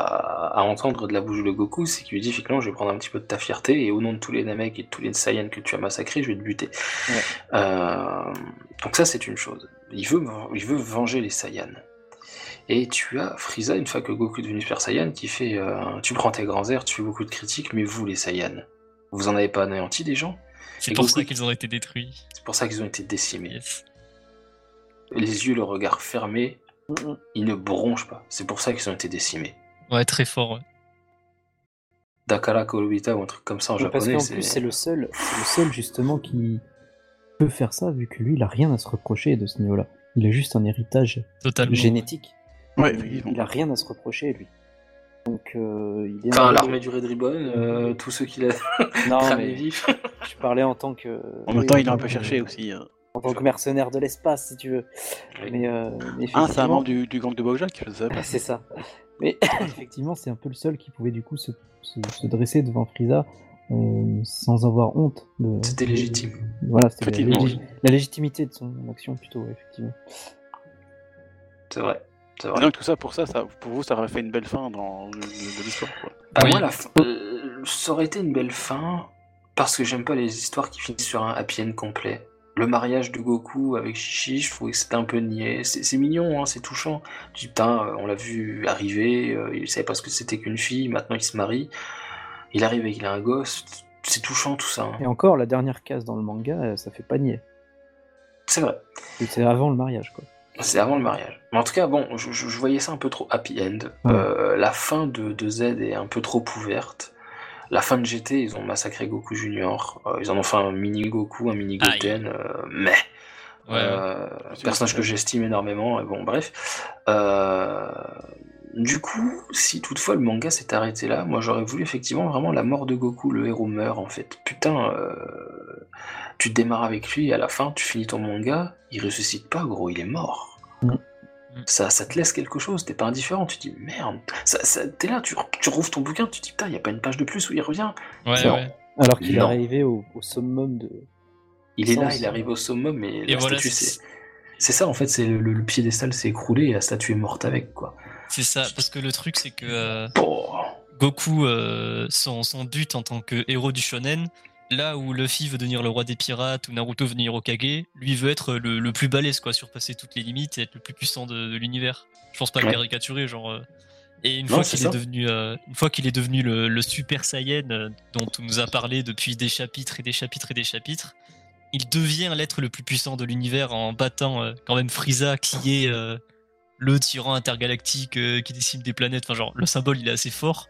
S2: à entendre de la bouche de Goku, c'est qu'il lui dit effectivement je vais prendre un petit peu de ta fierté et au nom de tous les Namek et de tous les Saiyans que tu as massacrés, je vais te buter.
S1: Ouais.
S2: Euh, donc ça c'est une chose. Il veut, il veut venger les Saiyans. Et tu as Frieza, une fois que Goku est devenu Super Saiyan, qui fait euh, tu prends tes grands airs, tu fais beaucoup de critiques, mais vous les Saiyans, vous en avez pas anéanti des gens
S4: C'est
S2: Et
S4: pour
S2: Goku-
S4: ça qu'ils ont été détruits.
S2: C'est pour ça qu'ils ont été décimés.
S4: Yes.
S2: Les yeux, le regard fermé,
S1: Mm, mm.
S2: ils ne bronchent pas. C'est pour ça qu'ils ont été décimés.
S4: Ouais, très fort. ouais.
S2: Dakara Kolobita ou un truc comme ça en
S1: Parce
S2: japonais.
S1: qu'en plus, c'est le seul, c'est le seul justement qui peut faire ça, vu que lui, il a rien à se reprocher de ce niveau-là. Il a juste un héritage
S4: Totalement.
S1: génétique.
S3: Ouais,
S1: il,
S3: effectivement.
S1: il a rien à se reprocher, lui. Donc, euh, il est.
S2: Enfin,
S1: un-
S2: l'armée du Red Ribbon, euh, tous ceux qui l'a
S1: Non,
S2: cramé
S1: Ah, mais
S2: vif.
S1: je parlais en tant que.
S3: En même temps, il a un peu cherché aussi. euh.
S1: En tant que mercenaire de l'espace, si tu veux.
S2: Oui.
S1: Mais, euh, mais
S3: Ah, c'est un
S1: effectivement-
S3: membre du, du gang de Bojack, je sais pas.
S1: Ah, C'est ça. Mais effectivement, c'est un peu le seul qui pouvait du coup se, se- se dresser devant Frieza euh, sans avoir honte. de-
S2: C'était légitime.
S1: Voilà, c'était la,
S3: Effectivement,
S1: légi- la légitimité de son action plutôt, ouais, effectivement.
S2: C'est vrai. C'est
S3: Et
S2: vrai.
S3: donc tout ça pour ça, ça pour vous, ça aurait fait une belle fin dans de, de l'histoire. quoi.
S2: Bah,
S4: Oui.
S2: Moi, la fin- euh, ça aurait été une belle fin parce que j'aime pas les histoires qui finissent sur un happy end complet. Le mariage de Goku avec Shishi, je trouvais que c'était un peu niais. C'est c'est mignon, hein, c'est touchant. Tu dis, putain, euh, on l'a vu arriver, euh, il savait pas ce que c'était qu'une fille, maintenant il se marie. Il arrive et il a un gosse. C'est touchant tout ça. hein.
S1: Et encore, la dernière case dans le manga, euh, ça fait pas nier.
S2: C'est vrai.
S1: C'est avant le mariage, quoi.
S2: C'est avant le mariage. Mais en tout cas, bon, je, je- je voyais ça un peu trop happy end.
S1: Ouais.
S2: Euh, la fin de, de Z est un peu trop ouverte. La fin de GT, ils ont massacré Goku Junior. Euh, ils en ont fait un mini Goku, un mini
S4: Aïe.
S2: Goten. euh, mais
S4: Ouais,
S2: euh,
S3: ouais.
S2: personnage que j'estime énormément. Et bon, bref. Euh, du coup, si toutefois le manga s'est arrêté là, moi j'aurais voulu effectivement vraiment la mort de Goku, le héros meurt en fait. Putain, euh, tu démarres avec lui, à la fin tu finis ton manga, il ressuscite pas, gros, il est mort.
S1: Mm.
S2: Ça, ça te laisse quelque chose, t'es pas indifférent, tu te dis merde, ça, ça- t'es là, tu, tu rouvres ton bouquin, tu te dis putain, y a pas une page de plus où il revient.
S4: ouais,
S2: non.
S4: ouais.
S1: Alors qu'il est
S2: Non.
S1: arrivé au, au summum de.
S2: Il est là,
S1: Sans-
S2: il arrive au summum, mais la
S4: Et voilà,
S2: statue,
S4: c'est-
S2: c'est. C'est ça en fait, c'est le, le- le piédestal s'est écroulé et la statue est morte avec quoi.
S4: C'est ça, parce que le truc, c'est que. euh,
S2: Bon.
S4: Goku, euh, son, son but en tant que héros du shonen, là où Luffy veut devenir le roi des pirates ou Naruto veut devenir Okage, lui veut être le, le plus balèze, quoi, surpasser toutes les limites et être le plus puissant de, de l'univers. Je pense pas le
S2: Ouais.
S4: caricaturer, genre. euh, Et une
S2: Non,
S4: fois
S2: c'est
S4: qu'il est
S2: ça.
S4: devenu, euh, une fois qu'il est devenu le, le Super Saiyan euh, dont on nous a parlé depuis des chapitres et des chapitres et des chapitres, il devient l'être le plus puissant de l'univers en battant euh, quand même Frieza qui est euh, le tyran intergalactique euh, qui décime des planètes. Enfin, genre, le symbole il est assez fort.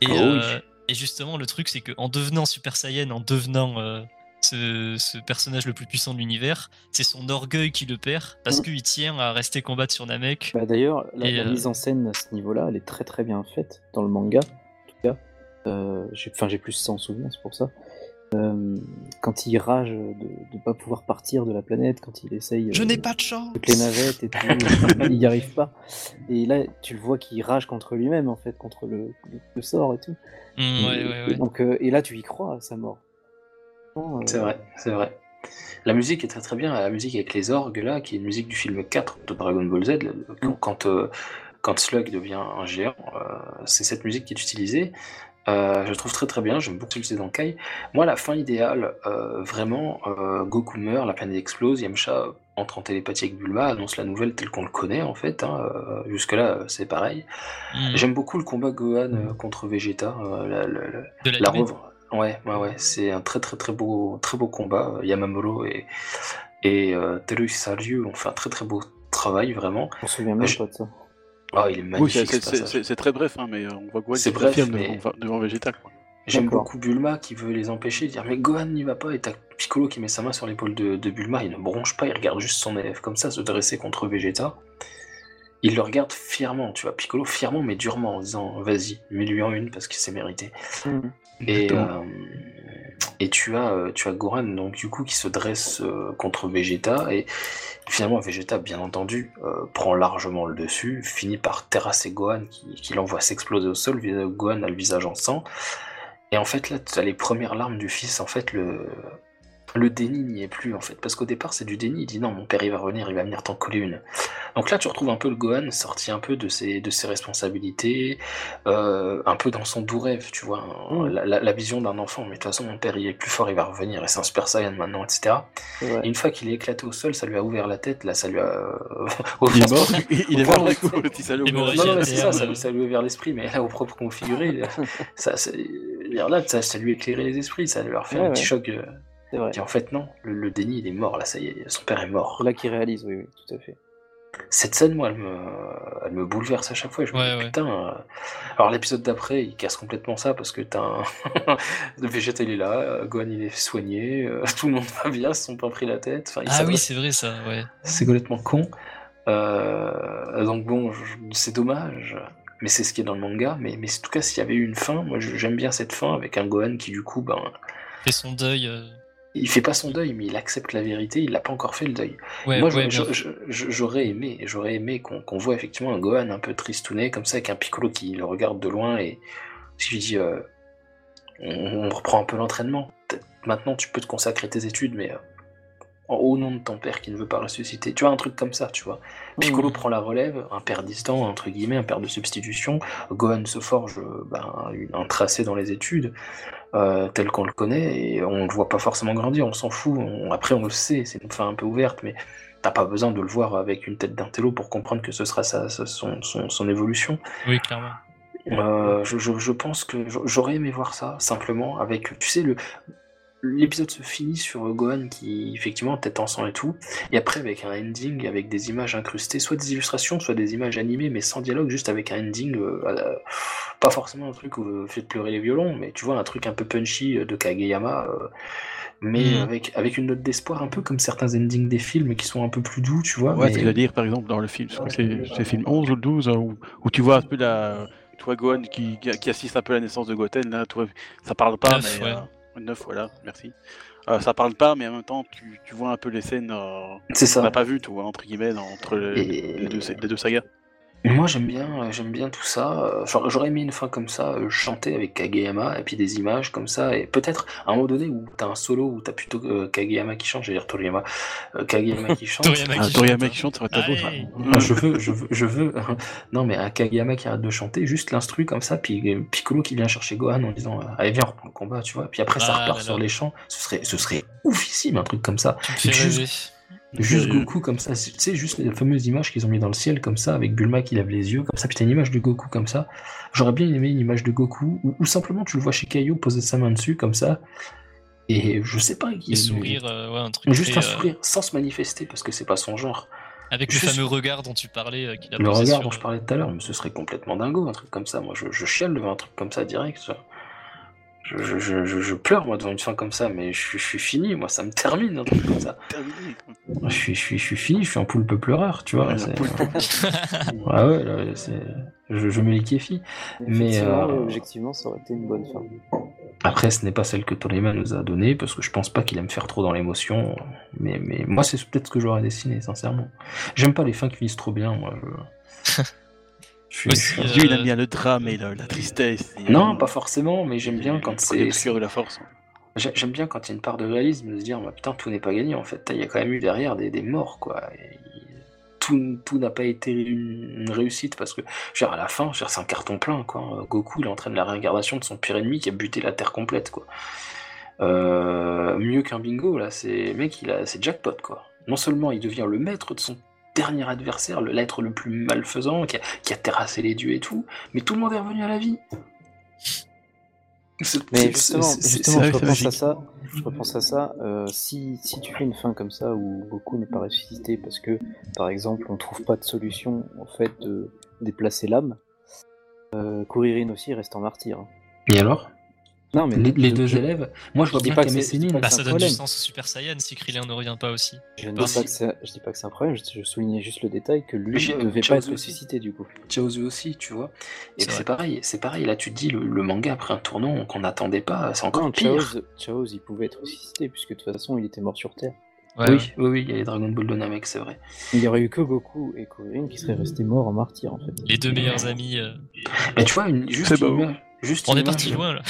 S4: Et,
S2: Ah oui.
S4: euh, et justement, le truc c'est qu'en devenant Super Saiyan, en devenant euh, ce, ce personnage le plus puissant de l'univers, c'est son orgueil qui le perd parce
S1: Mm.
S4: qu'il tient à rester combattre sur Namek.
S1: Bah, D'ailleurs, la,
S4: Et,
S1: la
S4: euh,
S1: mise en scène à ce niveau-là, elle est très très bien faite dans le manga. En tout cas, Euh, j'ai enfin, j'ai plus 100 souvenirs, c'est pour ça. Euh, quand il rage de ne pas pouvoir partir de la planète, quand il essaye. euh,
S4: de chance
S1: toutes les navettes et tout, il n'y arrive pas. Et là, tu le vois qu'il rage contre lui-même, en fait, contre le, le- le sort et tout.
S4: Mm, ouais, ouais,
S1: Et
S4: ouais.
S1: Donc, euh, et là, tu y crois à sa mort. Franchement, euh,
S2: C'est vrai, c'est vrai. La musique est très très bien, la musique avec les orgues là, qui est une musique du film 4 de Dragon Ball Z, le- quand, quand, euh, quand Slug devient un géant, euh, c'est cette musique qui est utilisée. Euh, je la trouve très très bien, j'aime beaucoup utiliser dans Kai. Moi, la fin idéale, euh, vraiment, euh, Goku meurt, la planète explose, Yamcha entre en télépathie avec Bulma, annonce la nouvelle telle qu'on le connaît en fait. hein, euh, Jusque-là, euh, c'est pareil.
S4: Mm.
S2: J'aime beaucoup le combat Gohan euh, contre Vegeta, euh, la- la- la-
S4: Mm, De
S2: la
S4: l'anime.
S2: revre. Ouais, ouais, ouais. C'est un très, très, très beau, très beau combat. Euh, Yamamuro et, et euh, Teru Saryu ont fait un très, très beau travail, vraiment.
S1: on se souvient même
S2: Je-
S1: pas de ça.
S2: Ah, il est
S3: Oui, c'est-
S2: magnifique
S3: c'est
S2: ce
S3: c'est-
S2: passage.
S3: c'est- c'est très bref, hein, mais euh, on voit Gohan
S2: C'est
S3: qui
S2: bref,
S3: s'affirme
S2: mais-
S3: devant, devant Vegeta. Quoi.
S2: J'aime
S1: D'accord.
S2: beaucoup Bulma qui veut les empêcher, dire Mais Gohan n'y va pas. Et t'as Piccolo qui met sa main sur l'épaule de, de Bulma. Il ne bronche pas, il regarde juste son élève comme ça se dresser contre Vegeta. Il le regarde fièrement, tu vois. Piccolo fièrement, mais durement, en disant Vas-y, mets-lui en une parce qu'il s'est mérité.
S1: Mhm.
S2: Et,
S3: Exactement.
S2: euh, et tu as euh, tu as Gohan donc du coup qui se dresse euh, contre Vegeta et finalement Vegeta bien entendu euh, prend largement le dessus finit par terrasser Gohan qui, qui l'envoie s'exploser au sol Vis- Gohan a le visage en sang et en fait là tu as les premières larmes du fils en fait le le déni n'y est plus en fait parce qu'au départ c'est du déni il dit non mon père il va revenir il va venir t'en coller une donc là tu retrouves un peu le Gohan sorti un peu de ses de ses responsabilités euh, un peu dans son doux rêve, tu vois, hein,
S1: Mm.
S2: la, la- la vision d'un enfant. Mais de toute façon, mon père, il est plus fort, il va revenir, et c'est un Super Saiyan maintenant, etc.
S1: C'est vrai.
S2: Et une fois qu'il est éclaté au sol, ça lui a ouvert la tête, là, ça lui a.
S3: Il est mort, il, il est
S2: Enfin,
S3: mort
S2: on
S3: d'un coup, le petit salaud.
S4: Il est mort,
S2: Non, non,
S4: Ouais,
S2: mais c'est
S4: j'ai
S2: ça,
S4: un
S2: ça,
S4: terme,
S2: lui- ça lui a ouvert l'esprit, mais là, au propre configuré, ça, c'est- je veux dire, là, ça, ça lui a éclairé les esprits, ça leur fait
S1: Ouais,
S2: un petit
S1: ouais.
S2: choc. euh,
S1: C'est vrai.
S2: Et en fait, non, le, le déni, il est mort, là, ça y est, son père est mort.
S1: C'est là qu'il réalise, oui, oui, tout à fait.
S2: Cette scène, moi, elle me, elle me bouleverse à chaque fois. Je me
S4: Ouais,
S2: dis,
S4: ouais.
S2: putain. euh, Alors, l'épisode d'après, il casse complètement ça parce que t'as un. Le Vegeta, il est là, euh, Gohan, il est soigné, euh, tout le monde va bien, ils se sont pas pris la tête. Enfin, ils
S4: Ah
S2: savent-
S4: oui, c'est vrai ça, ouais.
S2: c'est complètement con. Euh, donc, bon, je- c'est dommage, mais c'est ce qui est dans le manga. Mais, mais en tout cas, s'il y avait eu une fin, moi, je- j'aime bien cette fin avec un Gohan qui, du coup, ben,
S4: Fait son deuil. euh.
S2: il fait pas son deuil, mais il accepte la vérité, il l'a pas encore fait le deuil.
S4: Ouais,
S2: Moi,
S4: ouais,
S2: je-
S4: bien.
S2: je- je- j'aurais aimé, j'aurais aimé qu'on qu'on voit effectivement un Gohan un peu tristounet, comme ça, avec un Piccolo qui le regarde de loin et si lui dit, euh, on, on reprend un peu l'entraînement. Peut-être Maintenant, tu peux te consacrer à tes études, mais euh, en- au nom de ton père qui ne veut pas ressusciter, tu vois, un truc comme ça, tu vois. Piccolo prend la relève, un père distant, entre guillemets, un père de substitution. Gohan se forge euh, ben, une- un tracé dans les études, euh, tel qu'on le connaît, et on ne le voit pas forcément grandir, on s'en fout. on- après, on le sait, c'est une fin un peu ouverte, mais t'as pas besoin de le voir avec une tête d'intello pour comprendre que ce sera sa, sa- son, son- son évolution.
S4: Oui, clairement.
S2: Euh, je, je- je pense que j'a- j'aurais aimé voir ça, simplement, avec, tu sais, le. L'épisode se finit sur Gohan qui, effectivement, tête en sang et tout, et après avec un ending, avec des images incrustées, soit des illustrations, soit des images animées, mais sans dialogue, juste avec un ending, euh, à la- pas forcément un truc où euh, faites pleurer les violons, mais tu vois, un truc un peu punchy euh, de Kageyama, euh, mais
S4: Mm.
S2: avec, avec une note d'espoir, un peu comme certains endings des films qui sont un peu plus doux, tu vois.
S3: Ouais,
S2: mais-
S3: c'est-à-dire, par exemple, dans le film, je crois que c'est c'est le film 11 ou 12, hein, où, où tu vois un peu la. Toi, Gohan, qui, qui- qui assiste un peu à la naissance de Goten, là, toi, ça parle pas,
S4: Neuf,
S3: mais.
S4: ouais.
S3: euh, neuf, voilà, merci. Euh, ça parle pas, mais en même temps, tu, tu vois un peu les scènes euh,
S2: C'est
S3: qu'on
S2: ça.
S3: n'a pas vues, tu vois, entre guillemets, dans- entre le-
S2: Et-
S3: les, deux, les deux sagas.
S4: Mm.
S2: Moi j'aime bien, euh, j'aime bien tout ça. Euh, j'aurais- J'aurais aimé une fin comme ça, euh, chanter avec Kageyama et puis des images comme ça et peut-être à un moment donné où t'as un solo où t'as plutôt euh, Kageyama qui chante, j'allais dire Toriyama, euh, Kageyama qui chante.
S4: Toriyama
S3: Ah,
S4: qui
S3: Toriyama
S4: chante,
S3: qui
S4: hein.
S3: chante, ça va être beau, ça.
S4: Allez.
S2: Non, je veux, je veux, je veux. Non, mais un Kageyama qui arrête de chanter, juste l'instru comme ça, puis euh, Piccolo qui vient chercher Gohan en disant euh, Allez, viens, on reprend le combat, tu vois. Puis après, ça
S4: Ah
S2: repart
S4: là
S2: sur
S4: là.
S2: les champs. Ce serait, ce serait oufissime, un truc comme ça.
S4: Tu me fais
S2: Juste-
S4: rêver.
S2: Juste
S3: Euh,
S2: Goku comme ça. Tu sais, juste les fameuses images qu'ils ont mis dans le ciel comme ça, avec Bulma qui lève les yeux comme ça. Puis t'as une image de Goku comme ça. J'aurais bien aimé une image de Goku, ou, ou simplement tu le vois chez Kaio poser sa main dessus comme ça. Et je sais pas.
S4: Et
S2: Il,
S4: sourire, euh, ouais, un truc.
S2: Juste
S4: très,
S2: un
S4: euh,
S2: sourire, sans se manifester, parce que c'est pas son genre.
S4: Avec
S2: Juste-
S4: le fameux regard dont tu parlais, euh, qu'il a
S2: Le
S4: posé
S2: regard
S4: sur-
S2: dont je parlais tout à l'heure, mais ce serait complètement dingo, un truc comme ça. Moi, je, je chiale devant un truc comme ça direct. ça. Je, je- je- je- je pleure, moi, devant une fin comme ça, mais je, suis- je suis fini, moi, ça me termine, un truc comme ça.
S3: terminé.
S2: Je suis, je suis, je suis fini, je suis un poulpe pleureur, tu vois.
S3: Un
S2: c'est-
S3: poulpe.
S2: Ah ouais, là, c'est- je, je me liquéfie. Mais,
S1: Effectivement,
S2: euh,
S1: et objectivement, ça aurait été une bonne fin.
S2: Après, ce n'est pas celle que Toriyama nous a donnée, parce que je pense pas qu'il aime faire trop dans l'émotion. Mais, mais moi, c'est peut-être ce que j'aurais dessiné, sincèrement. J'aime pas les fins qui finissent trop bien, moi. je- Je suis-
S4: Aussi,
S2: je suis-
S4: euh,
S3: Dieu, il aime bien le drame et le- la tristesse. et,
S2: Non,
S3: euh,
S2: pas forcément, mais j'aime bien quand
S3: Le
S2: c'est.
S3: côté obscur de la force. hein.
S2: J'ai- J'aime bien quand il y a une part de réalisme de se dire bah, putain tout n'est pas gagné en fait il y a quand même eu derrière des, des morts quoi Et tout, tout n'a pas été une une réussite parce que genre à la fin genre, c'est un carton plein quoi Euh, Goku il entraîne la réincarnation de son pire ennemi qui a buté la terre complète quoi Euh, mieux qu'un bingo là c'est mec il a c'est jackpot quoi non seulement il devient le maître de son dernier adversaire le- l'être le plus malfaisant qui a, qui a terrassé les dieux et tout mais tout le monde est revenu à la vie C'est-
S1: Mais
S2: c'est-
S1: justement,
S2: c'est- c'est-
S1: justement,
S3: c'est-
S1: je
S3: c'est
S1: repense
S3: logique.
S1: à ça. Je repense à ça. euh, si, si tu fais une fin comme ça où Goku n'est pas ressuscité parce que, par exemple, on trouve pas de solution au fait de déplacer l'âme, euh, Kuririn aussi reste en martyr. hein.
S2: Et alors
S1: Non, mais
S2: Les, les
S1: je-
S2: deux
S1: je-
S2: élèves Moi, je vois
S1: je dis
S2: bien
S1: pas que c'est-
S2: Kame Sennin.
S4: Bah,
S1: c'est
S4: ça
S1: un
S4: donne
S1: problème.
S4: du sens au Super Saiyan si Krillin ne revient pas aussi.
S1: Je ne
S4: Bah,
S1: dis pas que c'est- je dis pas que c'est un problème, je, je soulignais juste le détail que
S2: Mais
S1: lui
S2: j'ai-
S1: ne devait
S2: j'ai
S1: pas être
S2: osé aussi.
S1: ressuscité du coup.
S2: Chaozu aussi, tu vois. Et
S4: C'est
S2: c'est
S4: vrai.
S2: pareil, c'est pareil. Là, tu te dis, le, le manga après un tournant qu'on n'attendait pas, c'est encore
S1: Non,
S2: pire.
S1: Chaos, Chaos, il pouvait être ressuscité puisque de toute façon il était mort sur Terre.
S4: Ouais, ouais.
S2: oui, Euh, oui, oui, il y a les Dragon Ball de Namek, c'est vrai.
S1: Il n'y aurait eu que Goku et Kuririn qui seraient restés morts en martyr en fait.
S4: Les deux meilleurs amis. euh,
S2: Mais tu vois, une, juste,
S3: C'est
S2: une
S3: beau.
S2: image, juste,
S4: On
S2: une
S4: est
S2: image-
S4: parti loin là.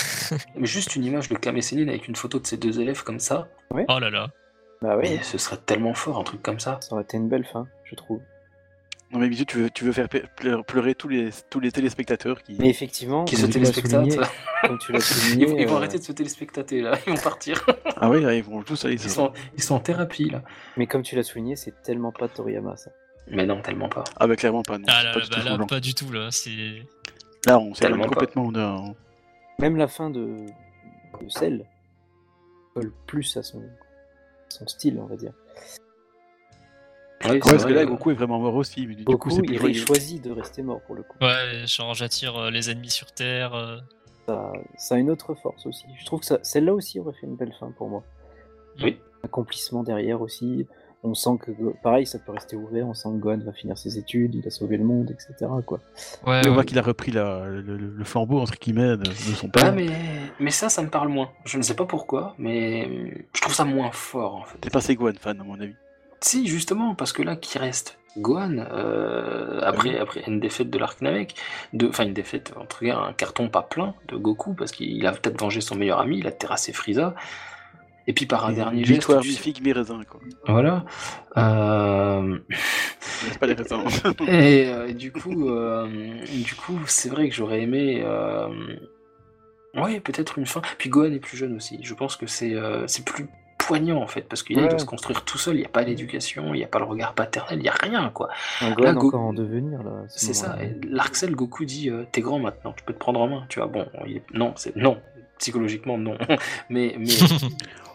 S2: juste une image de Kame Sennin avec une photo de ses deux élèves comme ça,
S4: Oh là là.
S1: Bah oui,
S2: mais ce serait tellement fort, un truc comme ça.
S1: ça aurait été une belle fin, je trouve.
S3: Non, mais Bisou, tu veux, tu veux faire pe- pleur- pleurer tous les, tous les téléspectateurs qui.
S1: Mais effectivement,
S2: Qui
S1: comme
S2: se
S1: tu l'as
S2: téléspectatent.
S1: souligné- Comme tu l'as
S2: Ils,
S1: souligné,
S2: vont- ils vont
S1: euh,
S2: arrêter de se téléspectater, là. Ils vont partir.
S3: Ah oui, là, ils vont tous aller.
S2: Ils sont, ils sont en thérapie, là.
S1: mais comme tu l'as souligné, c'est tellement pas Toriyama ça.
S2: Mais non, tellement pas.
S3: Ah, bah, clairement pas. Non,
S4: Ah
S3: c'est
S4: là
S3: pas
S4: là,
S3: du
S4: bah
S3: tout
S4: là,
S3: semblant.
S4: pas du tout là. C'est.
S3: Là, on s'éloigne
S2: Tellement pas.
S3: complètement. hein. de-
S1: Même la fin de, de Cell colle plus à son... son style, on va dire.
S2: Oui,
S3: Ouais, parce
S2: vrai,
S3: que là,
S2: euh,
S3: Goku est vraiment mort aussi. mais du
S1: Goku,
S3: coup, c'est plus
S1: il, il
S3: joyeux.
S1: choisit de rester mort pour le coup.
S4: Ouais, genre j'attire euh, les ennemis sur Terre. euh,
S1: Ça, ça a une autre force aussi. Je trouve que ça- celle-là aussi aurait fait une belle fin pour moi.
S2: Oui.
S1: Accomplissement derrière aussi. On sent que, pareil, ça peut rester ouvert. On sent que Gohan va finir ses études, il a sauvé le monde, etc. Quoi.
S4: Ouais,
S3: Et on
S4: ouais.
S3: voit qu'il a repris la- le, le- le flambeau entre guillemets de, de son
S2: Ah,
S3: père.
S2: mais... mais ça, ça me parle moins. Je ne sais pas pourquoi, mais je trouve ça moins fort, en fait.
S3: T'es pas Seguin fan à mon avis.
S2: Si, justement, parce que là, qui reste Gohan, euh, après, après une défaite de l'arc Namek, de- enfin une défaite, en tout cas un carton pas plein de Goku, parce qu'il a peut-être vengé son meilleur ami, il a terrassé Frieza, et puis par un dernier geste...
S3: Victoire
S2: tu sais-
S3: mi-figue, mi-raisin quoi.
S2: Voilà. Euh,
S3: C'est pas les raisins.
S2: Et euh, du coup, euh, du coup, c'est vrai que j'aurais aimé. euh, Ouais, peut-être une fin. Puis Gohan est plus jeune aussi. Je pense que c'est euh, c'est plus poignant en fait, parce qu'il
S1: Ouais.
S2: doit se construire tout seul. Il n'y a pas l'éducation, il n'y a pas le regard paternel, il n'y a rien quoi.
S1: Un Gohan
S2: Go-
S1: encore en devenir là. à ce
S2: C'est ça.
S1: moment-là.
S2: et L'arcel Goku dit euh, T'es grand maintenant, tu peux te prendre en main. Tu vois, bon, il est- non, c'est non. Psychologiquement, non. mais mais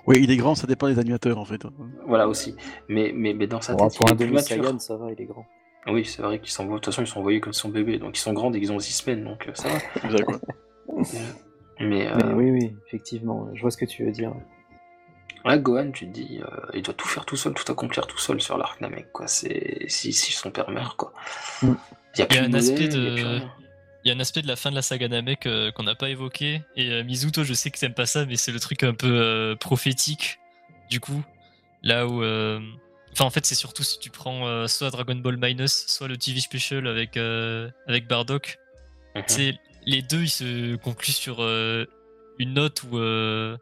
S3: oui, il est grand, ça dépend des animateurs en fait.
S2: voilà aussi. Mais, mais, mais dans sa
S1: Bon,
S2: tête,
S1: pour
S2: il
S1: un
S2: est plus
S1: demi
S2: mature.
S1: Saiyan, ça va, il est grand.
S2: Oui, c'est vrai qu'ils s'envoient. De toute façon, ils sont envoyés comme son bébé. Donc, ils sont grands et qu'ils ont 6 semaines. Donc, euh, ça va.
S3: C'est bizarre, quoi.
S2: Mais, euh,
S1: Mais oui, oui, effectivement, je vois ce que tu veux dire.
S2: là, Gohan, tu te dis, euh, il doit tout faire tout seul, tout accomplir tout seul sur l'arc Namek, quoi. C'est si, si son père meurt, quoi.
S1: Mm.
S2: Il y a plus
S4: un
S2: de
S4: aspect
S2: modèle,
S4: de-
S2: il y a plus rien.
S4: Il y a un aspect de la fin de la saga Namek euh, qu'on n'a pas évoqué. Et euh, Mizu, toi, je sais que t'aimes pas ça, mais c'est le truc un peu euh, prophétique, du coup. Là où euh, Enfin, en fait, c'est surtout si tu prends euh, soit Dragon Ball Minus, soit le TV Special avec, euh, avec Bardock.
S2: Mhm.
S4: C'est les deux, ils se concluent sur euh, une note où euh,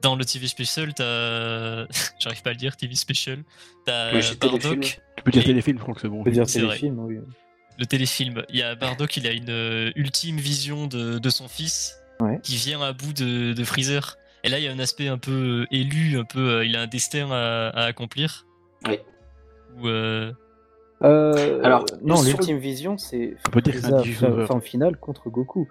S4: dans le TV Special, t'as, j'arrive pas à le dire, TV Special, t'as
S2: Oui,
S4: euh,
S2: j'ai téléfilm.
S4: Bardock,
S3: Tu peux dire
S4: Et-
S3: téléfilm, je crois que c'est bon.
S1: On peut dire
S4: C'est vrai.
S1: téléfilm, oui.
S4: le téléfilm. Il y a Bardock, il a une euh, ultime vision de, de son fils
S1: Ouais.
S4: qui vient à bout de, de Freezer. Et là, il y a un aspect un peu euh, élu, un peu, euh, il a un destin à, à accomplir.
S2: Oui.
S4: Ou euh,
S1: Euh,
S2: Alors,
S1: non,
S2: sur-
S1: l'ultime vision, c'est
S3: On peut dire que c'est un
S1: Freezer,
S3: diffuseur.
S1: fin- fin finale contre Goku.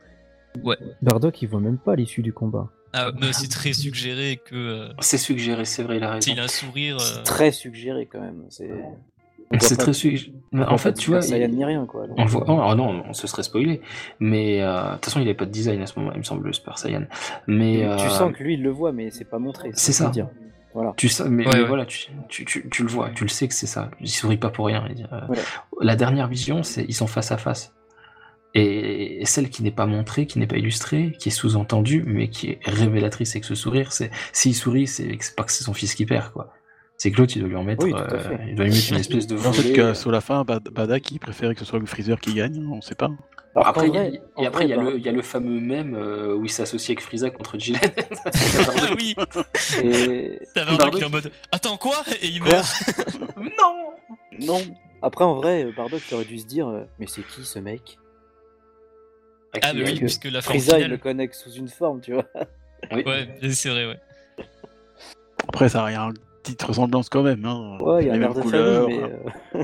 S4: Ouais.
S1: Bardock, il voit même pas l'issue du combat.
S4: Ah, mais c'est très suggéré que euh,
S2: C'est suggéré, c'est vrai, il a raison.
S4: s'il a un sourire. euh,
S1: C'est très suggéré quand même. C'est on voit
S2: C'est
S1: pas-
S2: très suggéré. En fait, tu vois,
S1: ça y a ni rien quoi. donc-
S2: On le voit. Oh, ah non, on se serait spoilé. Mais euh, de toute façon, il n'avait pas de design à ce moment, il me semble, le Super Saiyan. Mais euh,
S1: Tu sens que lui, il le voit, mais c'est pas montré.
S2: C'est
S1: ce que je veux
S2: ça.
S1: dire. Voilà.
S2: tu sais, mais,
S4: Ouais,
S2: mais
S4: ouais.
S2: voilà, tu, tu, tu, tu le vois, tu le sais que c'est ça. Il sourit pas pour rien. Il- euh,
S1: Voilà.
S2: La dernière vision, c'est ils sont face à face. Et, et celle qui n'est pas montrée, qui n'est pas illustrée, qui est sous-entendue, mais qui est révélatrice, c'est que ce sourire, c'est s'il sourit, c'est c'est pas que c'est son fils qui perd, quoi. C'est que l'autre, il doit lui en mettre, euh,
S1: Oui, tout à fait.
S2: il doit lui mettre une espèce de
S3: En fait,
S2: volée,
S3: que
S2: euh,
S3: sur la fin, Bad- Badak, il préférait que ce soit le Freezer qui gagne, on sait pas.
S1: Alors
S2: Après,
S1: qu'en
S2: il y a-
S1: vrai- en
S2: et après, il y, a
S1: vrai, bah,
S2: le- il y a le fameux mème euh, où il s'associe avec Frieza contre Gillette.
S4: Ah oui,
S1: Et-
S4: t'as Bardock
S2: Bardock.
S4: qui est en mode Attends quoi Et il
S1: Quoi
S4: meurt.
S2: non
S3: Non
S1: Après, en vrai, euh, Bardock aurait dû se dire euh, Mais c'est qui ce mec
S4: Ah, mais oui,
S1: que-
S4: puisque la fin
S1: Frieza, il le
S4: finale.
S1: connecte sous une forme, tu vois.
S2: Oui.
S4: Ouais, c'est vrai, ouais.
S3: Après, ça a une petite ressemblance quand même. Hein.
S1: Ouais, il y a
S3: Les
S1: un air
S3: mêmes
S1: de
S3: couleurs,
S1: famille, mais. euh,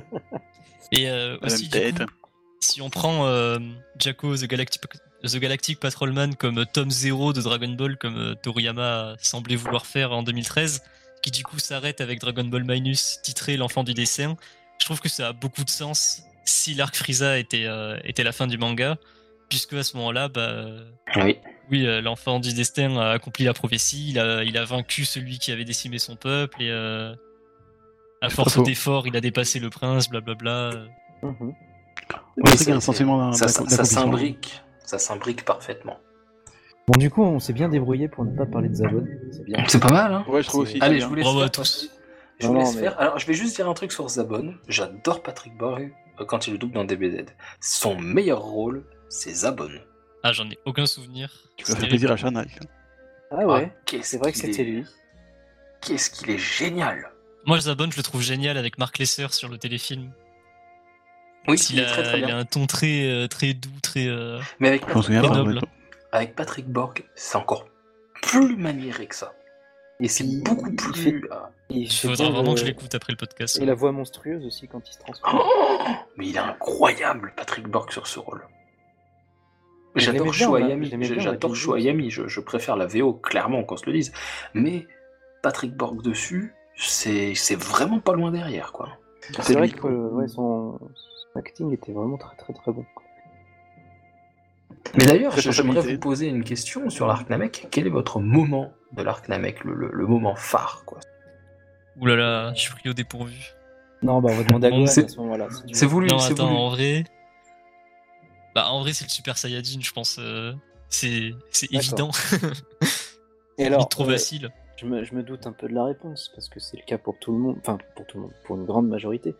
S4: Et euh,
S3: la même
S4: aussi, du
S3: tête.
S4: coup, si on prend euh, Jacko the Galactic, the Galactic Patrolman comme Tom Zero de Dragon Ball, comme euh, Toriyama semblait vouloir faire en 2013, qui du coup s'arrête avec Dragon Ball Minus, titré L'enfant du dessin, je trouve que ça a beaucoup de sens si l'arc Frieza était, euh, était la fin du manga, puisque à ce moment-là, bah,
S2: Oui.
S4: Oui, euh, l'enfant du destin a accompli la prophétie, il a, il a vaincu celui qui avait décimé son peuple, et euh, à
S3: C'est
S4: force
S3: pas faux.
S4: d'efforts, il a dépassé le prince, blablabla. euh.
S1: mhm.
S3: On
S2: Oui,
S3: sait qu'il y a un
S2: c'est-
S3: sentiment d'un-
S2: Ça,
S3: d'un-
S2: ça-
S3: d'un
S2: ça
S3: accomplissement.
S2: s'imbrique. Ça s'imbrique parfaitement.
S1: Bon, du coup, on s'est bien débrouillé pour ne pas parler de Zabon. C'est bien.
S2: C'est pas mal, hein
S3: Ouais, je trouve aussi.
S2: Allez,
S3: c'est
S2: je vous laisse
S4: Bravo
S2: faire.
S4: à tous.
S2: Je
S1: Non,
S2: vous
S1: non,
S2: laisse
S1: mais-
S2: faire. Alors, je vais juste dire un truc sur Zabon. J'adore Patrick Boré euh, quand il le double dans DBZ. Son meilleur rôle, c'est Zabon.
S4: Ah, j'en ai aucun souvenir.
S3: Tu vas faire
S4: C'était-
S3: plaisir à Chanal.
S1: Ah ouais,
S2: Ah, qu'est-ce
S1: c'est vrai que
S2: qu'il
S1: c'était
S2: est-
S1: lui.
S2: Qu'est-ce qu'il est génial
S4: Moi, Zabon, je le trouve génial avec Marc Lesser sur le téléfilm.
S2: Oui,
S4: il, a, il a un ton très, euh, très doux, très. euh,
S2: Mais avec
S3: Je m'en souviens
S4: Et
S3: pas.
S4: noble.
S3: honnêtement.
S2: avec Patrick Borg, c'est encore plus maniéré que ça. Et c'est
S1: Il-
S2: beaucoup
S1: il
S2: plus.
S1: fait-
S2: ah.
S1: Il
S4: Il faudra vraiment
S1: euh,
S4: que je l'écoute après le podcast.
S1: Et la voix monstrueuse aussi quand il se transforme.
S2: Oh mais il est incroyable, Patrick Borg, sur ce rôle.
S1: Je l'aimais bien,
S2: J'adore Shoayami,
S1: je l'aimais bien,
S2: j'adore
S1: Michael
S2: Shoayami, je, je préfère la VO, clairement, qu'on se le dise. Mais Patrick Borg dessus, c'est c'est vraiment pas loin derrière, quoi.
S1: C'est vrai
S3: lui,
S1: que
S3: quoi.
S1: euh, ouais, son... son acting était vraiment très très très bon.
S2: Mais d'ailleurs, je- j'aimerais
S3: Responsabilité.
S2: vous poser une question sur l'arc Namek. Quel est votre moment de l'arc Namek, le, le- le moment phare, quoi
S4: Ouh là là, je suis pris au dépourvu.
S1: Non, bah on va demander à
S4: On
S1: Gwen à
S2: sait-
S1: ce moment-là. si tu
S2: C'est
S1: veux.
S2: voulu,
S4: non,
S2: c'est
S4: attends,
S2: voulu.
S4: en vrai. Bah, en vrai, c'est le Super Saiyajin, je pense. euh, C'est c'est évident.
S1: D'accord. Et alors,
S4: trop
S1: euh,
S4: facile.
S1: je, me, je me doute un peu de la réponse parce que c'est le cas pour tout le monde, enfin pour tout le monde, pour une grande majorité.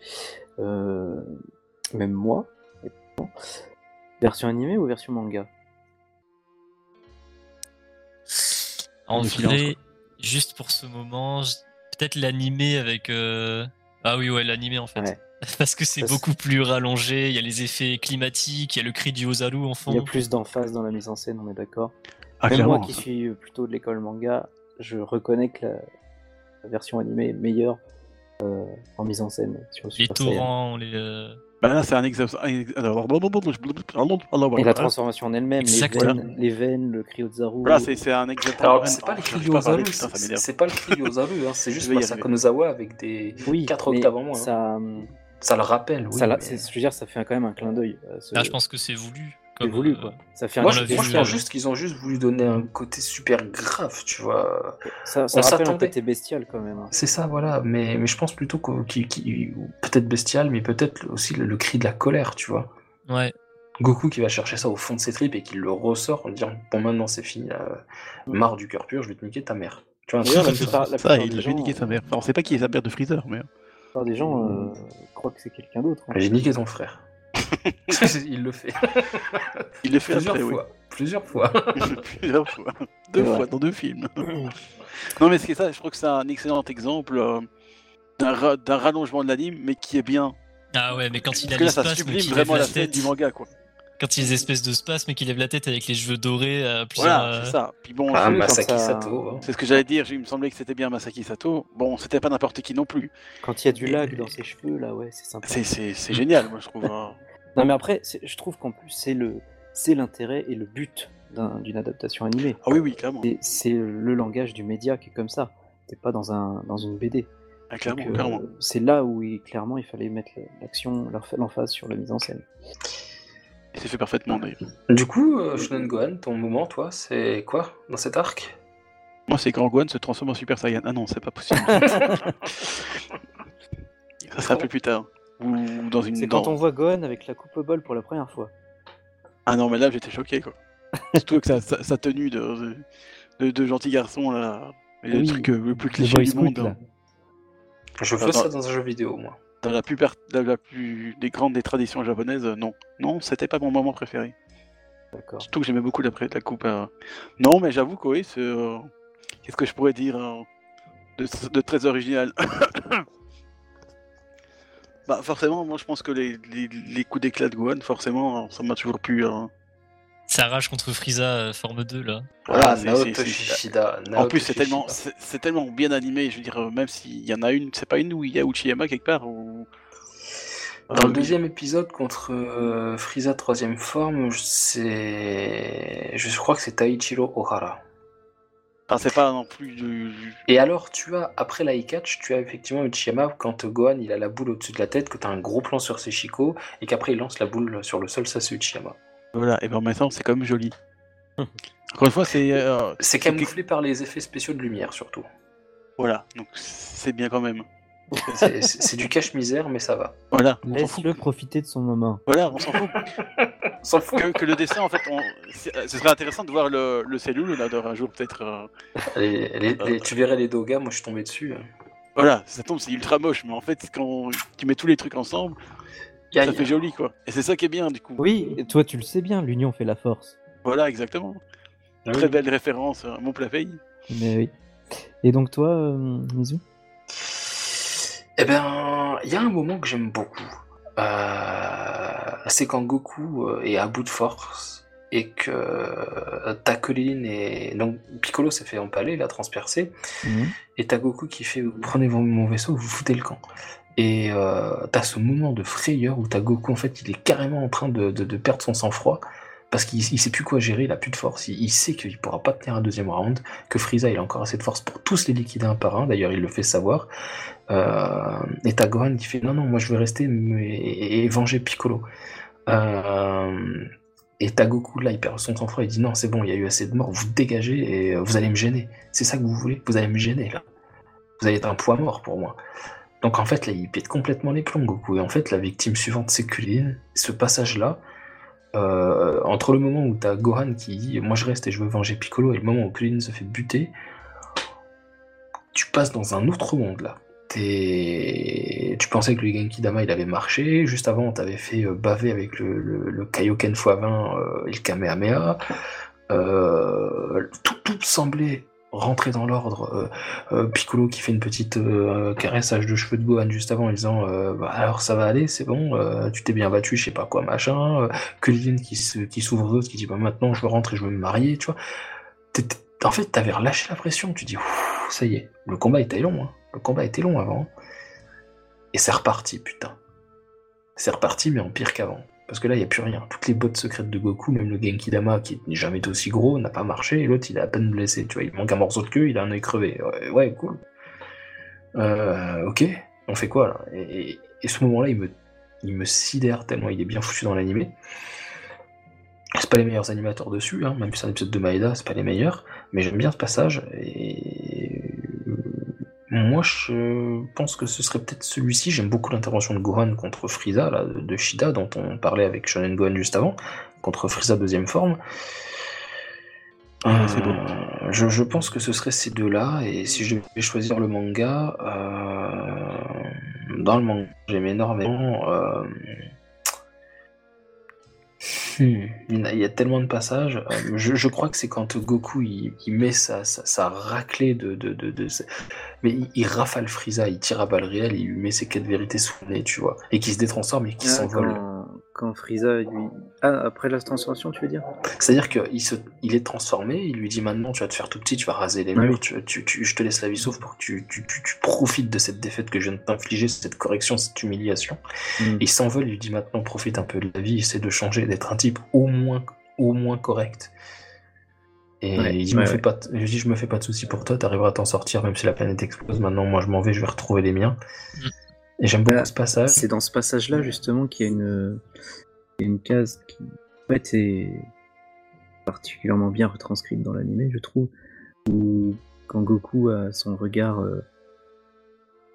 S1: Euh, Même moi. et pourtant. Version animée ou version manga
S4: En
S3: Le
S4: vrai,
S3: silence,
S4: juste pour ce moment, je- peut-être l'animé avec. euh, Ah oui, ouais, l'animé en fait.
S1: Ouais.
S4: Parce que c'est
S1: Parce-
S4: beaucoup plus rallongé, il y a les effets climatiques, il y a le cri du Ozaru en fond.
S1: Il y a plus d'emphase dans la mise en scène, on est d'accord.
S3: Ah,
S1: Même moi
S3: clairement.
S1: qui suis plutôt de l'école manga, je reconnais que la, la version animée est meilleure euh, en mise en scène sur le
S4: Les
S1: Super Saiyan.
S4: torrents, les. euh,
S3: Bah là, c'est un exemple. un ex- alors, blablabla, je- blablabla, alors,
S1: Et la
S3: voilà.
S1: transformation en elle-même, les
S4: Exactement.
S1: veines, les veines, le cri de Zaru.
S3: Voilà, c'est c'est un exemple.
S2: Alors, c'est pas le
S3: Ah, je
S2: cri
S3: peux pas parler,
S2: Yozaru,
S3: putain, ça
S2: c'est
S3: m'énerve.
S2: c'est pas le cri Yozaru, hein, c'est
S3: Je
S2: juste
S3: vais y
S2: Masako
S3: arriver.
S2: Nozawa avec des.
S1: oui,
S2: quatre
S1: mais
S2: octaves en moins, hein.
S1: Ça,
S2: Ça le rappelle, oui.
S1: ça, la-
S2: mais-
S1: c'est- je veux dire, ça fait quand même un clin d'œil. euh, ce-
S4: Ah, je pense que c'est voulu.
S1: c'est
S4: Comme,
S1: voulu,
S4: euh,
S1: quoi. Ça fait un
S2: Moi,
S4: On
S2: je,
S1: clin
S4: l'a
S2: moi,
S1: d'œil,
S2: je
S4: vu,
S2: pense
S4: euh,
S2: juste qu'ils ont juste voulu donner un côté super grave, tu vois.
S1: Ça,
S2: on
S1: ça rappelle un
S2: s'attendait.
S1: côté bestial quand même. hein.
S2: C'est ça, voilà. Mais, mais je pense plutôt qu'au- qui, qui- ou peut-être bestial, mais peut-être aussi le, le cri de la colère, tu vois.
S4: Ouais.
S2: Goku qui va chercher ça au fond de ses tripes et qui le ressort en disant Bon, maintenant c'est fini, là. marre du cœur pur, je vais te niquer ta mère. Tu vois, un
S1: D'ailleurs, la
S2: truc comme ça.
S1: plupart, la
S3: Ça,
S1: plupart
S3: il
S1: des
S3: a
S1: gens, euh,
S3: niqué sa mère. Enfin, on sait pas qui est sa mère de Freezer, mais. euh,
S1: plupart des gens euh, croient que c'est quelqu'un d'autre. hein.
S2: Ah, J'ai niqué ton frère. Il le fait.
S3: Il le fait
S2: Plusieurs
S3: après, oui.
S2: fois. Plusieurs fois.
S3: plusieurs fois. Deux
S1: Ouais.
S3: fois dans deux films. non, mais c'est ça, je crois que c'est un excellent exemple euh, d'un ra- d'un rallongement de l'anime, mais qui est bien.
S4: Ah ouais, mais quand il
S3: Parce
S4: a
S3: que
S4: les
S3: là, ça
S4: spasmes,
S3: sublime
S4: qu'il
S3: vraiment
S4: lève
S3: la
S4: la
S3: scène
S4: tête,
S3: du manga, quoi.
S4: quand il
S1: Mmh.
S4: a les espèces de spasmes et qu'il lève la tête avec les cheveux dorés, euh, plus
S3: Voilà,
S4: un-
S3: c'est ça. Puis bon,
S2: Ah,
S3: je-
S2: Masaki
S1: ça-
S2: Sato. hein.
S3: c'est ce que j'allais dire, il me semblait que c'était bien Masaki Sato. Bon, c'était pas n'importe qui non plus.
S1: Quand il y a du lag dans ses cheveux, là, ouais, c'est sympa.
S3: C'est- C'est c'est génial, moi, je trouve. hein.
S1: Non, mais après, c'est- je trouve qu'en plus, c'est le, c'est l'intérêt et le but d'un- d'une adaptation animée.
S3: Ah oui, oui, clairement.
S1: C'est- C'est le langage du média qui est comme ça. T'es pas dans un, dans une BD.
S3: Ah, clairement,
S1: Donc, euh,
S3: clairement.
S1: C'est là où il, clairement il fallait mettre l'action, l'emphase sur la mise en scène.
S3: Et C'est fait parfaitement, d'ailleurs.
S2: Du coup, euh, Shonen Gohan, ton moment, toi, c'est quoi dans cet arc
S3: Moi, c'est quand Gohan se transforme en Super Saiyan. Ah non, c'est pas possible. ça sera un peu plus tard. Ou dans une.
S1: C'est
S3: dans-
S1: quand on voit Gohan avec la coupe au bol pour la première fois.
S3: Ah non, mais là, j'étais choqué, quoi. Surtout que sa, sa- sa tenue de, de, de gentil garçon, là. et le
S5: Oui,
S3: truc euh, le plus
S5: Les
S3: cliché
S5: Boy
S3: du
S5: Scouts,
S3: monde.
S5: là.
S3: hein.
S2: Je veux
S3: Attends.
S2: ça dans un jeu vidéo, moi.
S3: Dans la plus, per- la, la plus des grandes des traditions japonaises, euh, non. Non, c'était pas mon moment préféré.
S1: D'accord.
S3: Surtout que j'aimais beaucoup la, pré- la coupe. à- Non, mais j'avoue, Koei, c'est. euh, Qu'est-ce que je pourrais dire hein, de, de très original Bah, forcément, moi, je pense que les, les- les coups d'éclat de Gohan, forcément, ça m'a toujours plu. hein.
S4: ça rage contre Frieza euh, forme 2 là.
S3: Voilà,
S2: Ah,
S3: c'est-
S2: Naoto
S3: c'est- c'est-
S2: Shishida.
S3: En
S2: Naoto
S3: plus, c'est
S2: Shishida.
S3: tellement, c'est c'est tellement bien animé. Je veux dire, euh, même s'il y en a une, c'est pas une où il y a Uchiyama quelque part ou. euh,
S2: Dans le deuxième épisode contre euh, Frieza troisième forme, je- c'est, je crois que c'est Taichiro Ohara.
S3: Enfin, c'est pas non plus du. du-
S2: Et alors, tu as après la catch, tu as effectivement Uchiyama quand Gohan il a la boule au-dessus de la tête, que tu as un gros plan sur ses chicots et qu'après il lance la boule sur le sol, ça c'est Uchiyama.
S3: Voilà. Et ben, en même temps, c'est quand même joli. Encore une fois, c'est. euh,
S2: C'est camouflé par les effets spéciaux de lumière surtout.
S3: Voilà. Donc, c'est bien quand même.
S2: C'est- C'est c'est du cache-misère, mais ça va.
S3: Voilà. On s'en fout.
S1: Laisse-le profiter de son moment.
S3: Voilà, on s'en fout.
S2: On s'en fout.
S3: que, que le dessin, en fait, on... c'est- euh, ce serait intéressant de voir le, le cellule là, d'un jour, peut-être. euh,
S2: Les- les-
S3: Ah.
S2: les- tu verrais les Doga, moi je suis tombé dessus. hein.
S3: Voilà, ça tombe, c'est ultra moche, mais en fait, quand tu mets tous les trucs ensemble,
S2: Y a-
S3: ça fait joli, quoi. Et c'est ça qui est bien, du coup.
S1: Oui, et toi tu le sais bien, l'union fait la force.
S3: Voilà, exactement.
S2: Ah oui.
S3: Très belle référence à mon plafait.
S1: Mais oui. Et donc toi, euh, Mizu
S2: Eh ben, il y a un moment que j'aime beaucoup. Euh, c'est quand Goku euh, est à bout de force et que euh, Takolin et donc Piccolo s'est fait empaler, il a transpercé,
S1: Euh,
S2: et t'as Goku qui fait prenez vos- mon vaisseau, vous foutez le camp. Et euh, t'as ce moment de frayeur où t'as Goku en fait, il est carrément en train de, de- de perdre son sang-froid parce qu'il il sait plus quoi gérer, il a plus de force, il, il sait qu'il pourra pas tenir un deuxième round, que Frieza il a encore assez de force pour tous les liquider un par un. D'ailleurs, il le fait savoir. Euh, et t'as Gohan qui fait non, non, moi je vais rester mais- et, et venger Piccolo. Euh, et t'as Goku là, il perd son sang-froid, il dit non, c'est bon, il y a eu assez de morts, vous dégagez et euh, vous allez me gêner. C'est ça que vous voulez, vous allez me gêner là. Vous allez être un poids mort pour moi. Donc en fait, là, il pète complètement les plombs, Goku. Et en fait, la victime suivante, c'est Kulin. Ce passage-là, euh, entre le moment où t'as Gohan qui dit moi je reste et je veux venger Piccolo, et le moment où Kulin se fait buter, tu passes dans un autre monde là. T'es- Tu pensais que le Genki Dama il avait marché, juste avant on t'avait fait euh, baver avec le, le, le Kaioken x20 euh, et le Kamehameha. Euh, tout, tout semblait rentrer dans l'ordre. Euh, euh, Piccolo qui fait une petite euh, caressage de cheveux de Gohan juste avant en disant euh, Bah, alors ça va aller, c'est bon, euh, tu t'es bien battu, je sais pas quoi, machin. Euh, Kulin qui se- qui s'ouvre aux autres, qui dit bah, maintenant je veux rentrer, je veux me marier, tu vois. T'es- t'es- En fait, t'avais relâché la pression, tu dis Ouf, ça y est, le combat était long, hein. le combat était long avant. Et c'est reparti, putain. C'est reparti, mais en pire qu'avant. Parce que là, il n'y a plus rien. Toutes les bottes secrètes de Goku, même le Genkidama, qui n'est jamais été aussi gros, n'a pas marché. Et l'autre, il est à peine blessé. Tu vois, il manque un morceau de queue, il a un œil crevé. Ouais, ouais, cool. Euh, ok, on fait quoi là et, et- et ce moment-là, il me, il me sidère tellement il est bien foutu dans l'animé. C'est pas les meilleurs animateurs dessus, hein, même si c'est un épisode de Maeda, c'est pas les meilleurs. Mais j'aime bien ce passage. Et moi, je pense que ce serait peut-être celui-ci. J'aime beaucoup l'intervention de Gohan contre Frieza, là, de de Shida, dont on parlait avec Shonen Gohan juste avant, contre Frieza deuxième forme.
S3: Ah, c'est beau.
S2: Euh, je, je pense que ce serait ces deux-là, et si je devais choisir le manga, euh, dans le manga, j'aime énormément. euh, hmm, Il y en a- il y a tellement de passages. euh, Je, je crois que c'est quand Goku il, il met sa, sa, sa raclée de. de, de, de- Mais il, il rafale Frieza, il tire à balles réelles, il lui met ses quatre vérités sous le nez, tu vois. Et qui se détransforme et qui
S1: Ah,
S2: s'envole.
S1: quand, quand Frieza lui. Ah, après la transformation, tu veux dire
S2: C'est-à-dire qu'il se... il est transformé, il lui dit maintenant tu vas te faire tout petit, tu vas raser les
S1: Ouais.
S2: murs, tu, tu- tu- je te laisse la vie sauve pour que tu, tu- tu- tu profites de cette défaite que je viens de t'infliger, cette correction, cette humiliation. Et Il s'envole, il lui dit maintenant profite un peu de la vie, essaie de changer, d'être un type au moins, au moins correct. Et
S1: Ouais,
S2: il dit,
S1: ouais,
S2: me fais
S1: ouais.
S2: pas de- je dis je me fais pas de soucis pour toi, t'arriveras à t'en sortir même si la planète explose, maintenant moi je m'en vais, je vais retrouver les miens.
S4: Mm.
S2: Et j'aime beaucoup
S1: Bah,
S2: ce passage.
S1: C'est dans ce passage-là, justement, qu'il y a une, il y a une case qui, en fait, est particulièrement bien retranscrite dans l'anime, je trouve, où quand Goku a son regard euh,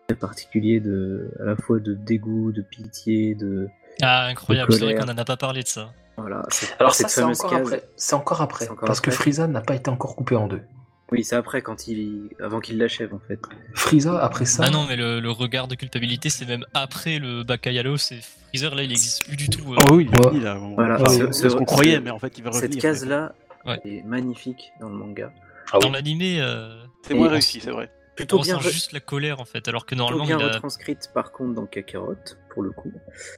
S1: très particulier de, à la fois de dégoût, de pitié, de...
S4: Ah, incroyable, c'est vrai
S1: colère.
S4: qu'on en a pas parlé de ça.
S1: Voilà, c'est-
S2: Alors ça
S1: cette
S2: c'est
S1: fameuse
S2: encore,
S1: case-
S2: après. C'est encore après,
S1: C'est encore
S2: parce que
S1: après.
S2: Frieza n'a pas été encore coupé en deux.
S1: Oui, c'est après, quand il... avant qu'il l'achève, en fait.
S2: Frieza après ça.
S4: Ah non, mais le, le regard de culpabilité, c'est même après le Bacayalo, c'est Freezer, là, il existe plus du tout. euh.
S3: Oh oui, il est
S2: Ah Ouais.
S3: fini, là. On-
S1: Voilà,
S3: enfin,
S2: ce-
S3: on-
S1: ce-
S3: ce qu'on croyait,
S1: ce-
S3: mais en fait, il va revenir.
S1: Cette case-là
S4: Ouais.
S1: est magnifique dans le manga.
S2: Ah oui.
S4: Dans l'animé, euh,
S3: C'est moins
S2: Et-
S3: réussi, c'est vrai.
S4: on
S1: Plutôt bien,
S4: ressent
S1: re-
S4: juste la colère, en fait, alors que
S1: plutôt
S4: normalement,
S1: bien
S4: il a...
S1: retranscrite, par contre, dans Kakarot, pour le coup.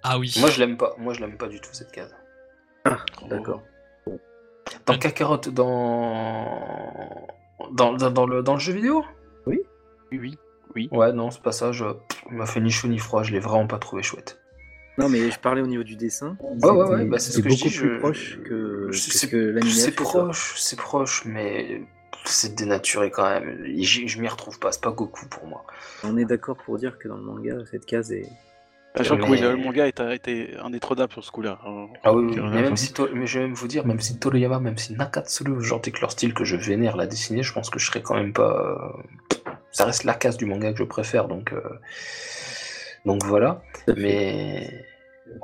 S4: Ah oui.
S2: Moi je l'aime pas. Moi je l'aime pas du tout cette case.
S1: Ah, d'accord.
S2: Dans Kakarot, dans dans, dans, dans le, dans le jeu vidéo
S3: Oui, oui.
S2: Ouais, non, ce passage euh, pff, il m'a fait ni chaud ni froid. Je l'ai vraiment pas trouvé chouette.
S1: Non, mais je parlais au niveau du dessin.
S2: Ouais, ouais, ouais.
S1: C'était-
S2: bah, c'est ce
S1: c'était
S2: que je
S1: beaucoup
S2: dis.
S1: plus
S2: je-
S1: proche que, que
S2: je-
S1: ce
S2: c'est-
S1: que l'anime a
S2: C'est
S1: fait, quoi.
S2: proche, c'est proche, mais c'est dénaturé quand même. Et j'y- Je m'y retrouve pas. C'est pas Goku pour moi.
S1: On est d'accord pour dire que dans le manga, cette case est.
S3: Sachant que
S2: Mais-
S3: oui, le manga est, été indétrônable sur ce coup-là. hein.
S2: Ah oui, oui,
S3: Sur la
S2: mais même
S3: fin.
S2: si To- mais je vais même vous dire, même si Toroyama, même si Nakatsuru, genre dès que leur style que je vénère l'a dessiné, je pense que je serais quand même pas. euh, Ça reste la case du manga que je préfère, donc euh, donc voilà. Mais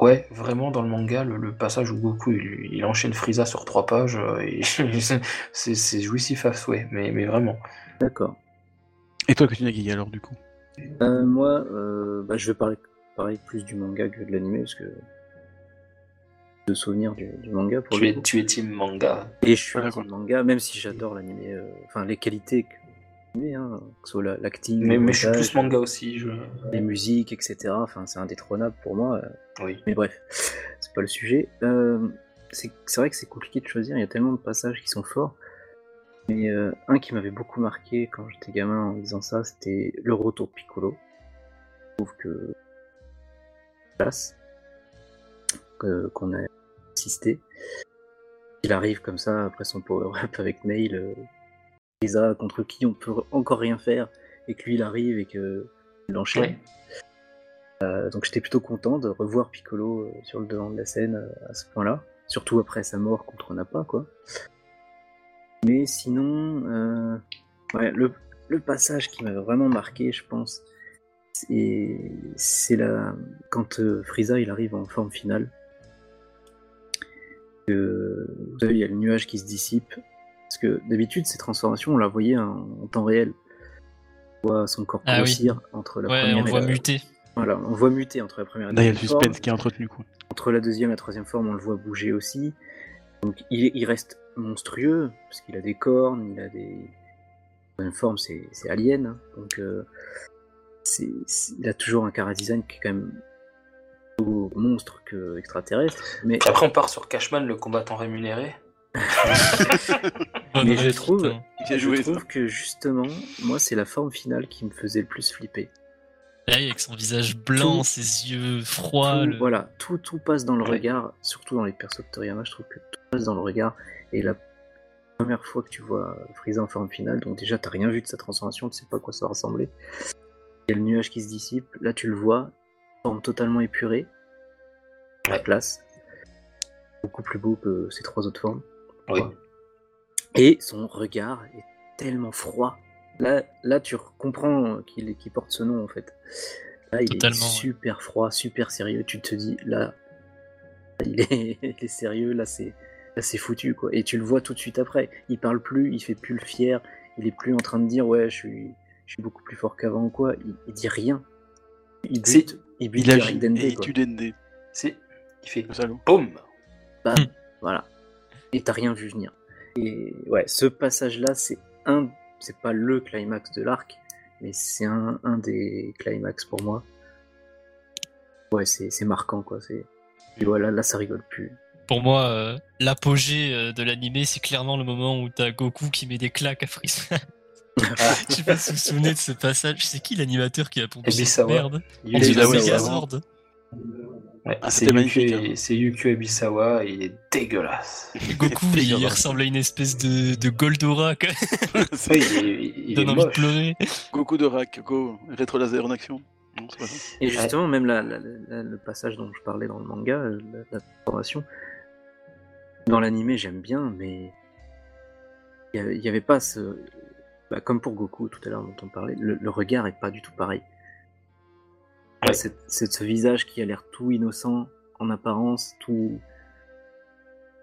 S2: ouais, vraiment dans le manga, le, le passage où Goku il, il enchaîne Frieza sur trois pages, euh, et c'est c'est jouissif à souhait, mais mais vraiment.
S1: D'accord.
S3: Et toi, que tu Guy, alors, du coup
S1: Euh, moi, euh, bah, je vais parler pareil, plus du manga que de l'anime, parce que. de souvenirs du, du manga pour
S2: Tu
S1: le
S2: es
S1: coup.
S2: tu es team manga.
S1: Et je suis
S3: Voilà,
S1: un
S3: quoi.
S1: fan de manga, même si j'adore l'anime, euh, enfin les qualités que l'anime, hein, que ce soit la- l'acting,
S2: Mais,
S1: le
S2: mais je suis
S1: montage,
S2: plus manga aussi. Je...
S1: les musiques, etc. Enfin, c'est indétrônable pour moi. euh,
S2: Oui.
S1: Mais bref, c'est pas le sujet. Euh, c'est c'est vrai que c'est compliqué de choisir, il y a tellement de passages qui sont forts. Mais euh, un qui m'avait beaucoup marqué quand j'étais gamin en disant ça, c'était le retour de Piccolo. Je trouve que. Classe. Que- Qu'on a assisté. Il arrive comme ça après son power-up avec Nail. Euh, Frieza, contre qui on peut encore rien faire. Et que lui il arrive et que il l'enchaîne.
S2: Ouais.
S1: Euh, donc j'étais plutôt content de revoir Piccolo euh, sur le devant de la scène euh, à ce point-là, surtout après sa mort contre Nappa, quoi. Mais sinon, euh, ouais, le, le passage qui m'avait vraiment marqué, je pense, c'est c'est la quand euh, Frieza il arrive en forme finale. Euh, vous savez, il y a le nuage qui se dissipe. Parce que d'habitude, ces transformations, on la voyait en, en temps réel. On voit son corps
S4: Ah oui.
S1: grossir entre la
S4: Ouais,
S1: première euh,
S4: on le
S1: et
S4: voit
S1: la-
S4: muter.
S1: voilà, on voit muter entre la première et
S3: Là,
S1: la
S3: il y a le
S1: deuxième forme.
S3: suspense qui est entretenu, quoi.
S1: Entre la deuxième et la troisième forme, on le voit bouger aussi. Donc il, il reste monstrueux, parce qu'il a des cornes, il a des... La troisième forme, c'est c'est alien. hein. Donc euh, c'est- c'est- il a toujours un chara-design qui est quand même plus monstre que extraterrestre. Mais,
S2: Puis après on part sur Cashman, le combattant rémunéré.
S4: Bonne
S1: mais je
S4: réplique,
S1: trouve...
S4: hein.
S3: Bien
S1: je
S3: joué, ça.
S1: trouve que justement, moi, c'est la forme finale qui me faisait le plus flipper.
S4: Là, avec son visage blanc,
S1: Tout-
S4: ses yeux froids.
S1: tout,
S4: le-
S1: voilà, tout, tout passe dans le
S3: Ouais.
S1: regard, surtout dans les persos de Toriyama, je trouve que tout passe dans le regard. Et la première fois que tu vois Frieza en forme finale, donc déjà t'as rien vu de sa transformation, tu sais pas à quoi ça va ressembler. Il y a le nuage qui se dissipe, là tu le vois, forme totalement épurée, à la
S2: Ouais.
S1: place, beaucoup plus beau que ces trois autres formes.
S2: Oui.
S1: Et son regard est tellement froid. Là, là tu comprends qu'il qu'il porte ce nom en fait. Là, il
S4: Totalement,
S1: est
S4: ouais.
S1: super froid, super sérieux. Tu te dis, là, il est, il est sérieux, là, c'est là, c'est foutu quoi. Et tu le vois tout de suite après. Il parle plus, il fait plus le fier. Il est plus en train de dire, ouais, je suis, je suis beaucoup plus fort qu'avant ou quoi. Il, il dit rien. Il
S2: C'est-
S1: bute, il bute
S3: Il agit
S1: direct
S3: et
S1: d'ND,
S3: il
S1: quoi.
S3: tue DND,
S2: C'est, il fait
S3: le salaud.
S2: boum.
S1: Voilà. Et t'as rien vu venir. Et ouais, ce passage-là, c'est un, c'est pas le climax de l'arc, mais c'est un, un des climax pour moi. Ouais, c'est c'est marquant, quoi. C'est et voilà, là, ça rigole plus.
S4: Pour moi, euh, l'apogée euh, de l'animé, c'est clairement le moment où t'as Goku qui met des claques à Freeza. Je sais pas si vous vous souvenez de ce passage. C'est qui l'animateur qui a pompé cette
S2: Ebisawa.
S4: merde
S2: Il
S4: On
S3: Ebisawa,
S4: dirait
S2: Abisawa.
S3: ouais.
S4: Megazord.
S2: Ouais,
S3: Ah,
S2: c'est
S3: c'était magnifique,
S2: Yuki- C'est Yukio Ebisawa, il est dégueulasse.
S4: Et Goku,
S3: C'est
S4: il
S3: dégueulasse.
S4: ressemble à une espèce de, de Goldora quoi, qui
S2: Ouais, il est, il est
S4: donne envie de
S2: moche.
S4: pleurer.
S3: Goku de Rack, go, rétro laser en action. Non, c'est pas ça.
S1: Et justement, même la- la- la- le passage dont je parlais dans le manga, euh, la, la transformation, dans l'animé, j'aime bien, mais il n'y avait pas ce. bah, comme pour Goku tout à l'heure dont on parlait, le, le regard est pas du tout pareil. Là,
S2: Ouais.
S1: C'est c'est ce visage qui a l'air tout innocent en apparence, tout.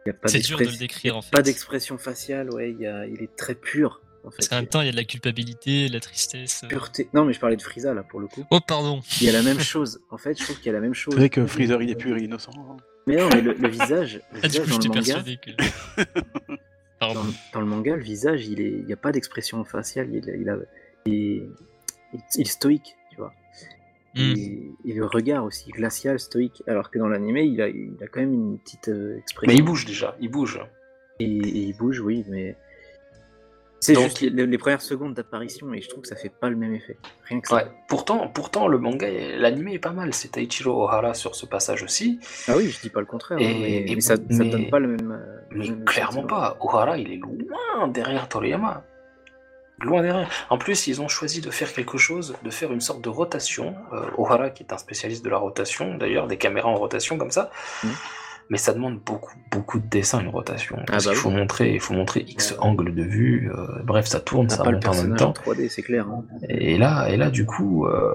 S1: Y a pas
S4: C'est dur de le
S1: d'expression-
S4: décrire, en fait.
S1: Pas d'expression faciale, ouais, y a- il est très pur. En fait.
S4: Parce qu'en même temps, il y a de la culpabilité, de la tristesse. euh.
S1: Pureté. Non, mais je parlais de Frieza là pour le coup.
S4: Oh, pardon.
S1: Il y a la même chose. En fait, je trouve qu'il y a la même chose.
S3: C'est vrai que Freezer, il est pur et innocent. hein.
S1: Mais non, mais le, le visage, le
S4: Ah, du
S1: visage
S4: coup,
S1: dans,
S4: j'étais
S1: le manga,
S4: persuadé que.
S1: dans,
S4: Pardon.
S1: dans le manga, le visage, il est, il n'y a pas d'expression faciale, il, il, a- il est, il est stoïque, tu vois.
S4: Hmm.
S1: Et, et le regard aussi glacial, stoïque, alors que dans l'animé, il a, il a quand même une petite euh, expression.
S2: Mais il bouge déjà, il bouge.
S1: Et, et il bouge, oui, mais c'est
S2: Donc-
S1: juste les, les premières secondes d'apparition, et je trouve que ça fait pas le même effet. Rien que ça.
S2: Ouais. Pourtant, pourtant, le manga, et l'anime est pas mal. C'est Taichiro Ohara sur ce passage aussi,
S1: Ah oui, je dis pas le contraire,
S2: Et-
S1: hein, mais,
S2: et-
S1: mais ça, ça
S2: mais-
S1: donne pas le même. euh, le
S2: mais
S1: même
S2: clairement
S1: sentiment.
S2: pas. Ohara, il est loin derrière Toriyama. Loin derrière. En plus, ils ont choisi de faire quelque chose, de faire une sorte de rotation. Euh, Ohara, qui est un spécialiste de la rotation, d'ailleurs, des caméras en rotation comme ça.
S1: Mhm.
S2: Mais ça demande beaucoup, beaucoup de dessins, une rotation. Parce
S1: bah
S2: qu'il faut,
S1: oui.
S2: montrer, il faut montrer X
S1: Ouais.
S2: angles de vue. euh, bref, ça tourne,
S1: T'as
S2: ça
S1: pas le
S2: monte en même
S1: personnage en
S2: temps.
S1: 3D, c'est clair. hein.
S2: Et là, et là, du coup, euh,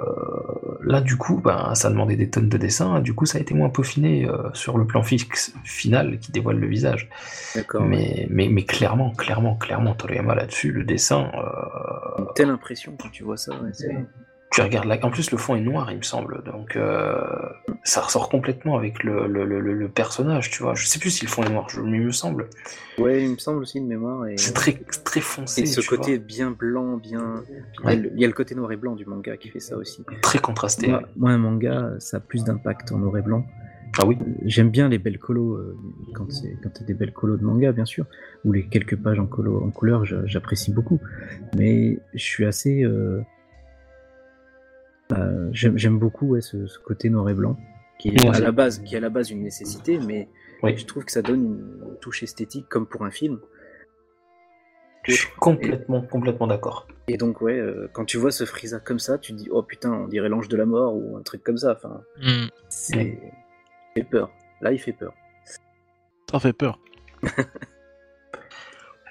S2: là, du coup, ben, ça demandait des tonnes de dessins. Du coup, ça a été moins peaufiné euh, sur le plan fixe final qui dévoile le visage.
S1: D'accord. ouais.
S2: mais, mais, mais clairement, clairement, clairement, Toriyama là-dessus, le dessin, euh,
S1: Une telle impression quand tu vois ça. ouais, c'est-
S2: tu regardes là. En plus, le fond est noir, il me semble. Donc, euh, ça ressort complètement avec le, le, le, le- le personnage, tu vois. Je sais plus si le fond est noir, je, mais il me semble.
S1: Ouais, il me semble aussi de mémoire. Et,
S2: C'est très, très foncé.
S1: et ce
S2: tu
S1: côté bien blanc, bien. Il y, a
S2: Ouais.
S1: le, il y a le côté noir et blanc du manga qui fait ça aussi.
S2: vois. très contrasté.
S1: Moi, moi, un manga, ça a plus d'impact en noir et blanc.
S2: Ah oui.
S1: J'aime bien les belles colos, euh, quand c'est quand t'as des belles colos de manga, bien sûr, ou les quelques pages en, colo, en couleur, je- j'apprécie beaucoup. Mais je suis assez. euh, euh, J'aime j'aime beaucoup ouais, ce, ce côté noir et blanc, qui est,
S2: Ouais.
S1: à la base, qui est à la base une nécessité, mais
S2: Oui.
S1: je trouve que ça donne une touche esthétique comme pour un film.
S2: Je suis complètement, complètement d'accord.
S1: Et donc, ouais, euh, quand tu vois ce Frieza comme ça, tu te dis, oh putain, on dirait l'ange de la mort ou un truc comme ça. Enfin,
S4: Hmm.
S1: c'est. il fait peur. Là, il fait peur.
S3: Ça fait peur.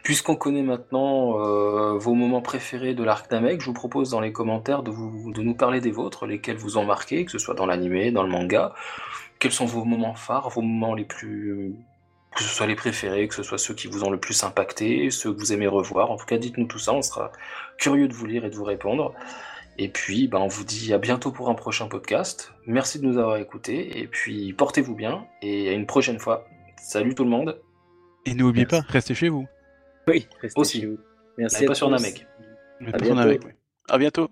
S2: Puisqu'on connaît maintenant euh, vos moments préférés de l'arc Namek, je vous propose dans les commentaires de, vous, de nous parler des vôtres, lesquels vous ont marqué, que ce soit dans l'animé, dans le manga. Quels sont vos moments phares, vos moments les plus. que ce soit les préférés, que ce soit ceux qui vous ont le plus impacté, ceux que vous aimez revoir. En tout cas, dites-nous tout ça, on sera curieux de vous lire et de vous répondre. Et puis, ben, on vous dit à bientôt pour un prochain podcast. Merci de nous avoir écoutés, et puis portez-vous bien, et à une prochaine fois. Salut tout le monde,
S3: Et n'oubliez pas, restez chez vous.
S1: Oui, restez
S2: Aussi.
S1: chez vous. Merci.
S2: n'allez
S1: à
S2: pas sur
S1: tous.
S2: Namek.
S3: Vous êtes
S1: À
S3: pas son
S1: bientôt.
S3: avec, oui. À bientôt.